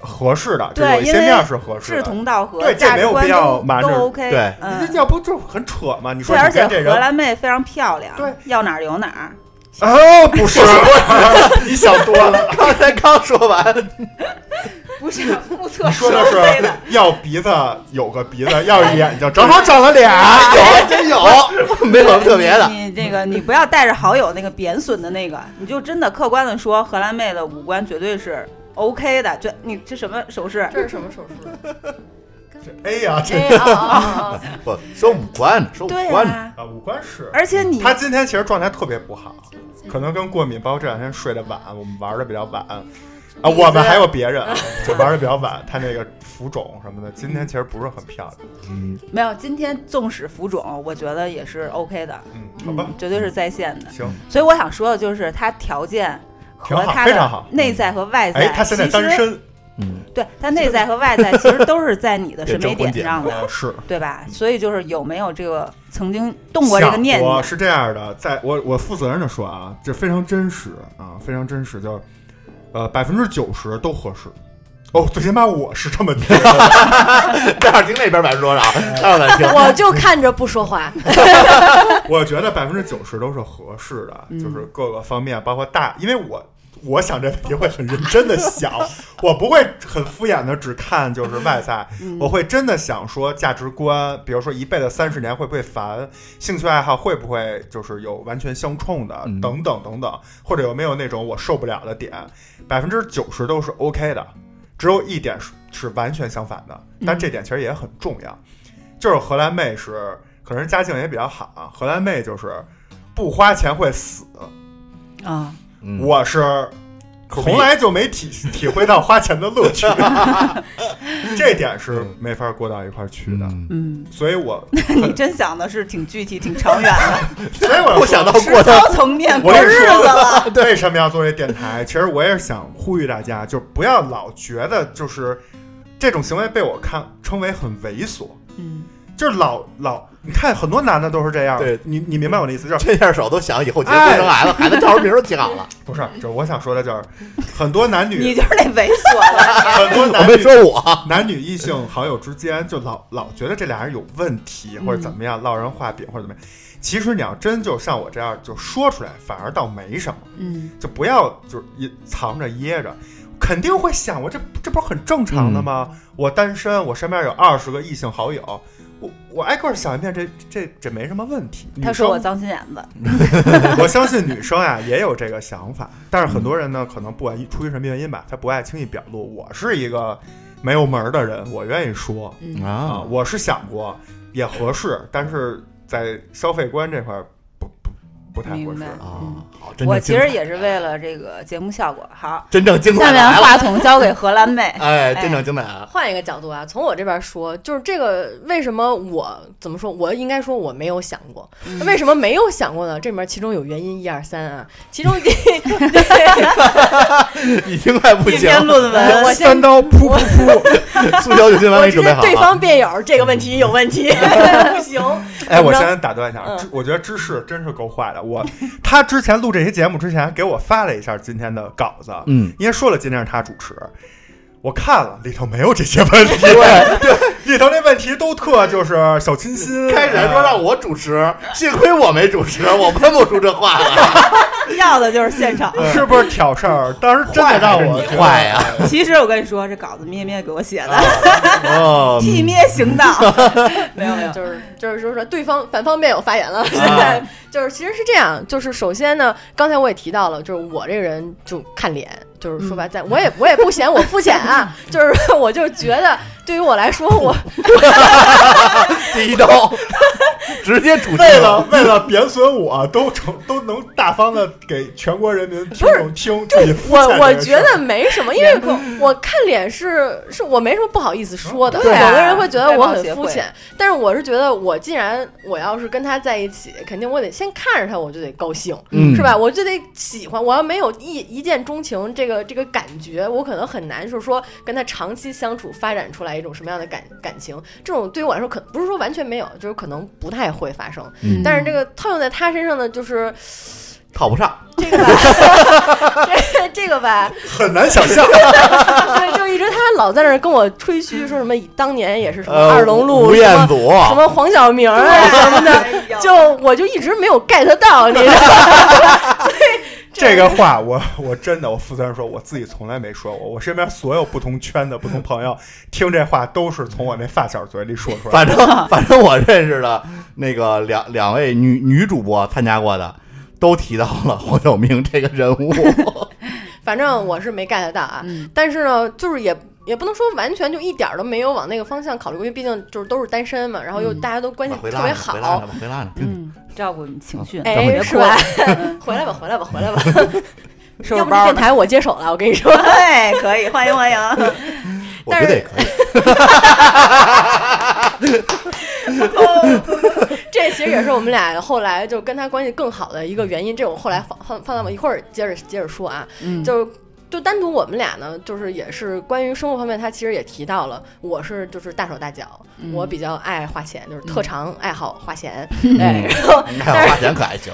[SPEAKER 4] 合适的，就
[SPEAKER 1] 对
[SPEAKER 4] 有一些
[SPEAKER 1] 因为
[SPEAKER 4] 面是合适
[SPEAKER 1] 志
[SPEAKER 4] 的。
[SPEAKER 1] 同道合，
[SPEAKER 4] 对这
[SPEAKER 1] 价值
[SPEAKER 4] 没有
[SPEAKER 1] 观
[SPEAKER 4] 必要
[SPEAKER 1] 都
[SPEAKER 4] 瞒
[SPEAKER 1] 都
[SPEAKER 4] 着
[SPEAKER 1] OK。
[SPEAKER 2] 对
[SPEAKER 1] 嗯，
[SPEAKER 4] 要不就很扯嘛？你说
[SPEAKER 1] 对，
[SPEAKER 4] 你
[SPEAKER 1] 而且
[SPEAKER 4] 跟这人
[SPEAKER 1] 荷兰妹非常漂亮，
[SPEAKER 4] 对，
[SPEAKER 1] 要哪儿有哪儿。
[SPEAKER 4] 啊，不是，你想多了。
[SPEAKER 2] 刚才刚说完，
[SPEAKER 1] 不是哎目测
[SPEAKER 4] 说的是要鼻子有个鼻子，要眼睛正
[SPEAKER 2] 正
[SPEAKER 4] 好
[SPEAKER 2] 好长了哎俩，啊有 真有，没有什么特别的，
[SPEAKER 1] 你这个你不要带着好友那个贬损的那个，你就真的客观的说，荷兰妹的五官绝对是 OK 的。这你这什么手势？
[SPEAKER 3] 这是什么手 术？
[SPEAKER 4] 哎呀，这
[SPEAKER 3] 哎啊啊啊！
[SPEAKER 1] 嗯
[SPEAKER 3] 啊
[SPEAKER 2] 不说五官呢，说
[SPEAKER 1] 对
[SPEAKER 2] 五官呢，
[SPEAKER 1] 啊，
[SPEAKER 4] 啊五官是。
[SPEAKER 1] 而且你
[SPEAKER 4] 他今天其实状态特别不好，可能跟过敏包括这两天睡得晚，我们玩的比较晚。啊，我们还有别人 啊，就玩的比较晚，他那个浮肿什么的，今天其实不是很漂亮。
[SPEAKER 1] 没有今天纵使浮肿，我觉得也是 OK 的，
[SPEAKER 4] 嗯，好吧
[SPEAKER 1] 嗯，，绝对是在线的。
[SPEAKER 4] 行，
[SPEAKER 1] 所以我想说的就是，他条件和
[SPEAKER 4] 挺好
[SPEAKER 1] 他
[SPEAKER 4] 非常好
[SPEAKER 1] 的
[SPEAKER 4] 嗯
[SPEAKER 1] 内在和外在，
[SPEAKER 4] 哎，他现在
[SPEAKER 1] 嗯
[SPEAKER 4] 单
[SPEAKER 1] 其实
[SPEAKER 4] 身，
[SPEAKER 2] 嗯，
[SPEAKER 1] 对他内在和外在 其实都是在你的审
[SPEAKER 2] 也征
[SPEAKER 1] 美
[SPEAKER 2] 婚
[SPEAKER 1] 点
[SPEAKER 2] 节目
[SPEAKER 1] 上的，
[SPEAKER 4] 啊是
[SPEAKER 1] 对吧？所以就是有没有这个曾经动过这个念
[SPEAKER 4] 我
[SPEAKER 1] 念？
[SPEAKER 4] 是这样的，在我我负责任的说啊，这非常真实啊，非常真实，就是呃百分之九十都合适。哦，最起码我是这么觉得。
[SPEAKER 1] 啊
[SPEAKER 2] 待会儿听那边白说啥，待会儿再听。
[SPEAKER 3] 我就看着不说话，
[SPEAKER 4] 我觉得百分之九十都是合适的，就是各个方面，包括大，因为我我想这问题会很认真的想，我不会很敷衍的只看就是外在，我会真的想说价值观，比如说一辈子三十年会不会烦，兴趣爱好会不会就是有完全相冲的，
[SPEAKER 2] 嗯
[SPEAKER 4] 等等等等，或者有没有那种我受不了的点，百分之九十都是 OK 的，只有一点是是完全相反的，但这点其实也很重要。就是荷兰妹是，可能家境也比较好啊。荷兰妹就是不花钱会死，
[SPEAKER 1] 啊，
[SPEAKER 2] 嗯
[SPEAKER 4] 我是
[SPEAKER 2] 抠鼻
[SPEAKER 4] 从来就没体体会到花钱的乐 趣， 这点是没法过到一块儿去的。
[SPEAKER 2] 嗯
[SPEAKER 1] 嗯，
[SPEAKER 4] 所以 我，
[SPEAKER 1] 你真想的是挺具体、挺长远 的，
[SPEAKER 4] 所以我
[SPEAKER 2] 不想到
[SPEAKER 1] 实
[SPEAKER 2] 过的
[SPEAKER 1] 操层面过
[SPEAKER 4] 我跟
[SPEAKER 1] 日子了。
[SPEAKER 4] 你说，为什么要做这电台？其实我也是想呼吁大家，就不要老觉得就是这种行为被我看称为很猥琐，
[SPEAKER 1] 嗯，
[SPEAKER 4] 就是老老，你看很多男的都是这样。
[SPEAKER 2] 对
[SPEAKER 4] 你你明白我的意思，就是
[SPEAKER 2] 这下手都想以后结婚生孩子，孩子照着名儿都起好了。
[SPEAKER 4] 不是，就是我想说的，就是很多男
[SPEAKER 1] 你
[SPEAKER 4] 女，
[SPEAKER 1] 就是那猥 琐的。
[SPEAKER 4] 很多
[SPEAKER 2] 我
[SPEAKER 4] 男
[SPEAKER 2] 没
[SPEAKER 4] 女
[SPEAKER 2] 说我，
[SPEAKER 4] 男女异性好友之间，就老老觉得这俩人有问题，或者怎么样，落人话柄或者怎么样。其实你要真就像我这样，就说出来，反而倒没什么，
[SPEAKER 1] 嗯，
[SPEAKER 4] 就不要就是一藏着掖着，肯定会想我这这不是很正常的吗？
[SPEAKER 1] 嗯
[SPEAKER 4] 我单身，我身边有二十个异性好友，我我挨个儿想一遍，这这这没什么问题。
[SPEAKER 1] 他说
[SPEAKER 4] 女生
[SPEAKER 1] 我脏心眼子，
[SPEAKER 4] 我相信女生啊也有这个想法，但是很多人呢，可能不管出于什么原因吧，她不爱轻易表露。我是一个没有门儿的人，我愿意说
[SPEAKER 1] 嗯
[SPEAKER 3] 嗯
[SPEAKER 4] 啊，
[SPEAKER 2] 啊，
[SPEAKER 4] 我是想过也合适，但是在消费观这块儿不不不太合适
[SPEAKER 1] 啊。
[SPEAKER 4] 好
[SPEAKER 1] 我其实也是为了这个节目效果。好，
[SPEAKER 2] 真正精 彩
[SPEAKER 1] 下面
[SPEAKER 2] 来了。
[SPEAKER 1] 话筒交给荷兰妹
[SPEAKER 2] 哎，真正精彩啊！
[SPEAKER 3] 换一个角度啊，从我这边说，就是这个为什么我怎么说？我应该说我没有想过，那为什么没有想过呢？这里面其中有原因一二三啊，其 中第哎
[SPEAKER 2] 已经快不行了，
[SPEAKER 3] 我 先
[SPEAKER 2] 三刀噗噗噗，速小酒精完
[SPEAKER 3] 我
[SPEAKER 2] 没
[SPEAKER 3] 直
[SPEAKER 2] 准备
[SPEAKER 3] 接
[SPEAKER 2] 好
[SPEAKER 3] 对
[SPEAKER 2] 啊
[SPEAKER 3] 方辩友这个问题有问题， 不行。
[SPEAKER 4] 哎，我先打断一下
[SPEAKER 3] 嗯，
[SPEAKER 4] 知我觉得芝士真是够坏的。我 他之前录这期节目之前，给我发了一下今天的稿子，
[SPEAKER 2] 嗯，
[SPEAKER 4] 因为说了今天是他主持，我看了里头没有这些问题，
[SPEAKER 2] 对
[SPEAKER 4] 对，里头那问题都特就是小清新。
[SPEAKER 2] 开始还说让我主持，幸亏我没主持，我喷不出这话来。
[SPEAKER 1] 要的就是现 场。
[SPEAKER 4] 呃是不是挑事儿？当时真的让我
[SPEAKER 2] 坏还是你坏啊呀
[SPEAKER 1] 其实我跟你说，这稿子咩咩给我写
[SPEAKER 2] 啊
[SPEAKER 1] 的，
[SPEAKER 2] 哦
[SPEAKER 1] 替咩行道。没有没有，
[SPEAKER 3] 就是就是说说对方反方辩友发言 了，现在、就是其实是这样，就是首先呢，刚才我也提到了，就是我这个人就看脸，就是说白在，我也我也不嫌我肤浅啊， 就是说我就觉得对于我来说，我
[SPEAKER 2] 第一刀，直接主持
[SPEAKER 4] 为了为了贬损我，都成都能大方的给全国人民听众听自 己肤
[SPEAKER 3] 我
[SPEAKER 4] 浅的
[SPEAKER 3] 我
[SPEAKER 4] 人
[SPEAKER 3] 觉得没什么，因为我看脸是是我没什么不好意思说的。
[SPEAKER 1] 对啊
[SPEAKER 3] 有的人会觉得我很
[SPEAKER 1] 外貌
[SPEAKER 3] 肤
[SPEAKER 1] 协
[SPEAKER 3] 浅，但是我是觉得，我既然我要是跟他在一起，肯定我得先看着他，我就得高兴，
[SPEAKER 2] 嗯
[SPEAKER 3] 是吧？我就得喜欢。我要没有一一见钟情这个这个感觉，我可能很难就是说跟他长期相处发展出来一种什么样的感感情。这种对于我来说可不是说完全没有，就是可能不太会发生。
[SPEAKER 2] 嗯
[SPEAKER 3] 但是这个套用在他身上呢，就是
[SPEAKER 2] 套不上，
[SPEAKER 3] 这个 吧，这这个吧。
[SPEAKER 4] 很难 想象。
[SPEAKER 3] 对，就一直他老在那儿跟我吹嘘，说什么当年也是什么
[SPEAKER 2] 呃
[SPEAKER 3] 二龙路、
[SPEAKER 2] 吴
[SPEAKER 3] 什
[SPEAKER 2] 彦
[SPEAKER 3] 么
[SPEAKER 2] 祖啊
[SPEAKER 3] 什么黄晓明啊什么 的，就我就一直没有 get 到，你知道吗？
[SPEAKER 4] 这个话我，我真的我负责任说，我自己从来没说过。我身边所有不同圈的不同朋友听这话，都是从我那发小嘴里说出来
[SPEAKER 2] 反
[SPEAKER 4] 的。
[SPEAKER 2] 正反正我认识的那个两两位女女主播参加过的，都提到了黄晓明这个人 物。
[SPEAKER 3] 反正我是没 get 到啊。但是呢，就是也也不能说完全就一点儿都没有往那个方向考虑过，因为毕竟就是都是单身嘛，然后又大家都关系
[SPEAKER 2] 回
[SPEAKER 3] 特
[SPEAKER 2] 拉
[SPEAKER 3] 别
[SPEAKER 2] 呢，回拉
[SPEAKER 3] 好
[SPEAKER 2] 呢，，回拉呢，
[SPEAKER 1] 嗯，照顾你情绪呢，咱们
[SPEAKER 3] 哎，
[SPEAKER 1] 别
[SPEAKER 3] 是
[SPEAKER 1] 哭
[SPEAKER 3] 吧
[SPEAKER 1] 了，？
[SPEAKER 3] 回来吧，回来吧，回来 吧。
[SPEAKER 1] 收
[SPEAKER 3] 要
[SPEAKER 1] 拾
[SPEAKER 3] 不这
[SPEAKER 1] 包
[SPEAKER 3] 电
[SPEAKER 1] 呢。
[SPEAKER 3] 台我接手了，我跟你说。
[SPEAKER 1] 对，哎可以，欢迎 欢迎。
[SPEAKER 2] 我觉得也可以。
[SPEAKER 3] 这其实也是我们俩后来就跟他关系更好的一个原因。这我后来放放放到我一会儿接着接着说啊，
[SPEAKER 1] 嗯
[SPEAKER 3] 就是。就单独我们俩呢，就是也是关于生活方面，他其实也提到了，我是就是大手大脚，
[SPEAKER 1] 嗯
[SPEAKER 3] 我比较爱花钱，就是特长爱好 花钱，
[SPEAKER 2] 嗯
[SPEAKER 3] 哎，然后
[SPEAKER 2] 你看我花钱可还行，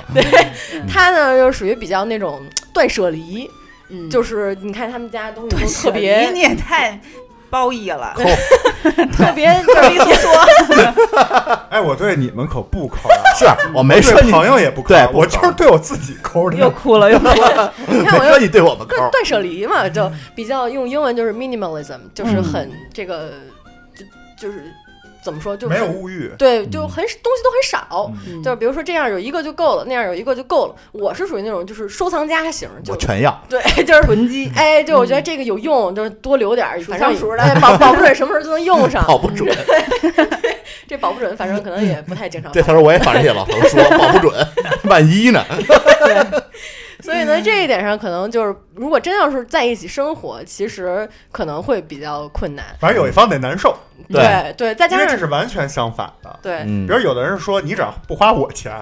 [SPEAKER 3] 他呢就属于比较那种断舍离，
[SPEAKER 1] 嗯
[SPEAKER 3] 就是你看他们家东西
[SPEAKER 1] 对
[SPEAKER 3] 都特
[SPEAKER 1] 你
[SPEAKER 3] 别
[SPEAKER 1] 也太褒义了，
[SPEAKER 3] 特别特别
[SPEAKER 4] 哎，我对你们可不抠啊，
[SPEAKER 2] 是我没说
[SPEAKER 4] 对
[SPEAKER 2] 你
[SPEAKER 4] 朋友也不抠
[SPEAKER 2] 对，不
[SPEAKER 4] 我就是
[SPEAKER 2] 抠
[SPEAKER 4] 对我自己抠
[SPEAKER 1] 又
[SPEAKER 4] 的。
[SPEAKER 1] 哭了又哭了。
[SPEAKER 3] 你看我
[SPEAKER 2] 没
[SPEAKER 3] 又
[SPEAKER 2] 说你对我们抠
[SPEAKER 1] 哦
[SPEAKER 3] 断。断舍离嘛，就比较用英文就是 minimalism，就是
[SPEAKER 1] 嗯
[SPEAKER 3] 很这个，就就是怎么说，就是
[SPEAKER 4] 没有物欲，
[SPEAKER 3] 对，就很东西都很少。
[SPEAKER 4] 嗯
[SPEAKER 3] 就是比如说这样有一个就够了，那样有一个就够了。我是属于那种就是收藏家型，就
[SPEAKER 2] 我全要，
[SPEAKER 3] 对， 就是
[SPEAKER 1] 囤积
[SPEAKER 3] 哎，对我觉得这个有用，就是多留点儿，
[SPEAKER 1] 数
[SPEAKER 3] 反正
[SPEAKER 1] 仓鼠的
[SPEAKER 3] 哎保保不准什么时候都能用上。
[SPEAKER 2] 保 不准。
[SPEAKER 3] 这保不准，反正可能也不太 正常。
[SPEAKER 2] 这他说我也反正也老头说，保不准，万一呢？
[SPEAKER 3] 所以呢，这一点上可能就是，如果真要是在一起生活，其实可能会比较困难。
[SPEAKER 4] 反正有一方得难受，
[SPEAKER 2] 对，
[SPEAKER 3] 对对，再
[SPEAKER 4] 因
[SPEAKER 3] 加
[SPEAKER 4] 为这
[SPEAKER 3] 上
[SPEAKER 4] 是完全相反的。
[SPEAKER 3] 对，
[SPEAKER 2] 嗯
[SPEAKER 4] 比如有的人说，你只要不花我钱，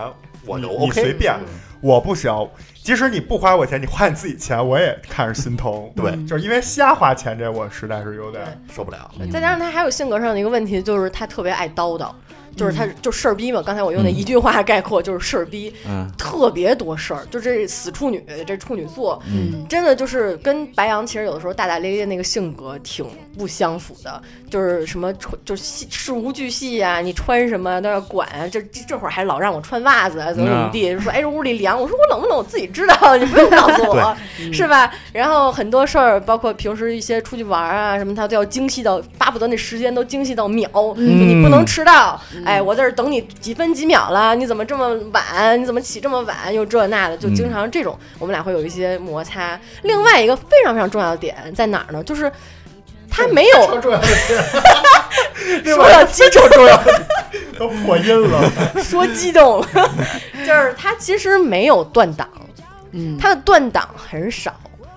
[SPEAKER 2] 我就
[SPEAKER 4] 你
[SPEAKER 2] OK，
[SPEAKER 4] 你随便。
[SPEAKER 3] 嗯
[SPEAKER 4] 我不行，即使你不花我钱，你花你自己钱，我也看着心疼。
[SPEAKER 2] 对
[SPEAKER 4] 就是因为瞎花钱，这我实在是有点
[SPEAKER 3] 对
[SPEAKER 2] 受不了。
[SPEAKER 3] 再加上他还有性格上的一个问题，就是他特别爱叨叨，就是他就事儿逼嘛。刚才我用的一句话概括就是事儿逼，
[SPEAKER 2] 嗯
[SPEAKER 3] 特别多事儿，就这死处女，这处女座，
[SPEAKER 2] 嗯，
[SPEAKER 3] 真的就是跟白羊其实有的时候大大咧咧那个性格挺不相符的，就是什么穿就是细事无巨细呀、你穿什么都要管啊，这这这会儿还老让我穿袜子啊，怎么怎么地，
[SPEAKER 2] 嗯
[SPEAKER 3] 就说哎这屋里凉，我说我冷不冷我自己知道， 你不用告诉我，是吧？然后很多事儿，包括平时一些出去玩啊什么，他都要精细到巴不得那时间都精细到秒，就
[SPEAKER 2] 嗯
[SPEAKER 3] 嗯你不能迟到，哎，我在这儿等你几分几秒了，你怎么这么晚？你怎么起这么晚？又这那的，就经常这种，我们俩会有一些摩擦。另外一个非常非常重要的点在哪儿呢？就是他没有 说到激动，
[SPEAKER 4] 都破音了。
[SPEAKER 3] 说激动了， 就是它其实没有断档，
[SPEAKER 1] 嗯，
[SPEAKER 3] 它的断档很少，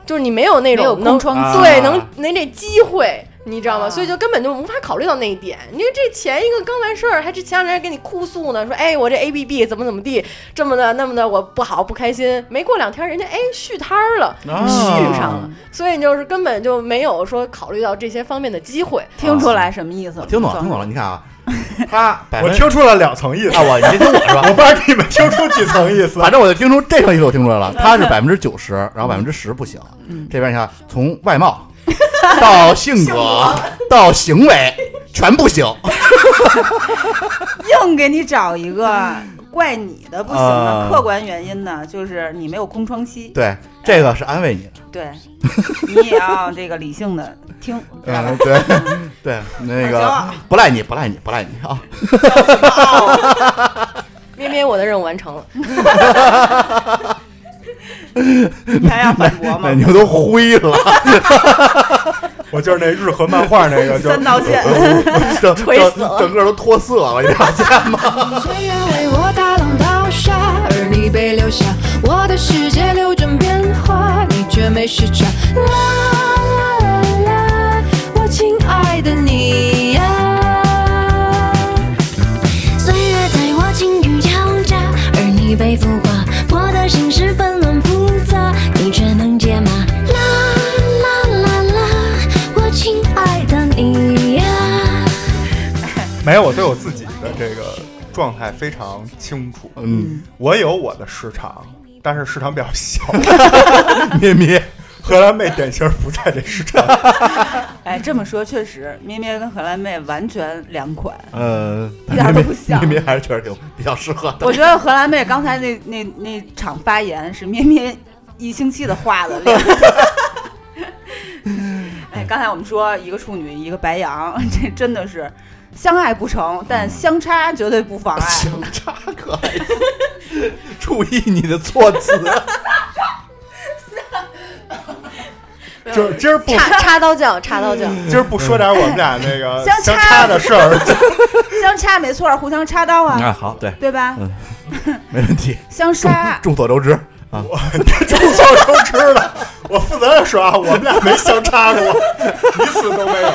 [SPEAKER 3] 就是你没有那
[SPEAKER 1] 没有
[SPEAKER 3] 种
[SPEAKER 1] 空
[SPEAKER 3] 能
[SPEAKER 1] 窗
[SPEAKER 7] 期
[SPEAKER 3] 对
[SPEAKER 7] 啊
[SPEAKER 3] 能能这机会。你知道吗？所以就根本就无法考虑到那一点。因为这前一个刚完事儿，还这前两天跟你哭诉呢，说哎我这 A B B 怎么怎么地，这么的那么的，我不好不开心。没过两天，人家哎续摊儿了，
[SPEAKER 7] 啊
[SPEAKER 3] 续上了，所以就是根本就没有说考虑到这些方面的机会。
[SPEAKER 1] 听出来什么意思了？
[SPEAKER 2] 听懂了，听懂了。你看 啊，他 百
[SPEAKER 4] 我
[SPEAKER 2] 分
[SPEAKER 4] 听出了两层意思
[SPEAKER 2] 啊，，我你听我说，
[SPEAKER 4] 我不知道你们听出几层意思。
[SPEAKER 2] 反正我就听出这层意思，我听出来了，他
[SPEAKER 1] 嗯
[SPEAKER 2] 是百分之九十，然后百分之十不行。这边你看，从外貌 到性格到行为全不行，
[SPEAKER 1] 硬给你找一个怪你的不行的、
[SPEAKER 2] 嗯啊
[SPEAKER 1] 客观原因呢，就是你没有空窗期。
[SPEAKER 2] 对，这个是安慰你的。
[SPEAKER 1] 对，你也要这个理性的听，知道吧
[SPEAKER 2] 嗯，对 对，那
[SPEAKER 1] 骄
[SPEAKER 2] 个
[SPEAKER 1] 傲
[SPEAKER 2] 不赖你，不赖你，不赖你啊！
[SPEAKER 3] 咩咩，我的任务完成了。
[SPEAKER 1] 你还要反驳 吗
[SPEAKER 2] 奶？牛都 灰了，
[SPEAKER 4] 我就是那日和漫画那个，就
[SPEAKER 1] 三道线，
[SPEAKER 2] 整
[SPEAKER 3] 垂
[SPEAKER 2] 整
[SPEAKER 3] 死了
[SPEAKER 2] 整个都脱色了，你发现吗？
[SPEAKER 8] 虽然为我大浪淘沙，而你被留下，我的世界流转变化，你却没时差。啦啦啦，我亲爱的你呀、岁月在我境遇交加，而你被腐化，我的心事纷乱复杂，你却能解码。啦啦啦啦，我亲爱的你呀、
[SPEAKER 4] 没有，我对我自己的这个状态非常清楚。
[SPEAKER 2] 嗯，
[SPEAKER 4] 我有我的市场，但是市场比较 小。
[SPEAKER 2] 咩咩，
[SPEAKER 4] 荷兰妹典型不在这市场。
[SPEAKER 1] 哎，这么说确实，咩咩跟荷兰妹完全两款。
[SPEAKER 2] 呃，
[SPEAKER 1] 一点都不像
[SPEAKER 2] 咩咩还是确实挺比较适合的。
[SPEAKER 1] 我觉得荷兰妹刚才那那那场发言是咩咩一星期的话的量。 哎，刚才我们说一个处女，一个白羊， 这真的是相爱不成，但相差绝对不妨碍。
[SPEAKER 2] 相差可还行，注意你的措辞。
[SPEAKER 4] 今儿今儿不
[SPEAKER 3] 插插刀匠，插刀匠，
[SPEAKER 4] 今儿不说点我们俩那个
[SPEAKER 1] 嗯相
[SPEAKER 4] 相
[SPEAKER 1] 差
[SPEAKER 4] 差的事儿，
[SPEAKER 1] 相差没错，互相插刀啊，
[SPEAKER 2] 啊，好，对，
[SPEAKER 1] 对吧？
[SPEAKER 2] 嗯没问题。
[SPEAKER 1] 相
[SPEAKER 2] 众
[SPEAKER 1] 杀，
[SPEAKER 2] 众所周知，啊
[SPEAKER 4] 众所周知的。我负责任说啊，我们俩没相差过， 一次都没有，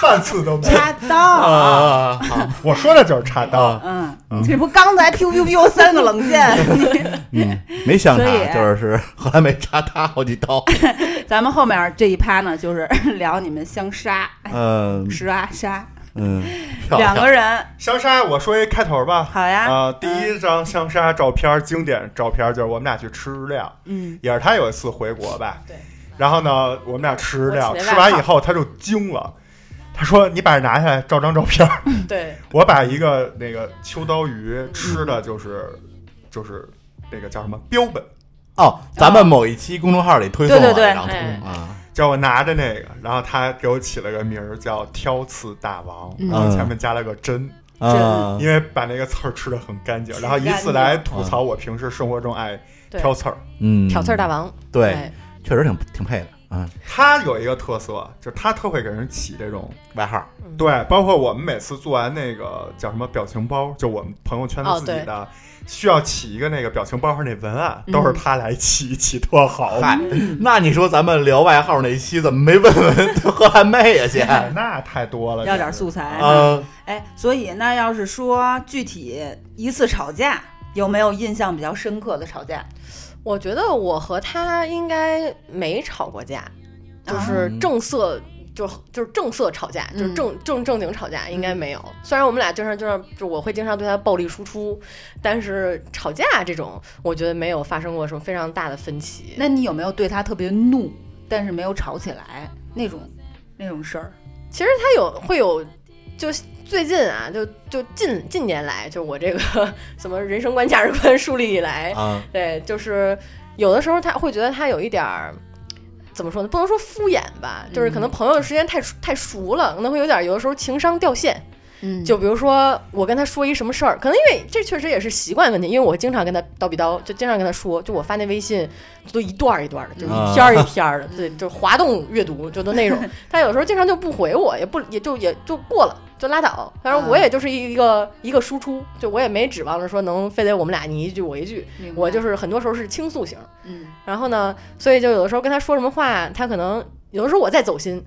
[SPEAKER 4] 半 次都没有。
[SPEAKER 1] 插刀。
[SPEAKER 2] 啊，好，
[SPEAKER 4] 我说的就是插刀。
[SPEAKER 1] 嗯，这不刚才 pew pew pew 三个冷箭，
[SPEAKER 2] 嗯，没相差
[SPEAKER 1] 所以，
[SPEAKER 2] 就是是 荷兰妹插他好几刀。
[SPEAKER 1] 咱们后面这一趴呢，就是聊你们相杀、啊
[SPEAKER 2] 嗯
[SPEAKER 1] 杀杀
[SPEAKER 2] 嗯，漂亮
[SPEAKER 1] 两个人，
[SPEAKER 4] 相杀，我说一开头吧。
[SPEAKER 1] 好呀
[SPEAKER 4] 啊、第一张相杀照片，经典照片就是我们俩去吃日料，
[SPEAKER 1] 嗯，
[SPEAKER 4] 也是他有一次回国吧。对。然后呢，我们俩吃日料，
[SPEAKER 3] 我起了外
[SPEAKER 4] 吃完
[SPEAKER 3] 号
[SPEAKER 4] 以后他就惊了，他说：“你把这拿下来，照张照片。
[SPEAKER 3] 对，”
[SPEAKER 4] 我把一个那个秋刀鱼吃的就是、就是那个叫什么标本，
[SPEAKER 2] 哦，咱们某一期公众号里推送
[SPEAKER 1] 对对
[SPEAKER 2] 了
[SPEAKER 1] 对
[SPEAKER 2] 这张图
[SPEAKER 3] 哎
[SPEAKER 2] 啊，
[SPEAKER 4] 叫我拿着那个，然后他给我起了个名儿叫挑刺大王，
[SPEAKER 1] 嗯
[SPEAKER 4] 然后前面加了个真。
[SPEAKER 2] 啊，
[SPEAKER 4] 因为把那个刺儿吃的很干净，然后以此来吐槽我平时生活中爱
[SPEAKER 3] 对
[SPEAKER 4] 挑刺儿。
[SPEAKER 2] 嗯，
[SPEAKER 3] 挑刺儿大，王，
[SPEAKER 2] 对，
[SPEAKER 3] 哎
[SPEAKER 2] 确实挺挺配的啊，
[SPEAKER 4] 他有一个特色，就是他特会给人起这种
[SPEAKER 2] 外号，
[SPEAKER 4] 对，包括我们每次做完那个叫什么表情包，就我们朋友圈的
[SPEAKER 3] 哦
[SPEAKER 4] 自己的，需要起一个那个表情包和那文案，都
[SPEAKER 1] 嗯
[SPEAKER 4] 是他来起，起特好。
[SPEAKER 2] 嗨，那你说咱们聊外号那一期怎么没问问 荷兰妹呀？先，
[SPEAKER 4] 哎 那太多了，
[SPEAKER 1] 要点素材。
[SPEAKER 2] 嗯，
[SPEAKER 1] 哎，所以那要是说具体一次吵架，有没有印象比较深刻的吵架？
[SPEAKER 3] 我觉得我和他应该没吵过架，就是正色，就就是正色吵架，
[SPEAKER 1] 啊嗯
[SPEAKER 3] 就是正正正经吵架，应该没有。虽然我们俩经常就是就我会经常对他暴力输出，但是吵架这种，我觉得没有发生过什么非常大的分歧。
[SPEAKER 1] 那你有没有对他特别怒，但是没有吵起来那种那种事儿？
[SPEAKER 3] 其实他有会有，就最近啊，就就近近年来，就我这个 什么人生观、价值观树立以来，
[SPEAKER 2] 啊，
[SPEAKER 3] 对，就是有的时候他会觉得他有一点儿。怎么说呢？不能说敷衍吧，就是可能朋友之间太熟太熟了，可能会有点儿有的时候情商掉线，嗯，就比如说我跟他说一什么事儿，可能因为这确实也是习惯问题，因为我经常跟他叨逼叨，就经常跟他说，就我发那微信都一段儿一段儿的，就是一篇儿一篇儿的，对，就滑动阅读，就都那种。他有时候经常就不回我，也不也就也就过了。就拉倒，反正我也就是一个、一个输出，就我也没指望着说能非得我们俩你一句我一句，我就是很多时候是倾诉型，
[SPEAKER 1] 嗯，
[SPEAKER 3] 然后呢，所以就有的时候跟他说什么话，他可能有的时候我在走心，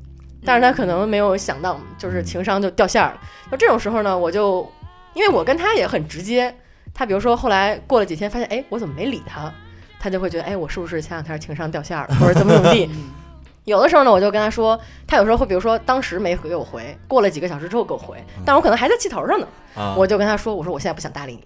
[SPEAKER 3] 但是
[SPEAKER 1] 嗯
[SPEAKER 3] 他可能没有想到，就是情商就掉线儿了。就这种时候呢，我就因为我跟他也很直接，他比如说后来过了几天发现，哎，我怎么没理他，他就会觉得，哎，我是不是前两天情商掉线儿了，或者怎么怎么地。有的时候呢，我就跟他说，他有时候会，比如说当时没给我回，过了几个小时之后给我回，但我可能还在气头上呢，
[SPEAKER 2] 啊
[SPEAKER 3] 我就跟他说，我说我现在不想搭理你。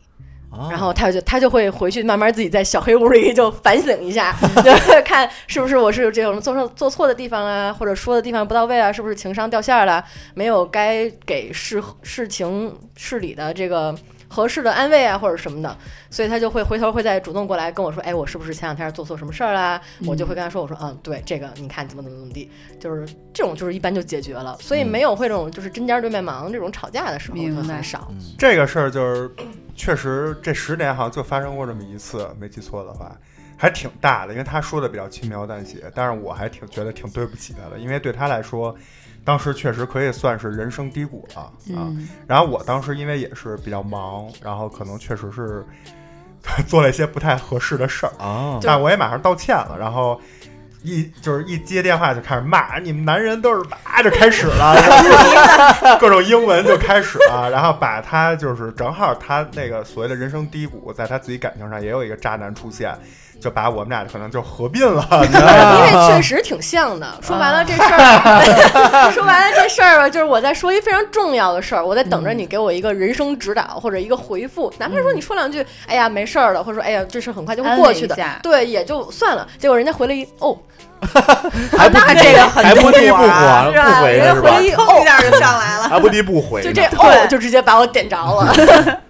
[SPEAKER 2] 哦
[SPEAKER 3] 然后他就他就会回去慢慢自己在小黑屋里就反省一下，就是看是不是我是有这种做错做错的地方啊，或者说的地方不到位啊，是不是情商掉线儿了，没有该给事事情事理的这个合适的安慰啊，或者什么的，所以他就会回头会再主动过来跟我说，哎，我是不是前两天做错什么事儿啦？我就会跟他说，我说嗯，对，这个你看怎么怎么怎么地，就是这种就是一般就解决了，所以没有会这种就是针尖对麦芒这种吵架的时候就很少。
[SPEAKER 4] 这个事儿就是，确实这十年好像就发生过这么一次，没记错的话，还挺大的。因为他说的比较轻描淡写，但是我还挺觉得挺对不起他的，因为对他来说，当时确实可以算是人生低谷了啊。
[SPEAKER 11] 嗯
[SPEAKER 4] 然后我当时因为也是比较忙，然后可能确实是 做了一些不太合适的事儿
[SPEAKER 2] 啊
[SPEAKER 4] 但我也马上道歉了，然后。一就是一接电话就开始骂，你们男人都是啊就开始了， 各种英文就开始了，然后把他就是正好他那个所谓的人生低谷，在他自己感情上也有一个渣男出现，就把我们俩可能就合并了，你知道
[SPEAKER 3] 因
[SPEAKER 2] 啊
[SPEAKER 3] 为
[SPEAKER 4] 吗
[SPEAKER 3] 确实挺像的。说白了这事 儿，说白了这事儿吧，就是我在说一非常重要的事儿，我在等着
[SPEAKER 2] 嗯
[SPEAKER 3] 你给我一个人生指导或者一个回复，哪怕说你说两句，哎呀没事儿了，或者说哎呀这事儿很快就会过去的
[SPEAKER 1] 安慰一下，
[SPEAKER 3] 对，也就算了。结果人家回了一哦，
[SPEAKER 2] 还不
[SPEAKER 3] 那这个
[SPEAKER 2] 还不低不火
[SPEAKER 1] 啊
[SPEAKER 2] 不回呢是吧？
[SPEAKER 3] 一哦
[SPEAKER 1] 一下就上来
[SPEAKER 2] 还不低不回呢，
[SPEAKER 3] 就这哦就直接把我点着 了。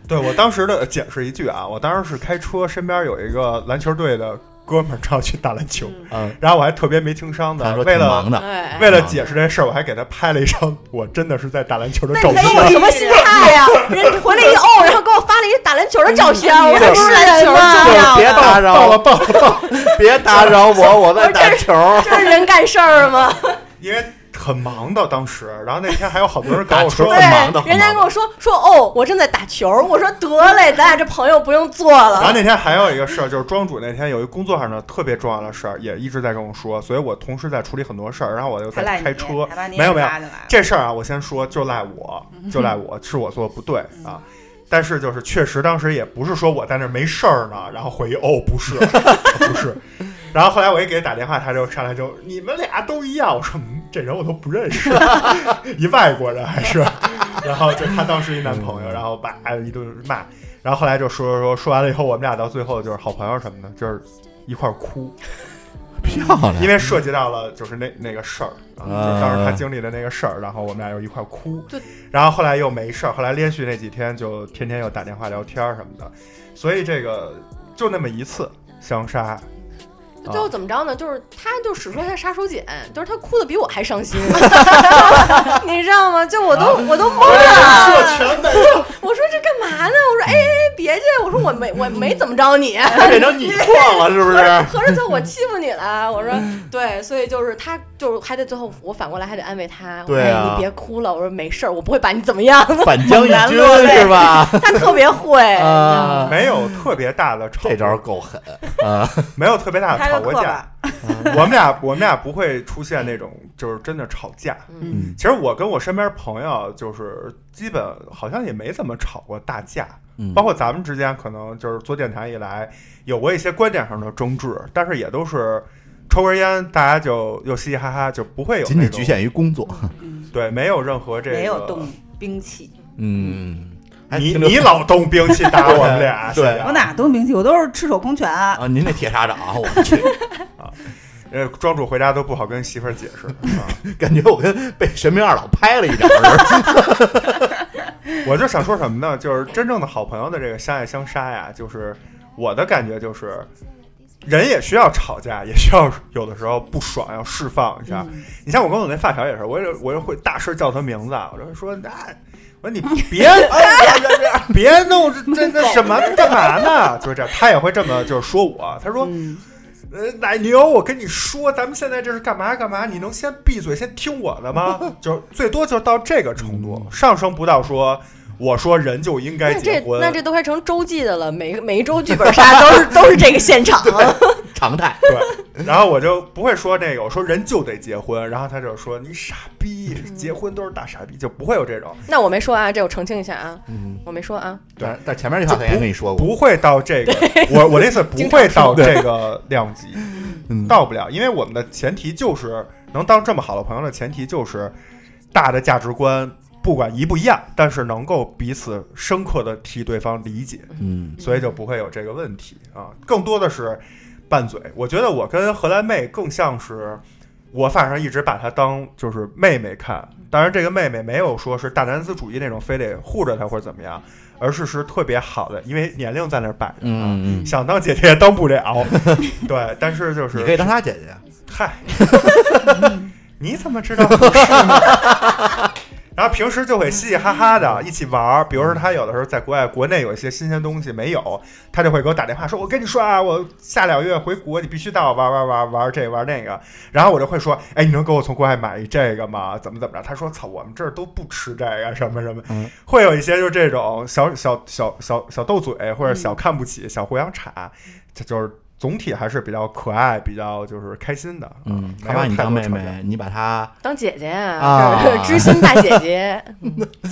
[SPEAKER 4] 对我当时的解释一句啊，我当时是开车，身边有一个篮球队的哥们儿正要去打篮球，
[SPEAKER 2] 嗯，
[SPEAKER 4] 然后我还特别没情商
[SPEAKER 2] 他
[SPEAKER 4] 的，
[SPEAKER 2] 说
[SPEAKER 4] 为
[SPEAKER 2] 挺
[SPEAKER 4] 了
[SPEAKER 2] 忙的
[SPEAKER 3] 哎
[SPEAKER 4] 为了解释这事儿，我还给他拍了一张我真的是在打篮球的照
[SPEAKER 3] 那
[SPEAKER 4] 片。
[SPEAKER 3] 你有什么心态呀？人回了一哦，然后给我发了一打篮球的照 片，我还是篮球啊重要
[SPEAKER 2] 别
[SPEAKER 3] 的。
[SPEAKER 2] 打扰我，
[SPEAKER 4] 抱抱，
[SPEAKER 2] 别打扰我，我在打球。
[SPEAKER 3] 这是人干事儿吗？
[SPEAKER 4] 因为很忙的当时，然后那天还有好多人搞 我 说
[SPEAKER 3] 对，人家跟我说说哦，我正在打球，我说得嘞，咱俩这朋友不用做
[SPEAKER 4] 然后
[SPEAKER 3] 了。
[SPEAKER 4] 那天还有一个事儿，就是庄主那天有一工作上的特别重要的事儿，也一直在跟我说，所以我同时在处理很多事儿，然后我又在
[SPEAKER 1] 还赖你
[SPEAKER 4] 开车
[SPEAKER 1] 还把，你也
[SPEAKER 4] 没有没有
[SPEAKER 1] 拉进来了，嗯
[SPEAKER 4] 这事儿啊，我先说，就赖我，就赖我，是我做的不对啊。但是就是确实当时也不是说我在那儿没事儿呢，然后回忆哦不是 不是，然后后来我一给他打电话，他就上来就你们俩都一样，我说嗯这人我都不认识， 一外国人还是， 然后就她当时一男
[SPEAKER 1] 嗯
[SPEAKER 4] 朋友，然后把一顿骂，然后后来就说说说说完了以后，我们俩到最后就是好朋友什么的，就是一块儿哭，
[SPEAKER 2] 漂亮
[SPEAKER 4] 因为涉及到了就是那那个事儿，啊
[SPEAKER 2] 啊
[SPEAKER 4] 就当时她经历的那个事儿，然后我们俩又一块儿哭，然后后来又没事儿，后来连续那几天就天天又打电话聊天儿什么的，所以这个就那么一次相杀，
[SPEAKER 3] 最后怎么着呢？就是他就使出他杀手锏，就是他哭的比我还伤 心，你知道吗？就我都
[SPEAKER 2] 啊
[SPEAKER 3] 我都懵
[SPEAKER 2] 哎
[SPEAKER 3] 了，我说这干嘛呢？我说哎哎哎别介，我说我没我没怎么着你，
[SPEAKER 2] 还变成你错了是不是？
[SPEAKER 3] 合着就我欺负你了，我说
[SPEAKER 2] 嗯
[SPEAKER 3] 对，所以就是他就是还得最后我反过来还得安慰他，我说
[SPEAKER 2] 对啊
[SPEAKER 3] 哎你别哭了，我说没事儿，我不会把你怎么样，
[SPEAKER 2] 反将一
[SPEAKER 3] 难
[SPEAKER 2] 军
[SPEAKER 3] 落泪哎
[SPEAKER 2] 是吧？
[SPEAKER 3] 他特别会，
[SPEAKER 2] 啊，
[SPEAKER 4] 没有特别大的吵，
[SPEAKER 2] 这招够狠啊！
[SPEAKER 4] 没有特别大的吵
[SPEAKER 1] 开
[SPEAKER 4] 过
[SPEAKER 1] 个课
[SPEAKER 4] 架
[SPEAKER 1] 吧。
[SPEAKER 2] 嗯
[SPEAKER 4] 我们俩我们俩不会出现那种就是真的吵架。
[SPEAKER 2] 嗯，
[SPEAKER 4] 其实我跟我身边朋友就是基本好像也没怎么吵过大架，
[SPEAKER 2] 嗯
[SPEAKER 4] 包括咱们之间可能就是做电台以来有过一些观点上的争执，但是也都是抽根烟，大家就又嘻嘻哈哈，就不会有
[SPEAKER 2] 仅
[SPEAKER 4] 那
[SPEAKER 2] 仅
[SPEAKER 4] 种
[SPEAKER 2] 局限于 工作。
[SPEAKER 4] 对，没有任何这个
[SPEAKER 1] 没有动兵器，
[SPEAKER 2] 嗯，还
[SPEAKER 4] 你
[SPEAKER 2] 听着
[SPEAKER 4] 你老动兵器打我们俩，
[SPEAKER 2] 对
[SPEAKER 4] 谢谢啊
[SPEAKER 1] 我哪动兵器？我都是赤手空拳啊。
[SPEAKER 2] 啊，您那铁砂掌，我 去，
[SPEAKER 4] 呃，庄主回家都不好跟媳妇儿解 释。啊
[SPEAKER 2] 感觉我跟被神兵二老拍了一掌似的。
[SPEAKER 4] 我就想说什么呢？就是真正的好朋友的这个相爱相杀呀，就是我的感觉就是，人也需要吵架， 也需要有的时候不爽要释放一下。你像我跟我那发小也是，我也我也会大声叫他名字，啊，我就说那、我说你别哎别别别弄这这这什么干嘛呢？就是这样，他也会这么就是说我，他说。呃，奶牛，我跟你说，咱们现在这是干嘛干嘛？你能先闭嘴，先听我的吗？就是最多就到这个程度，上升不到说我说人就应该
[SPEAKER 3] 那
[SPEAKER 4] 结
[SPEAKER 3] 这
[SPEAKER 4] 婚，
[SPEAKER 3] 那这都快成周记的了，每每一周剧本 杀都是都是这个现场。
[SPEAKER 2] 常态。
[SPEAKER 4] 对，然后我就不会说那个，我说人就得结婚，然后他就说你傻逼，结婚都是大傻逼，就不会有这种。
[SPEAKER 3] 那我没说啊，这我澄清一下啊，
[SPEAKER 2] 嗯，
[SPEAKER 3] 我没说啊。
[SPEAKER 4] 对，
[SPEAKER 2] 但前面那句话他也跟你说过，
[SPEAKER 4] 不会到这个，我我的意思不会到这个量级，到不了，因为我们的前提就是能当这么好的朋友的前提就是大的价值观不管一不一样，但是能够彼此深刻的替对方理解，
[SPEAKER 7] 嗯，
[SPEAKER 4] 所以就不会有这个问题啊。更多的是拌嘴，我觉得我跟荷兰妹更像是。我反正一直把她当就是妹妹看，当然这个妹妹没有说是大男子主义那种，非得护着她或者怎么样，而是是特别好的，因为年龄在那儿摆着，
[SPEAKER 2] 嗯，嗯
[SPEAKER 4] 想当姐姐也当不了。 对，但是就是
[SPEAKER 2] 你可以当他姐姐，
[SPEAKER 4] 嗨，你怎么知道不是呢？ 然后平时就会嘻嘻哈哈的一起玩儿，比如说他有的时候在国外，国内有一些新鲜东西没有，他就会给我打电话说：“我跟你说啊，我下两个月回国，你必须带我玩玩玩玩这玩那个。”然后我就会说：“哎，你能给我从国外买一这个吗？怎么怎么着？”他说：“操，我们这儿都不吃这个什么什么。
[SPEAKER 2] 嗯
[SPEAKER 4] 会有一些就是这种小小小小小斗嘴或者小看不起、小互相插，这就是总体还是比较可爱、比较就是开心的。
[SPEAKER 2] 嗯，
[SPEAKER 4] 没
[SPEAKER 2] 他
[SPEAKER 4] 有
[SPEAKER 2] 把你
[SPEAKER 4] 太
[SPEAKER 2] 当
[SPEAKER 4] 多
[SPEAKER 2] 妹
[SPEAKER 4] 吵架
[SPEAKER 2] 妹，你把他
[SPEAKER 3] 当姐姐啊，
[SPEAKER 2] 啊
[SPEAKER 3] 就是 知心大姐姐。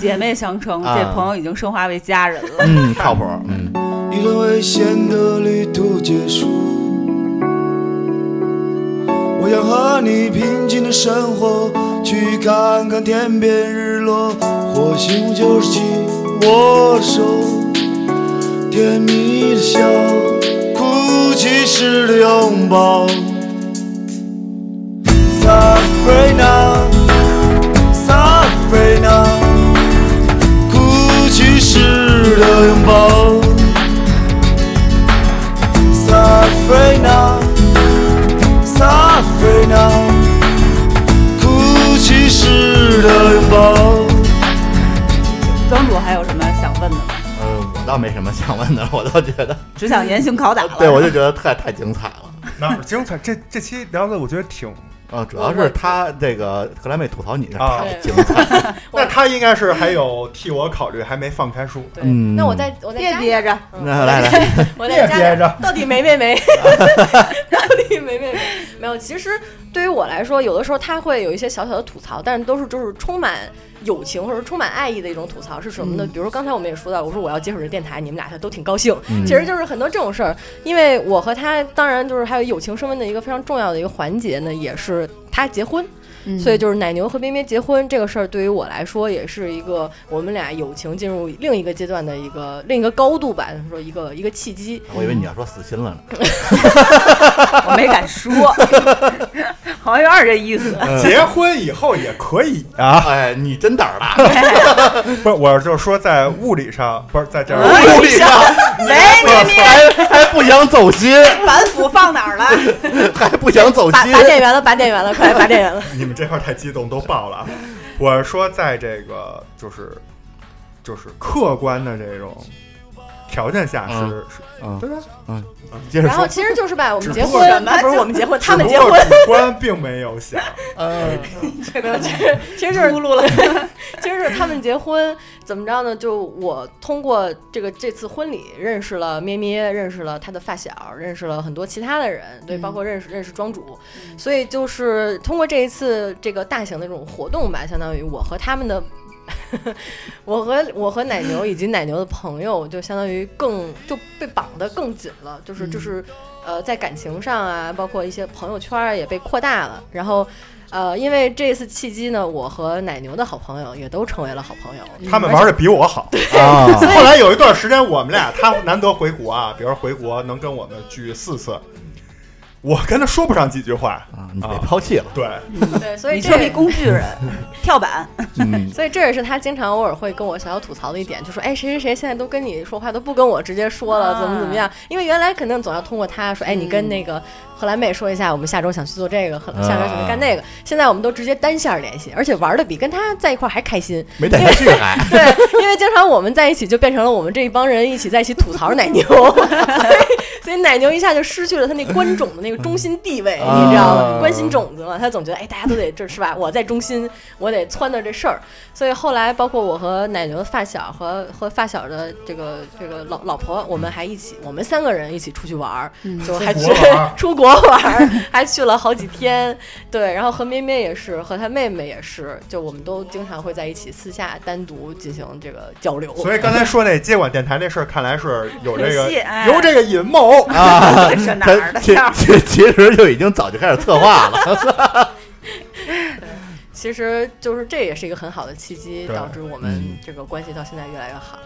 [SPEAKER 1] 姐妹相称，
[SPEAKER 2] 啊
[SPEAKER 1] 这朋友已经升华为家人了。
[SPEAKER 2] 嗯靠谱，嗯，
[SPEAKER 6] 一段危险的旅途结束。我想和你平静的生活，去看看天边日落。或许我就是紧握手，甜蜜的笑，哭泣时的拥抱。Suffering now, suffering now，哭泣时的拥抱。Suffering now, suffering now，哭泣时的拥抱。
[SPEAKER 1] 庄主还有什么想问的吗？
[SPEAKER 2] 呃，我倒没什么想问的，我倒觉 得，
[SPEAKER 1] 只想严刑拷打了。
[SPEAKER 2] 对我就觉得太太精彩了。
[SPEAKER 4] 哪儿精彩？这这期聊的我觉得 挺，
[SPEAKER 2] 呃，主要是他这个荷兰妹吐槽你这
[SPEAKER 4] 啊
[SPEAKER 2] 太精彩了，
[SPEAKER 4] 那他应该是还有替我考虑，还没放开书。
[SPEAKER 3] 对，
[SPEAKER 2] 嗯
[SPEAKER 3] 那我再我再
[SPEAKER 1] 别
[SPEAKER 3] 加
[SPEAKER 1] 憋着，
[SPEAKER 2] 那来来，
[SPEAKER 3] 我在家
[SPEAKER 4] 别憋着
[SPEAKER 3] 到底没没 没，到底没没没，没有。其实对于我来说，有的时候他会有一些小小的吐槽，但是都是就是充满友情或者充满爱意的一种吐槽是什么呢？
[SPEAKER 4] 嗯
[SPEAKER 3] 比如说刚才我们也说到，我说我要接手这电台，你们俩都挺高兴，
[SPEAKER 4] 嗯
[SPEAKER 3] 其实就是很多这种事儿。因为我和他，当然就是还有友情升温的一个非常重要的一个环节呢，也是他结婚。所以就是奶牛和冰冰结婚这个事儿，对于我来说也是一个我们俩友情进入另一个阶段的一个 另一个高度吧，说一个一个契机。
[SPEAKER 2] 我以为你要说死心了呢，
[SPEAKER 1] 我没敢说，好像有点这意思。
[SPEAKER 4] 呃结婚以后也可以，
[SPEAKER 2] 啊，哎，你真胆儿大，
[SPEAKER 4] 不是，我就是说在物理上，不是在这儿，
[SPEAKER 3] 哎
[SPEAKER 2] 物理上
[SPEAKER 1] 没没没，
[SPEAKER 2] 还还不想走心，
[SPEAKER 1] 板斧放哪儿了？
[SPEAKER 2] 还不想走
[SPEAKER 3] 拔
[SPEAKER 2] 心，
[SPEAKER 3] 拔电源了，拔电源了，快 拔电源了！
[SPEAKER 4] 你们这块儿太激动都爆了啊！我是说在这个就是就是客观的这种条件下
[SPEAKER 2] 嗯
[SPEAKER 4] 是是，
[SPEAKER 2] 嗯
[SPEAKER 4] 对吧？啊
[SPEAKER 2] 嗯，接着
[SPEAKER 3] 然后
[SPEAKER 2] 说，
[SPEAKER 3] 其实就是吧，我们结
[SPEAKER 4] 只不
[SPEAKER 3] 婚
[SPEAKER 4] 过
[SPEAKER 1] 什么
[SPEAKER 3] 不是我们结婚，他们
[SPEAKER 4] 只
[SPEAKER 3] 结
[SPEAKER 4] 不过
[SPEAKER 3] 婚，
[SPEAKER 4] 主观并没 有想，
[SPEAKER 2] 呃，
[SPEAKER 3] 其实就是了，其实就是他们结婚怎么着呢？就我通过这个这次婚礼认识了咩咩，认识了他的发小，认识了很多其他的人，对，
[SPEAKER 1] 嗯
[SPEAKER 3] 包括认识认识庄主，所以就是通过这一次这个大型的这种活动吧，相当于我和他们的。 我和我和奶牛以及奶牛的朋友，就相当于更就被绑得更紧了，就是
[SPEAKER 1] 嗯
[SPEAKER 3] 就是，呃，在感情上啊，包括一些朋友圈儿啊也被扩大了。然后，呃，因为这次契机呢，我和奶牛的好朋友也都成为了好朋友。
[SPEAKER 4] 他们玩的比我好。
[SPEAKER 2] 啊，
[SPEAKER 4] 后来有一段时间，我们俩他难得回国啊，比如说回国能跟我们聚四次，我跟他说不上几句话
[SPEAKER 2] 啊，你被抛弃了。
[SPEAKER 4] 对，
[SPEAKER 3] 对，所
[SPEAKER 1] 嗯
[SPEAKER 3] 以
[SPEAKER 1] 你
[SPEAKER 3] 这
[SPEAKER 1] 就是一工具人，跳板。
[SPEAKER 2] 嗯，
[SPEAKER 3] 所以这也是他经常偶尔会跟我小小吐槽的一点，就说：“哎，谁谁谁现在都跟你说话都不跟我直接说了，
[SPEAKER 1] 啊嗯
[SPEAKER 3] 怎么怎么样？因为原来肯定总要通过他说，哎，你跟那个荷兰妹说一下，我们下周想去做这个，和下周想
[SPEAKER 1] 啊
[SPEAKER 3] 去干那个。现在我们都直接单线联系，而且玩的比跟他在一块儿还开心。
[SPEAKER 2] 没带他去还。
[SPEAKER 3] 对，因为经常我们在一起就变成了我们这一帮人一起在一起吐槽奶 牛，所以所以奶牛一下就失去了他那观种的那个中心地位，
[SPEAKER 2] 啊
[SPEAKER 3] 你知道吗？关心种子嘛，他总觉得哎，大家都得这是吧？我在中心，我得撺掇这事儿。所以后来包括我和奶牛的发小和和发小的这个这个老老婆，我们还一起，我们三个人一起出去玩儿，就还去
[SPEAKER 4] 嗯出国玩儿
[SPEAKER 3] 出国玩儿，还去了好几天。对，然后何咩咩也是，和她妹妹也是，就我们都经常会在一起私下单独进行这个交流。
[SPEAKER 4] 所以刚才说那接管电台那事儿，看来是有这
[SPEAKER 1] 有
[SPEAKER 4] 个
[SPEAKER 1] 戏哎
[SPEAKER 4] 有这个阴谋。
[SPEAKER 2] 啊，
[SPEAKER 1] 这哪
[SPEAKER 2] 他
[SPEAKER 1] 儿的
[SPEAKER 2] 其
[SPEAKER 1] 料？
[SPEAKER 2] 其其实就已经早就开始策划 了。
[SPEAKER 3] 其实就是这也是一个很好的契机，
[SPEAKER 4] 对
[SPEAKER 3] 导致我们
[SPEAKER 2] 嗯
[SPEAKER 3] 这个关系到现在越来越好。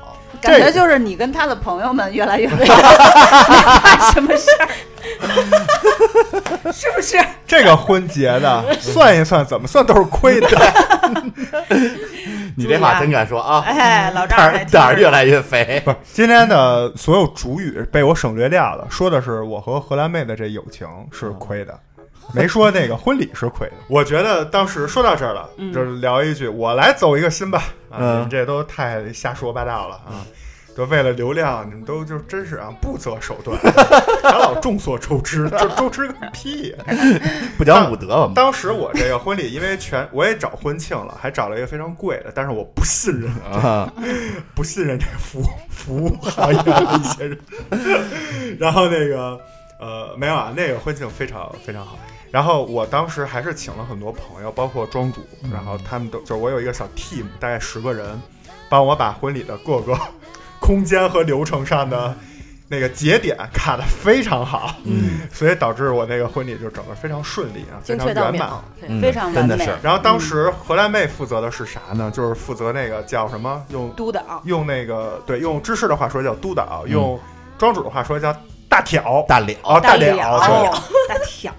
[SPEAKER 1] 感觉就是你跟他的朋友们越来越没干什么事儿， 是不是？
[SPEAKER 4] 这个婚结的，算一算怎么算都是亏的。
[SPEAKER 2] 你这话真敢说啊！
[SPEAKER 1] 哎，老丈 人还
[SPEAKER 2] 胆儿
[SPEAKER 1] 挺
[SPEAKER 2] 胆儿越来越肥
[SPEAKER 4] 不是今天的所有主语被我省略掉了，说的是我和荷兰妹的这友情是亏的，没说那个婚礼是亏的。哦 我觉得当时说到这儿了，就是聊一句，我来走一个心吧。啊，
[SPEAKER 2] 嗯
[SPEAKER 4] 你们这都太瞎说八道了啊！就为了流量，你们都就真是啊不择手 段，咱老众所周知，就周知个屁呀、
[SPEAKER 2] 不讲武德，我们
[SPEAKER 4] 当时我这个婚礼，因为全我也找婚庆了，还找了一个非常贵的，但是我不信任，
[SPEAKER 2] 啊，
[SPEAKER 4] 不信任这服务服务行业的一些人。 然后那个呃，没有啊，那个婚庆非常非常好。然后我当时还是请了很多朋友，包括庄主，然后他们都就是我有一个小 team，大概十个人，帮我把婚礼的各个空间和流程上的那个节点卡得非常好，
[SPEAKER 2] 嗯
[SPEAKER 4] 所以导致我那个婚礼就整个非常顺利啊，非
[SPEAKER 3] 精
[SPEAKER 4] 常
[SPEAKER 3] 确到
[SPEAKER 4] 圆满。
[SPEAKER 3] 秒，对，
[SPEAKER 2] 嗯
[SPEAKER 1] 非常
[SPEAKER 2] 真
[SPEAKER 1] 完
[SPEAKER 2] 的
[SPEAKER 1] 美
[SPEAKER 2] 是，
[SPEAKER 4] 然后当时荷兰妹负责的是啥呢？就是负责那个叫什么？用
[SPEAKER 1] 督导，
[SPEAKER 4] 用那个对，用知识的话说叫督
[SPEAKER 2] 嗯
[SPEAKER 4] 导，用庄主的话说叫大挑。
[SPEAKER 2] 大了
[SPEAKER 4] 哦，
[SPEAKER 1] 了，
[SPEAKER 4] 大了，对，
[SPEAKER 1] 啊 大挑，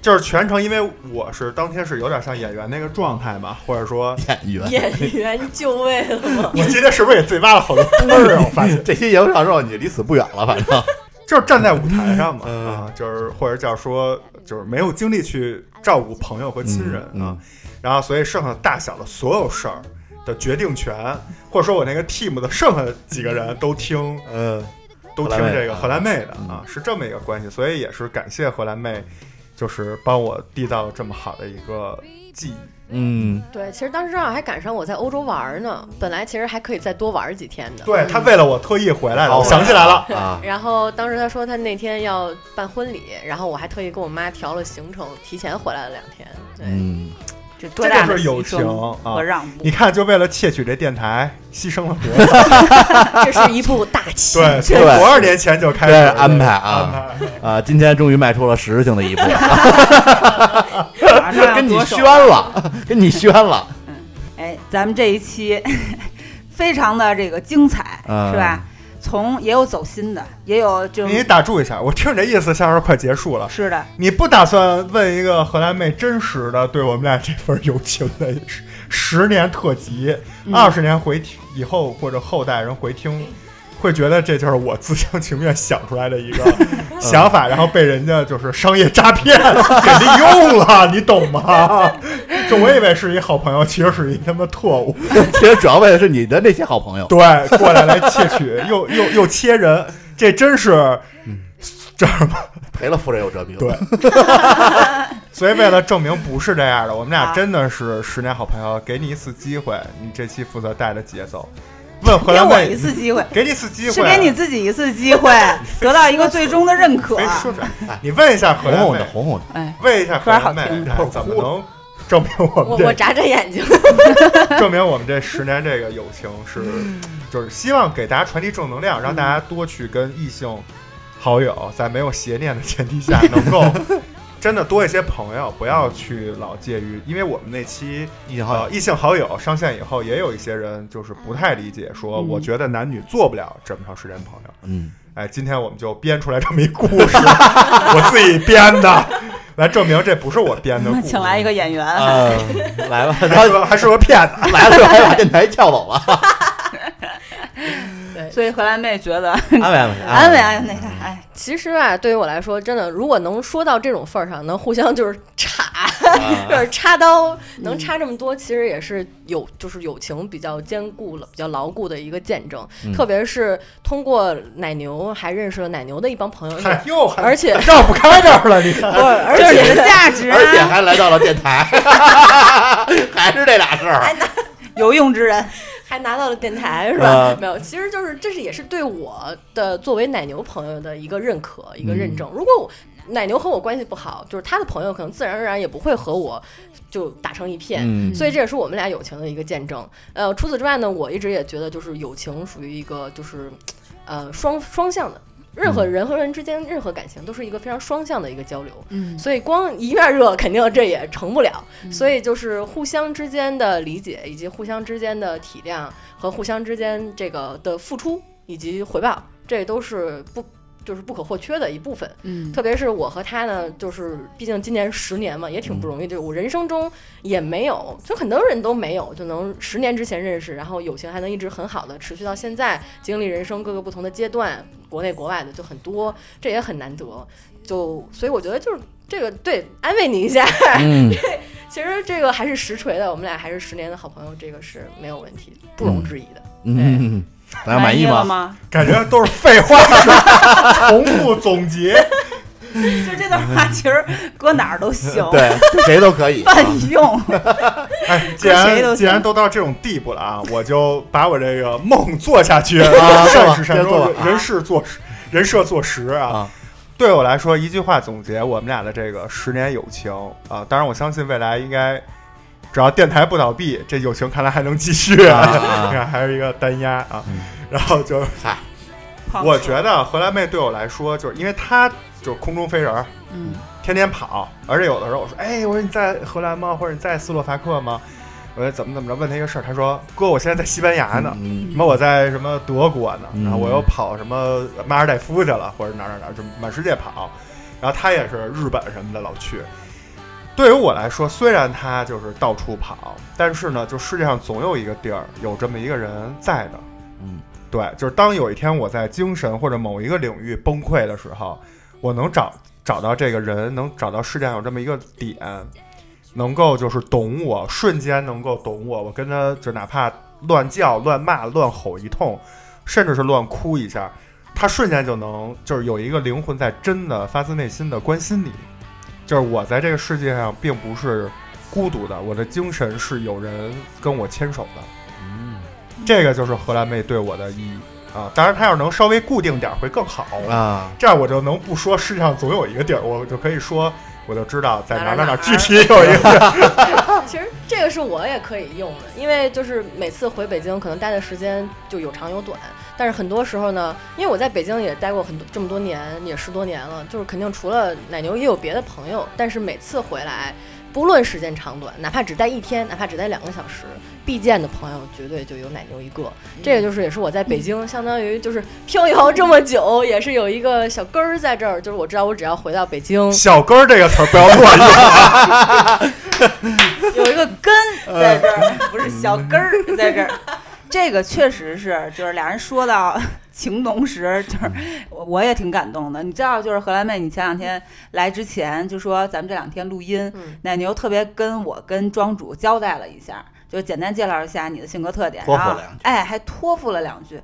[SPEAKER 4] 就是全程，因为我是当天是有点像演员那个状态嘛，或者说，
[SPEAKER 2] 演 员。
[SPEAKER 3] 演员就位了吗？
[SPEAKER 4] 我今天是不是也自己挖了好 多坑儿啊？我发现，
[SPEAKER 2] 这些演不上之后，你离死不远了，反正
[SPEAKER 4] 就是站在舞台上嘛，
[SPEAKER 2] 嗯
[SPEAKER 4] 啊，就是或者叫说，就是没有精力去照顾朋友和亲人啊，
[SPEAKER 2] 嗯
[SPEAKER 4] 然后所以剩下大小的所有事儿的决定权，或者说我那个 team 的剩下的几个人都听
[SPEAKER 2] 嗯，
[SPEAKER 4] 都听这个荷兰妹的
[SPEAKER 2] 嗯
[SPEAKER 4] 啊，是这么一个关系，所以也是感谢荷兰妹，就是帮我缔造了这么好的一个记忆。
[SPEAKER 2] 嗯，
[SPEAKER 3] 对，其实当时正好还赶上我在欧洲玩儿呢，本来其实还可以再多玩儿几天的。
[SPEAKER 4] 对她为了我特意回来的，
[SPEAKER 2] 好
[SPEAKER 4] 我嗯想起来了，
[SPEAKER 2] 啊，
[SPEAKER 3] 然后当时他说他那天要办婚礼，然后我还特意跟我妈调了行程，提前回来了两天。对，
[SPEAKER 1] 哎
[SPEAKER 2] 嗯，
[SPEAKER 1] 这多
[SPEAKER 4] 这
[SPEAKER 1] 大
[SPEAKER 4] 就
[SPEAKER 1] 的
[SPEAKER 4] 是友
[SPEAKER 1] 牺
[SPEAKER 4] 情
[SPEAKER 1] 牲
[SPEAKER 4] 啊
[SPEAKER 1] 和！让步
[SPEAKER 4] 你，看，就为了窃取这电台，牺牲了多少？
[SPEAKER 3] 这是一部大戏。
[SPEAKER 4] 对，从
[SPEAKER 2] 对
[SPEAKER 4] 多少年前就开始
[SPEAKER 2] 这是安排
[SPEAKER 4] 安
[SPEAKER 2] 啊
[SPEAKER 4] 排。
[SPEAKER 2] 啊！今天终于迈出了实质性的一步，
[SPEAKER 1] 马上要
[SPEAKER 2] 跟你
[SPEAKER 1] 着手
[SPEAKER 2] 宣了， 跟你宣了，
[SPEAKER 1] 哎，咱们这一期 非常的这个精彩，
[SPEAKER 2] 嗯
[SPEAKER 1] 是吧？从也有走心的，也有这
[SPEAKER 4] 你
[SPEAKER 1] 种
[SPEAKER 4] 打住一下，我听你这意思像是快结束了。
[SPEAKER 1] 是的，
[SPEAKER 4] 你不打算问一个荷兰妹真实的对我们俩这份友情的十十年特辑，二十、年回听以后或者后代人回听，会觉得这就是我自相情愿想出来的一个想法，然后被人家就是商业诈骗给利用了，你懂吗？ 就我以为是一好朋友，其实是一他妈特务，
[SPEAKER 2] 嗯 其实主要为的是你的那些好朋友，
[SPEAKER 4] 对，过来来窃取，又又又切人，这真是。这什么？
[SPEAKER 2] 赔了夫人有折兵。
[SPEAKER 4] 对所以为了证明不是这样的，我们俩
[SPEAKER 1] 啊
[SPEAKER 4] 真的是十年好朋友，给你一次机会，你这期负责带着节奏。问荷
[SPEAKER 1] 给
[SPEAKER 4] 兰
[SPEAKER 1] 我一
[SPEAKER 4] 妹，
[SPEAKER 1] 次机会，
[SPEAKER 4] 给你一次机会，
[SPEAKER 1] 是给你啊自己一次机会，得到一个最终的认可
[SPEAKER 4] 没。说出来。你问一下荷
[SPEAKER 2] 红
[SPEAKER 4] 兰
[SPEAKER 2] 红的，
[SPEAKER 4] 妹，
[SPEAKER 2] 红红的，
[SPEAKER 1] 哎，
[SPEAKER 4] 问一下 荷兰妹
[SPEAKER 1] 突然好听，
[SPEAKER 4] 哎怎么能证明我
[SPEAKER 3] 我
[SPEAKER 4] 们
[SPEAKER 3] 我
[SPEAKER 4] 这
[SPEAKER 3] 眨眨眼睛，
[SPEAKER 4] 证明我们这十年这个友情是，就是希望给大家传递正能量，让大家多去跟异性好友在没有邪念的前提下，能够真的多一些朋友，不要去老介于，因为我们那期
[SPEAKER 2] 异性
[SPEAKER 4] 好友、异性好友上线以后，也有一些人就是不太理解，说
[SPEAKER 2] 嗯
[SPEAKER 4] 我觉得男女做不了这么长时间朋友。
[SPEAKER 2] 嗯，
[SPEAKER 4] 哎，今天我们就编出来这么一故事， 我自己编的，来证明这不是我编的故 事。
[SPEAKER 1] 请来一个演员，
[SPEAKER 2] 啊 来吧，
[SPEAKER 4] 还是个还是个骗子，
[SPEAKER 2] 来了就还把电台撬走了，
[SPEAKER 1] 所以荷兰妹觉得
[SPEAKER 2] 安慰安慰
[SPEAKER 1] 安慰安慰她，哎，
[SPEAKER 3] 其实啊，对于我来说，真的，如果能说到这种份儿上，能互相就是插，
[SPEAKER 4] 啊
[SPEAKER 2] 啊
[SPEAKER 3] 就是插刀，
[SPEAKER 4] 嗯
[SPEAKER 3] 能插这么多，其实也是有，就是友情比较坚固了，比较牢固的一个见证。
[SPEAKER 4] 嗯
[SPEAKER 3] 特别是通过奶牛，还认识了奶牛的一帮朋友，
[SPEAKER 4] 哎呦还
[SPEAKER 3] 而且
[SPEAKER 4] 绕不开这儿了你
[SPEAKER 3] 不是，而且
[SPEAKER 1] 啊
[SPEAKER 2] 而且还来到了电台， 还是这俩事儿。
[SPEAKER 1] 有用之人，
[SPEAKER 3] 还拿到了电台是吧？
[SPEAKER 2] 啊
[SPEAKER 3] 没有，其实就是这是也是对我的作为奶牛朋友的一个认可，一个认证。如果我奶牛和我关系不好，就是他的朋友可能自然而然也不会和我就打成一片，
[SPEAKER 11] 嗯
[SPEAKER 3] 所以这也是我们俩友情的一个见证。呃，除此之外呢，我一直也觉得就是友情属于一个就是呃双双向的。任何人和人之间，任何感情都是一个非常双向的一个交流，
[SPEAKER 11] 嗯
[SPEAKER 3] 所以光一面热，肯定这也成不了。所以就是互相之间的理解，以及互相之间的体谅和互相之间这个的付出以及回报，这都是不就是不可或缺的一部分。
[SPEAKER 11] 嗯
[SPEAKER 3] 特别是我和他呢，就是毕竟今年十年嘛，也挺不容易。就我人生中也没有，就很多人都没有，就能十年之前认识，然后友情还能一直很好的持续到现在，经历人生各个不同的阶段，国内国外的就很多，这也很难得。就所以我觉得就是这个对，安慰你一下。
[SPEAKER 11] 嗯
[SPEAKER 3] 其实这个还是实锤的，我们俩还是十年的好朋友，这个是没有问题，不容置疑的。
[SPEAKER 7] 嗯，大家
[SPEAKER 1] 满
[SPEAKER 7] 满
[SPEAKER 1] 意
[SPEAKER 7] 意吗？
[SPEAKER 1] 了吗？
[SPEAKER 4] 感觉都是废话， 重复总结。
[SPEAKER 1] 就这段话其实搁哪儿都行，
[SPEAKER 2] 对，谁 都可以。啊
[SPEAKER 1] 泛用。
[SPEAKER 4] 哎，既
[SPEAKER 1] 搁谁都行
[SPEAKER 4] 然既然都到这种地步了啊，我就把我这个梦做下去
[SPEAKER 2] 啊
[SPEAKER 4] 善始善
[SPEAKER 2] 别做
[SPEAKER 4] 终
[SPEAKER 2] 了，啊
[SPEAKER 4] 人事做实，人设做实啊。对我来说，一句话总结我们俩的这个十年友情啊。当然，我相信未来应该，只要电台不倒闭，这友情看来还能继续
[SPEAKER 2] 啊啊 嗯
[SPEAKER 4] 你看，还是一个单压啊。然后就是，我觉得荷兰妹对我来说，就是因为她就是空中飞人儿，
[SPEAKER 1] 嗯，
[SPEAKER 4] 天天跑，而且有的时候我说，哎，我说你在荷兰吗？或者你在斯洛伐克吗？我说怎么怎么着，问他一个事儿，他说哥，我现在在西班牙呢，
[SPEAKER 2] 嗯
[SPEAKER 4] 什么我在什么德国呢，然后我又跑什么马尔代夫去了，或者哪儿哪儿哪儿，就满世界跑。然后他也是日本什么的老去。对于我来说，虽然他就是到处跑，但是呢，就世界上总有一个地儿有这么一个人在的，
[SPEAKER 7] 嗯，
[SPEAKER 4] 对，就是当有一天我在精神或者某一个领域崩溃的时候，我能找找到这个人，能找到世界上有这么一个点，能够就是懂我，瞬间能够懂我。我跟他就哪怕乱叫、乱骂、乱吼一通，甚至是乱哭一下，他瞬间就能就是有一个灵魂在真的发自内心的关心你。就是我在这个世界上并不是孤独的，我的精神是有人跟我牵手的。这个就是荷兰妹对我的意义啊。当然，她要是能稍微固定点儿会更好
[SPEAKER 2] 啊，
[SPEAKER 4] 这样我就能不说世界上总有一个地儿，我就可以说，我就知道在哪儿哪儿哪
[SPEAKER 3] 哪
[SPEAKER 4] 儿
[SPEAKER 3] 儿
[SPEAKER 4] 具体有一个地儿。
[SPEAKER 3] 其实这个是我也可以用的，因为就是每次回北京，可能待的时间就有长有短。但是很多时候呢，因为我在北京也待过很多这么多年，也十多年了，就是肯定除了奶牛也有别的朋友。但是每次回来，不论时间长短，哪怕只待一天，哪怕只待两个小时，必见的朋友绝对就有奶牛一个。
[SPEAKER 1] 嗯
[SPEAKER 3] 这个就是也是我在北京，相当于就是飘摇这么久，也是有一个小根儿在这儿。就是我知道，我只要回到北京，
[SPEAKER 4] 小根儿这个词儿不要乱用啊！
[SPEAKER 1] 有一个根在这儿，不是小根儿在这儿。 这个确实是，就是俩人说到情浓时， 就是我我也挺感动的。你知道，就是荷兰妹，你前两天来之前就说咱们这两天录音，奶牛特别跟我跟庄主交代了一下，就简单介绍一下你的性格特点，
[SPEAKER 2] 托付
[SPEAKER 1] 然后
[SPEAKER 2] 两句
[SPEAKER 1] 哎，还托付了两句，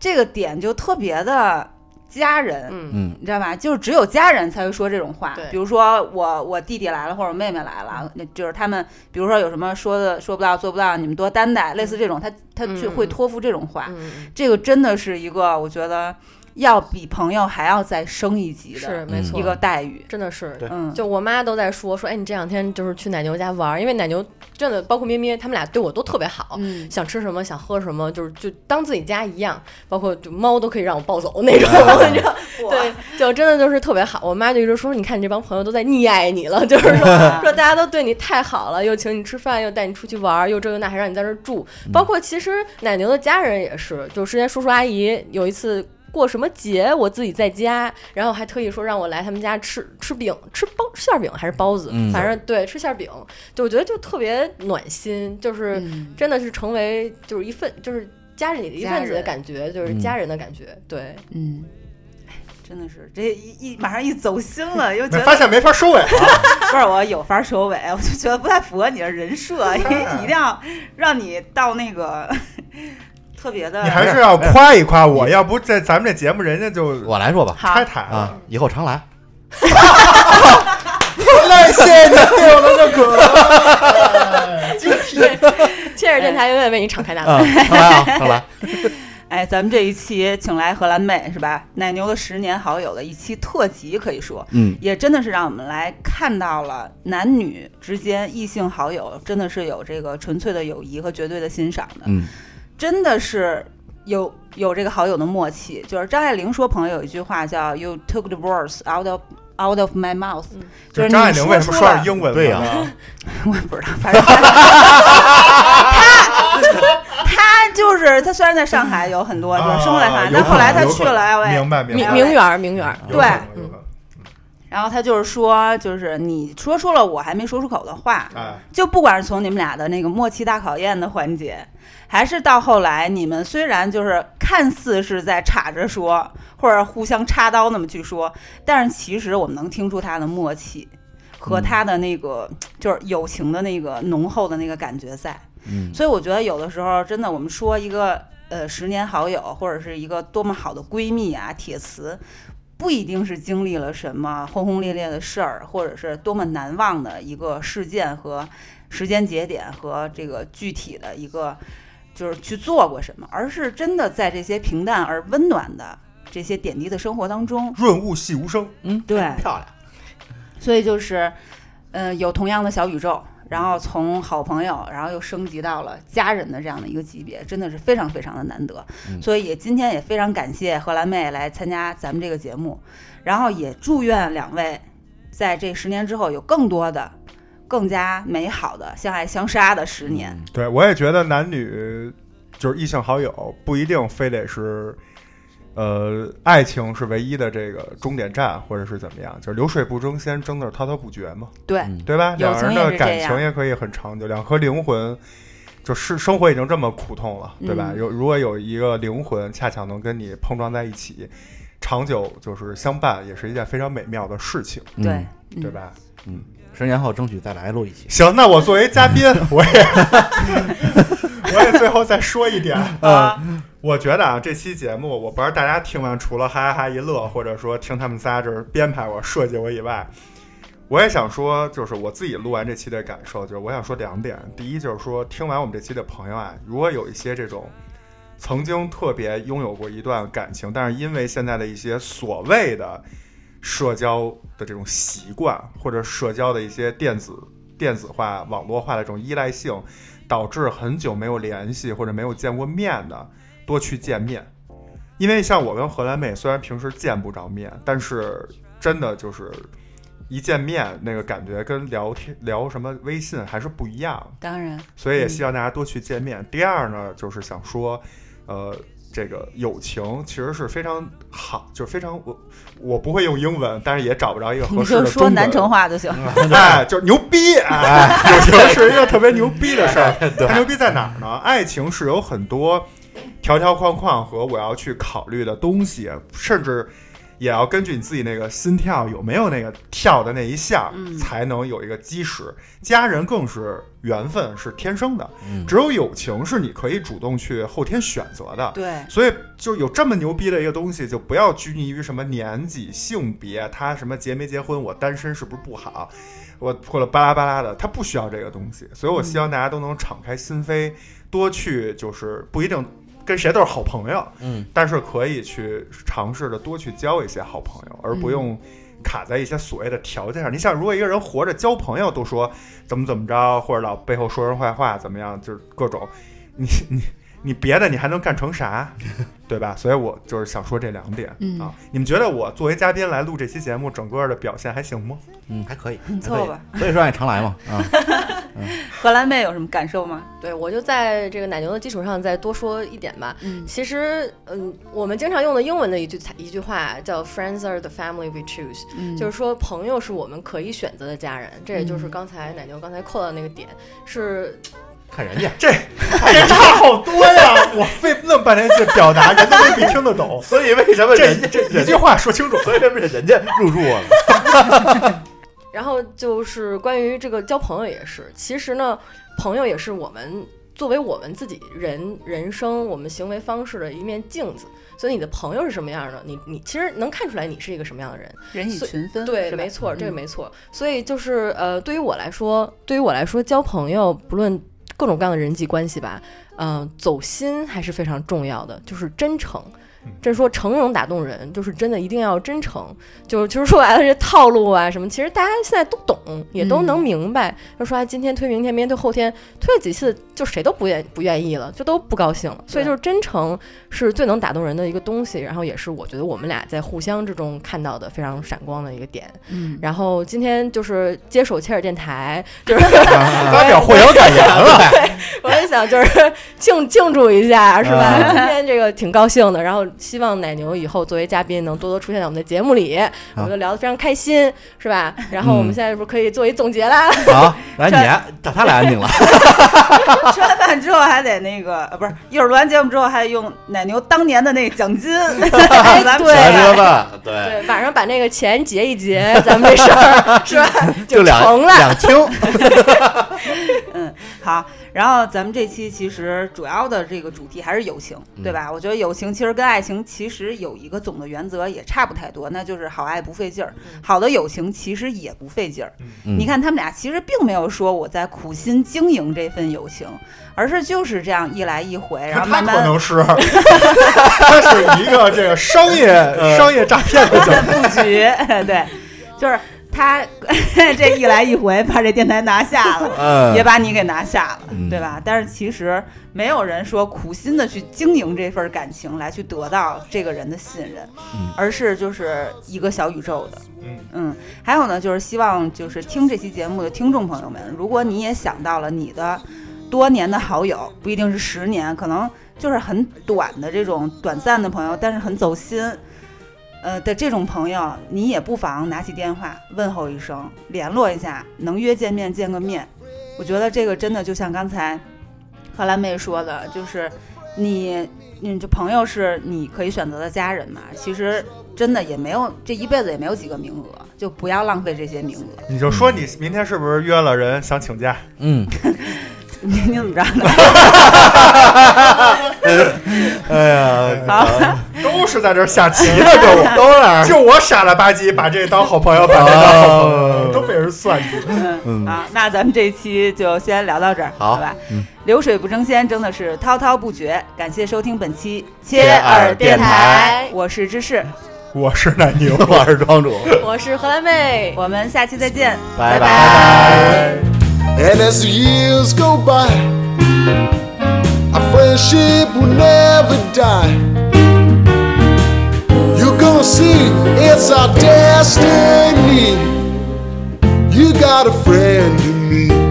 [SPEAKER 1] 这个点就特别的家人，
[SPEAKER 2] 嗯
[SPEAKER 1] 你知道吧？就是只有家人才会说这种话。比如说我我弟弟来了，或者我妹妹来
[SPEAKER 3] 嗯
[SPEAKER 1] 了，那就是他们，比如说有什么说的说不到做不到，你们多
[SPEAKER 3] 嗯
[SPEAKER 1] 担待，类似这种，他他就会托付这种话。这个真的是一个我觉得要比朋友还要再升一级的，
[SPEAKER 3] 是没错
[SPEAKER 1] 一个待遇，
[SPEAKER 3] 真的是
[SPEAKER 1] 对，嗯，
[SPEAKER 3] 就我妈都在说说，哎，你这两天就是去奶牛家玩儿，因为奶牛真的包括咩咩，他们俩对我都特别好，
[SPEAKER 1] 嗯
[SPEAKER 3] 想吃什么想喝什么，就是就当自己家一样，包括就猫都可以让我抱走那 种，你知道，对，就真的就是特别好。我妈就一直说，你看你这帮朋友都在溺爱你了，就是
[SPEAKER 1] 嗯
[SPEAKER 3] 说
[SPEAKER 1] 啊
[SPEAKER 3] 说大家都对你太好了，又请你吃饭，又带你出去玩儿，又这又那，还让你在这儿住。包括其实奶牛的家人也是，就之前叔叔阿姨有一次。过什么节，我自己在家，然后还特意说让我来他们家吃吃饼，吃包馅儿饼还是包子，
[SPEAKER 11] 嗯
[SPEAKER 3] 反正对吃馅儿饼，就我觉得就特别暖心，就是
[SPEAKER 1] 嗯
[SPEAKER 3] 真的是成为就是一份就是家里的一份子的感觉，就是家人的感觉，对，
[SPEAKER 1] 嗯，真的是这一一马上一走心了，又觉得
[SPEAKER 4] 发现没法收尾了。
[SPEAKER 1] 不是我有法收尾，我就觉得不太符合你的人设，因为一定要让你到那个 特别的，
[SPEAKER 4] 你还 是要夸一夸我，要不这咱们这节目人家就我
[SPEAKER 2] 来说吧，
[SPEAKER 1] 好
[SPEAKER 4] 拆台
[SPEAKER 2] 啊，以后常来。
[SPEAKER 4] 那谢你对我们的鼓
[SPEAKER 3] 对，切尔电台永远为你敞开大
[SPEAKER 2] 啊
[SPEAKER 3] 门，
[SPEAKER 1] 哎，咱们这一期请来荷兰妹是吧？奶牛的十年好友的一期特辑，可以说，
[SPEAKER 2] 嗯
[SPEAKER 1] 也真的是让我们来看到了男女之间异性好友真的是有这个纯粹的友谊和绝对的欣赏的，
[SPEAKER 2] 嗯，
[SPEAKER 1] 真的是有有这个好友的默契。就是张爱玲说朋友有一句话叫 “You took the words out of out of my mouth”，、就是
[SPEAKER 4] 张爱
[SPEAKER 1] 你
[SPEAKER 4] 玲
[SPEAKER 1] 说
[SPEAKER 4] 为什
[SPEAKER 1] 出
[SPEAKER 4] 么说
[SPEAKER 1] 了
[SPEAKER 4] 是英文
[SPEAKER 2] 对
[SPEAKER 4] 呀
[SPEAKER 2] 呀？
[SPEAKER 1] 我也不知道，反正他他就是他，虽然在上海有很多
[SPEAKER 4] 啊
[SPEAKER 1] 是吧，生活在上海，但后来他去了 L A，
[SPEAKER 4] 明白明
[SPEAKER 3] 名
[SPEAKER 4] 白。
[SPEAKER 3] 名媛儿名媛儿，
[SPEAKER 1] 对，嗯然后他就是说，就是你说出了我还没说出口的话，
[SPEAKER 4] 哎，
[SPEAKER 1] 就不管是从你们俩的那个默契大考验的环节，还是到后来你们虽然就是看似是在插着说，或者互相插刀那么去说，但是其实我们能听出他的默契和他的那个、就是友情的那个浓厚的那个感觉在。
[SPEAKER 2] 嗯
[SPEAKER 1] 所以我觉得有的时候真的，我们说一个呃十年好友或者是一个多么好的闺蜜啊，铁词。不一定是经历了什么轰轰烈烈的事儿，或者是多么难忘的一个事件和时间节点和这个具体的一个就是去做过什么，而是真的在这些平淡而温暖的这些点滴的生活当中，
[SPEAKER 4] 润物细无声。
[SPEAKER 1] 嗯，对，漂亮。所以就是，呃，有同样的小宇宙，然后从好朋友，然后又升级到了家人的这样的一个级别，真的是非常非常的难得。
[SPEAKER 2] 嗯
[SPEAKER 1] 所以也今天也非常感谢荷兰妹来参加咱们这个节目，然后也祝愿两位在这十年之后有更多的、更加美好的相爱相杀的十年。
[SPEAKER 4] 对，我也觉得男女就是异性好友不一定非得是，呃，爱情是唯一的这个终点站，或者是怎么样，就是流水不争先，争的是滔滔不绝嘛，
[SPEAKER 1] 对
[SPEAKER 4] 对吧？
[SPEAKER 1] 友
[SPEAKER 4] 两
[SPEAKER 1] 情
[SPEAKER 4] 人
[SPEAKER 1] 也
[SPEAKER 4] 的
[SPEAKER 1] 是这
[SPEAKER 4] 感
[SPEAKER 1] 样
[SPEAKER 4] 情也可以很长久，两颗灵魂。就是生活已经这么苦痛了，对吧？
[SPEAKER 1] 嗯
[SPEAKER 4] 有如果有一个灵魂恰巧能跟你碰撞在一起，长久就是相伴，也是一件非常美妙的事情，
[SPEAKER 1] 对
[SPEAKER 4] 对吧？
[SPEAKER 2] 嗯，十年后争取再来录一期。
[SPEAKER 4] 行，那我作为嘉宾，我也我也最后再说一点啊，我觉得啊，这期节目我不知道大家听完除了哈哈哈一乐，或者说听他们仨这儿编排我设计我以外，我也想说，就是我自己录完这期的感受，就是我想说两点。第一就是说，听完我们这期的朋友啊，如果有一些这种曾经特别拥有过一段感情，但是因为现在的一些所谓的社交的这种习惯，或者社交的一些电子电子化、网络化的这种依赖性，导致很久没有联系或者没有见过面的，多去见面。因为像我跟荷兰妹，虽然平时见不着面，但是真的就是一见面那个感觉跟聊天聊什么微信还是不一样。
[SPEAKER 1] 当然，
[SPEAKER 4] 所以也希望大家多去见面。第二呢，就是想说，呃，这个友情其实是非常好，就是非常我我不会用英文，但是也找不着一个合
[SPEAKER 1] 你
[SPEAKER 4] 适的
[SPEAKER 1] 就
[SPEAKER 4] 中
[SPEAKER 1] 说
[SPEAKER 4] 文。
[SPEAKER 1] 南城话就行。
[SPEAKER 4] 哎，就是牛逼哎，友情是一个特别牛逼的事儿。它牛逼在哪儿呢？爱情是有很多条条框框和我要去考虑的东西，甚至也要根据你自己那个心跳有没有那个跳的那一下，才能有一个基石。家人更是缘分是天生的，只有友情是你可以主动去后天选择的。
[SPEAKER 1] 对
[SPEAKER 4] 所以就有这么牛逼的一个东西，就不要拘泥于什么年纪、性别，他什么结没结婚，我单身是不是不好，我或者巴拉巴拉的，他不需要这个东西。所以我希望大家都能敞开心扉，多去就是不一定跟谁都是好朋友，
[SPEAKER 11] 嗯，
[SPEAKER 4] 但是可以去尝试着多去交一些好朋友，而不用卡在一些所谓的条件上。你想，如果一个人活着交朋友都说怎么怎么着，或者老背后说人坏话，怎么样，就是各种，你 你你别的你还能干成 啥，对吧？所以我就是想说这两点、
[SPEAKER 1] 嗯
[SPEAKER 4] 啊。你们觉得我作为嘉宾来录这期节目，整个的表现还行 吗？
[SPEAKER 2] 嗯，还可以，
[SPEAKER 1] 凑合吧
[SPEAKER 2] 所以说爱常来嘛，啊，
[SPEAKER 1] 荷兰妹有什么感受吗？
[SPEAKER 3] 对，我就在这个奶牛的基础上再多说一点吧。
[SPEAKER 1] 嗯，
[SPEAKER 3] 其实，嗯，我们经常用的英文的一句一句话叫 “Friends are the family we choose”，、
[SPEAKER 1] 嗯
[SPEAKER 3] 就是说朋友是我们可以选择的家人。这也就是
[SPEAKER 1] 嗯
[SPEAKER 3] 刚才奶牛刚才扣到那个点，是
[SPEAKER 2] 看人家
[SPEAKER 4] 这这差好多 呀！我费那么半天劲表达，人都未必听得 懂。
[SPEAKER 2] 所以为什么
[SPEAKER 4] 这
[SPEAKER 2] 人家
[SPEAKER 4] 这
[SPEAKER 2] 人
[SPEAKER 4] 一句话说清楚？
[SPEAKER 2] 所以为什么人家入住我了？
[SPEAKER 3] 然后就是关于这个交朋友也是，其实呢，朋友也是我们作为我们自己人人生我们行为方式的一面镜子。所以你的朋友是什么样的，你你其实能看出来你是一个什么样的人。
[SPEAKER 1] 人以
[SPEAKER 3] 所以
[SPEAKER 1] 群分，
[SPEAKER 3] 对，
[SPEAKER 1] 是吧
[SPEAKER 3] 没错，这个
[SPEAKER 1] 嗯
[SPEAKER 3] 没错。所以就是呃，对于我来说，对于我来说，交朋友不论各种各样的人际关系吧，嗯、走心还是非常重要的，就是真诚。这说诚能打动人，就是真的一定要真诚。就是就是说白了，这套路啊什么，其实大家现在都懂，也
[SPEAKER 1] 嗯
[SPEAKER 3] 都能明白。就说啊，今天推明天，明天推后天，推了几次，就谁都不愿不愿意了，就都不高兴了。所以就是真诚是最能打动人的一个东西，然后也是我觉得我们俩在互相之中看到的非常闪光的一个点。
[SPEAKER 1] 嗯，
[SPEAKER 3] 然后今天就是接手切尔电台， 就是
[SPEAKER 4] 发表获奖感言了。
[SPEAKER 3] 我也想就是庆庆祝一下，是吧？
[SPEAKER 7] 啊
[SPEAKER 3] 今天这个挺高兴的，然后希望奶牛以后作为嘉宾能多多出现在我们的节目里，我们都聊得非常开心，是吧？然后我们现在是不是可以做一总结啦？
[SPEAKER 4] 啊
[SPEAKER 2] 好，来你把他俩安定了，
[SPEAKER 1] 吃完饭之后还得那个，呃不是一会儿录完节目之后还得用奶牛当年的那个奖 金，
[SPEAKER 3] 哎
[SPEAKER 1] 咱们
[SPEAKER 3] 对
[SPEAKER 2] 来吃饭，
[SPEAKER 3] 对，晚上把那个钱结一结，咱们这事儿 是吧？
[SPEAKER 2] 就两
[SPEAKER 3] 成了
[SPEAKER 2] 两清，
[SPEAKER 1] 嗯，好。然后咱们这期其实主要的这个主题还是友情，
[SPEAKER 4] 嗯
[SPEAKER 1] 对吧？我觉得友情其实跟爱情其实有一个总的原则也差不太多，那就是好爱不费劲儿。
[SPEAKER 3] 嗯
[SPEAKER 1] 好的友情其实也不费劲儿。
[SPEAKER 2] 嗯
[SPEAKER 1] 你看他们俩其实并没有说我在苦心经营这份友情，而是就是这样一来一回，然后慢
[SPEAKER 4] 他哎可
[SPEAKER 1] 慢
[SPEAKER 4] 能 是，他是一个 这个呃商业商业诈骗的角 度。
[SPEAKER 1] 布局， 对，就是他 这一来一回把这电台拿下了。
[SPEAKER 2] 嗯，
[SPEAKER 1] 也把你给拿下了，
[SPEAKER 2] 嗯
[SPEAKER 1] 对吧？但是其实没有人说苦心的去经营这份感情来去得到这个人的信任，
[SPEAKER 2] 嗯
[SPEAKER 1] 而是就是一个小宇宙的。
[SPEAKER 4] 嗯
[SPEAKER 1] 嗯，还有呢，就是希望就是听这期节目的听众朋友们，如果你也想到了你的多年的好友，不一定是十年，可能就是很短的这种短暂的朋友，但是很走心。呃的这种朋友，你也不妨拿起电话问候一声，联络一下，能约见面见个面。我觉得这个真的就像刚才荷兰妹说的，就是你，你这朋友是你可以选择的家人嘛。其实真的也没有这一辈子也没有几个名额，就不要浪费这些名 额。
[SPEAKER 4] 你就说你明天是不是约了人想请假？
[SPEAKER 11] 嗯，
[SPEAKER 1] 你你怎么着呢？
[SPEAKER 2] 哎呀，
[SPEAKER 1] 好，
[SPEAKER 4] 都是在这儿下棋呢，这我
[SPEAKER 2] 都哪
[SPEAKER 4] 就我傻了吧唧把这当好朋友，把这当好朋友，都被人算计。
[SPEAKER 1] 嗯
[SPEAKER 2] 嗯
[SPEAKER 1] 啊，那咱们这期就先聊到这儿，
[SPEAKER 2] 好
[SPEAKER 1] 吧？
[SPEAKER 2] 嗯
[SPEAKER 1] 流水不争先，真的是滔滔不绝。感谢收听本期切
[SPEAKER 2] 耳
[SPEAKER 1] 电
[SPEAKER 2] 电
[SPEAKER 1] 台
[SPEAKER 2] 台，
[SPEAKER 1] 我是芝士，
[SPEAKER 4] 我是奶牛，
[SPEAKER 2] 我是庄主，
[SPEAKER 3] 我是荷兰妹，
[SPEAKER 1] 我们下期再见，
[SPEAKER 2] 拜
[SPEAKER 1] 拜。
[SPEAKER 5] And as the years go by, our friendship will never die. You're gonna see it's our destiny. You got a friend in me.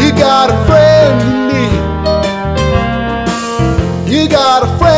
[SPEAKER 5] You got a friend in me. You got a friend.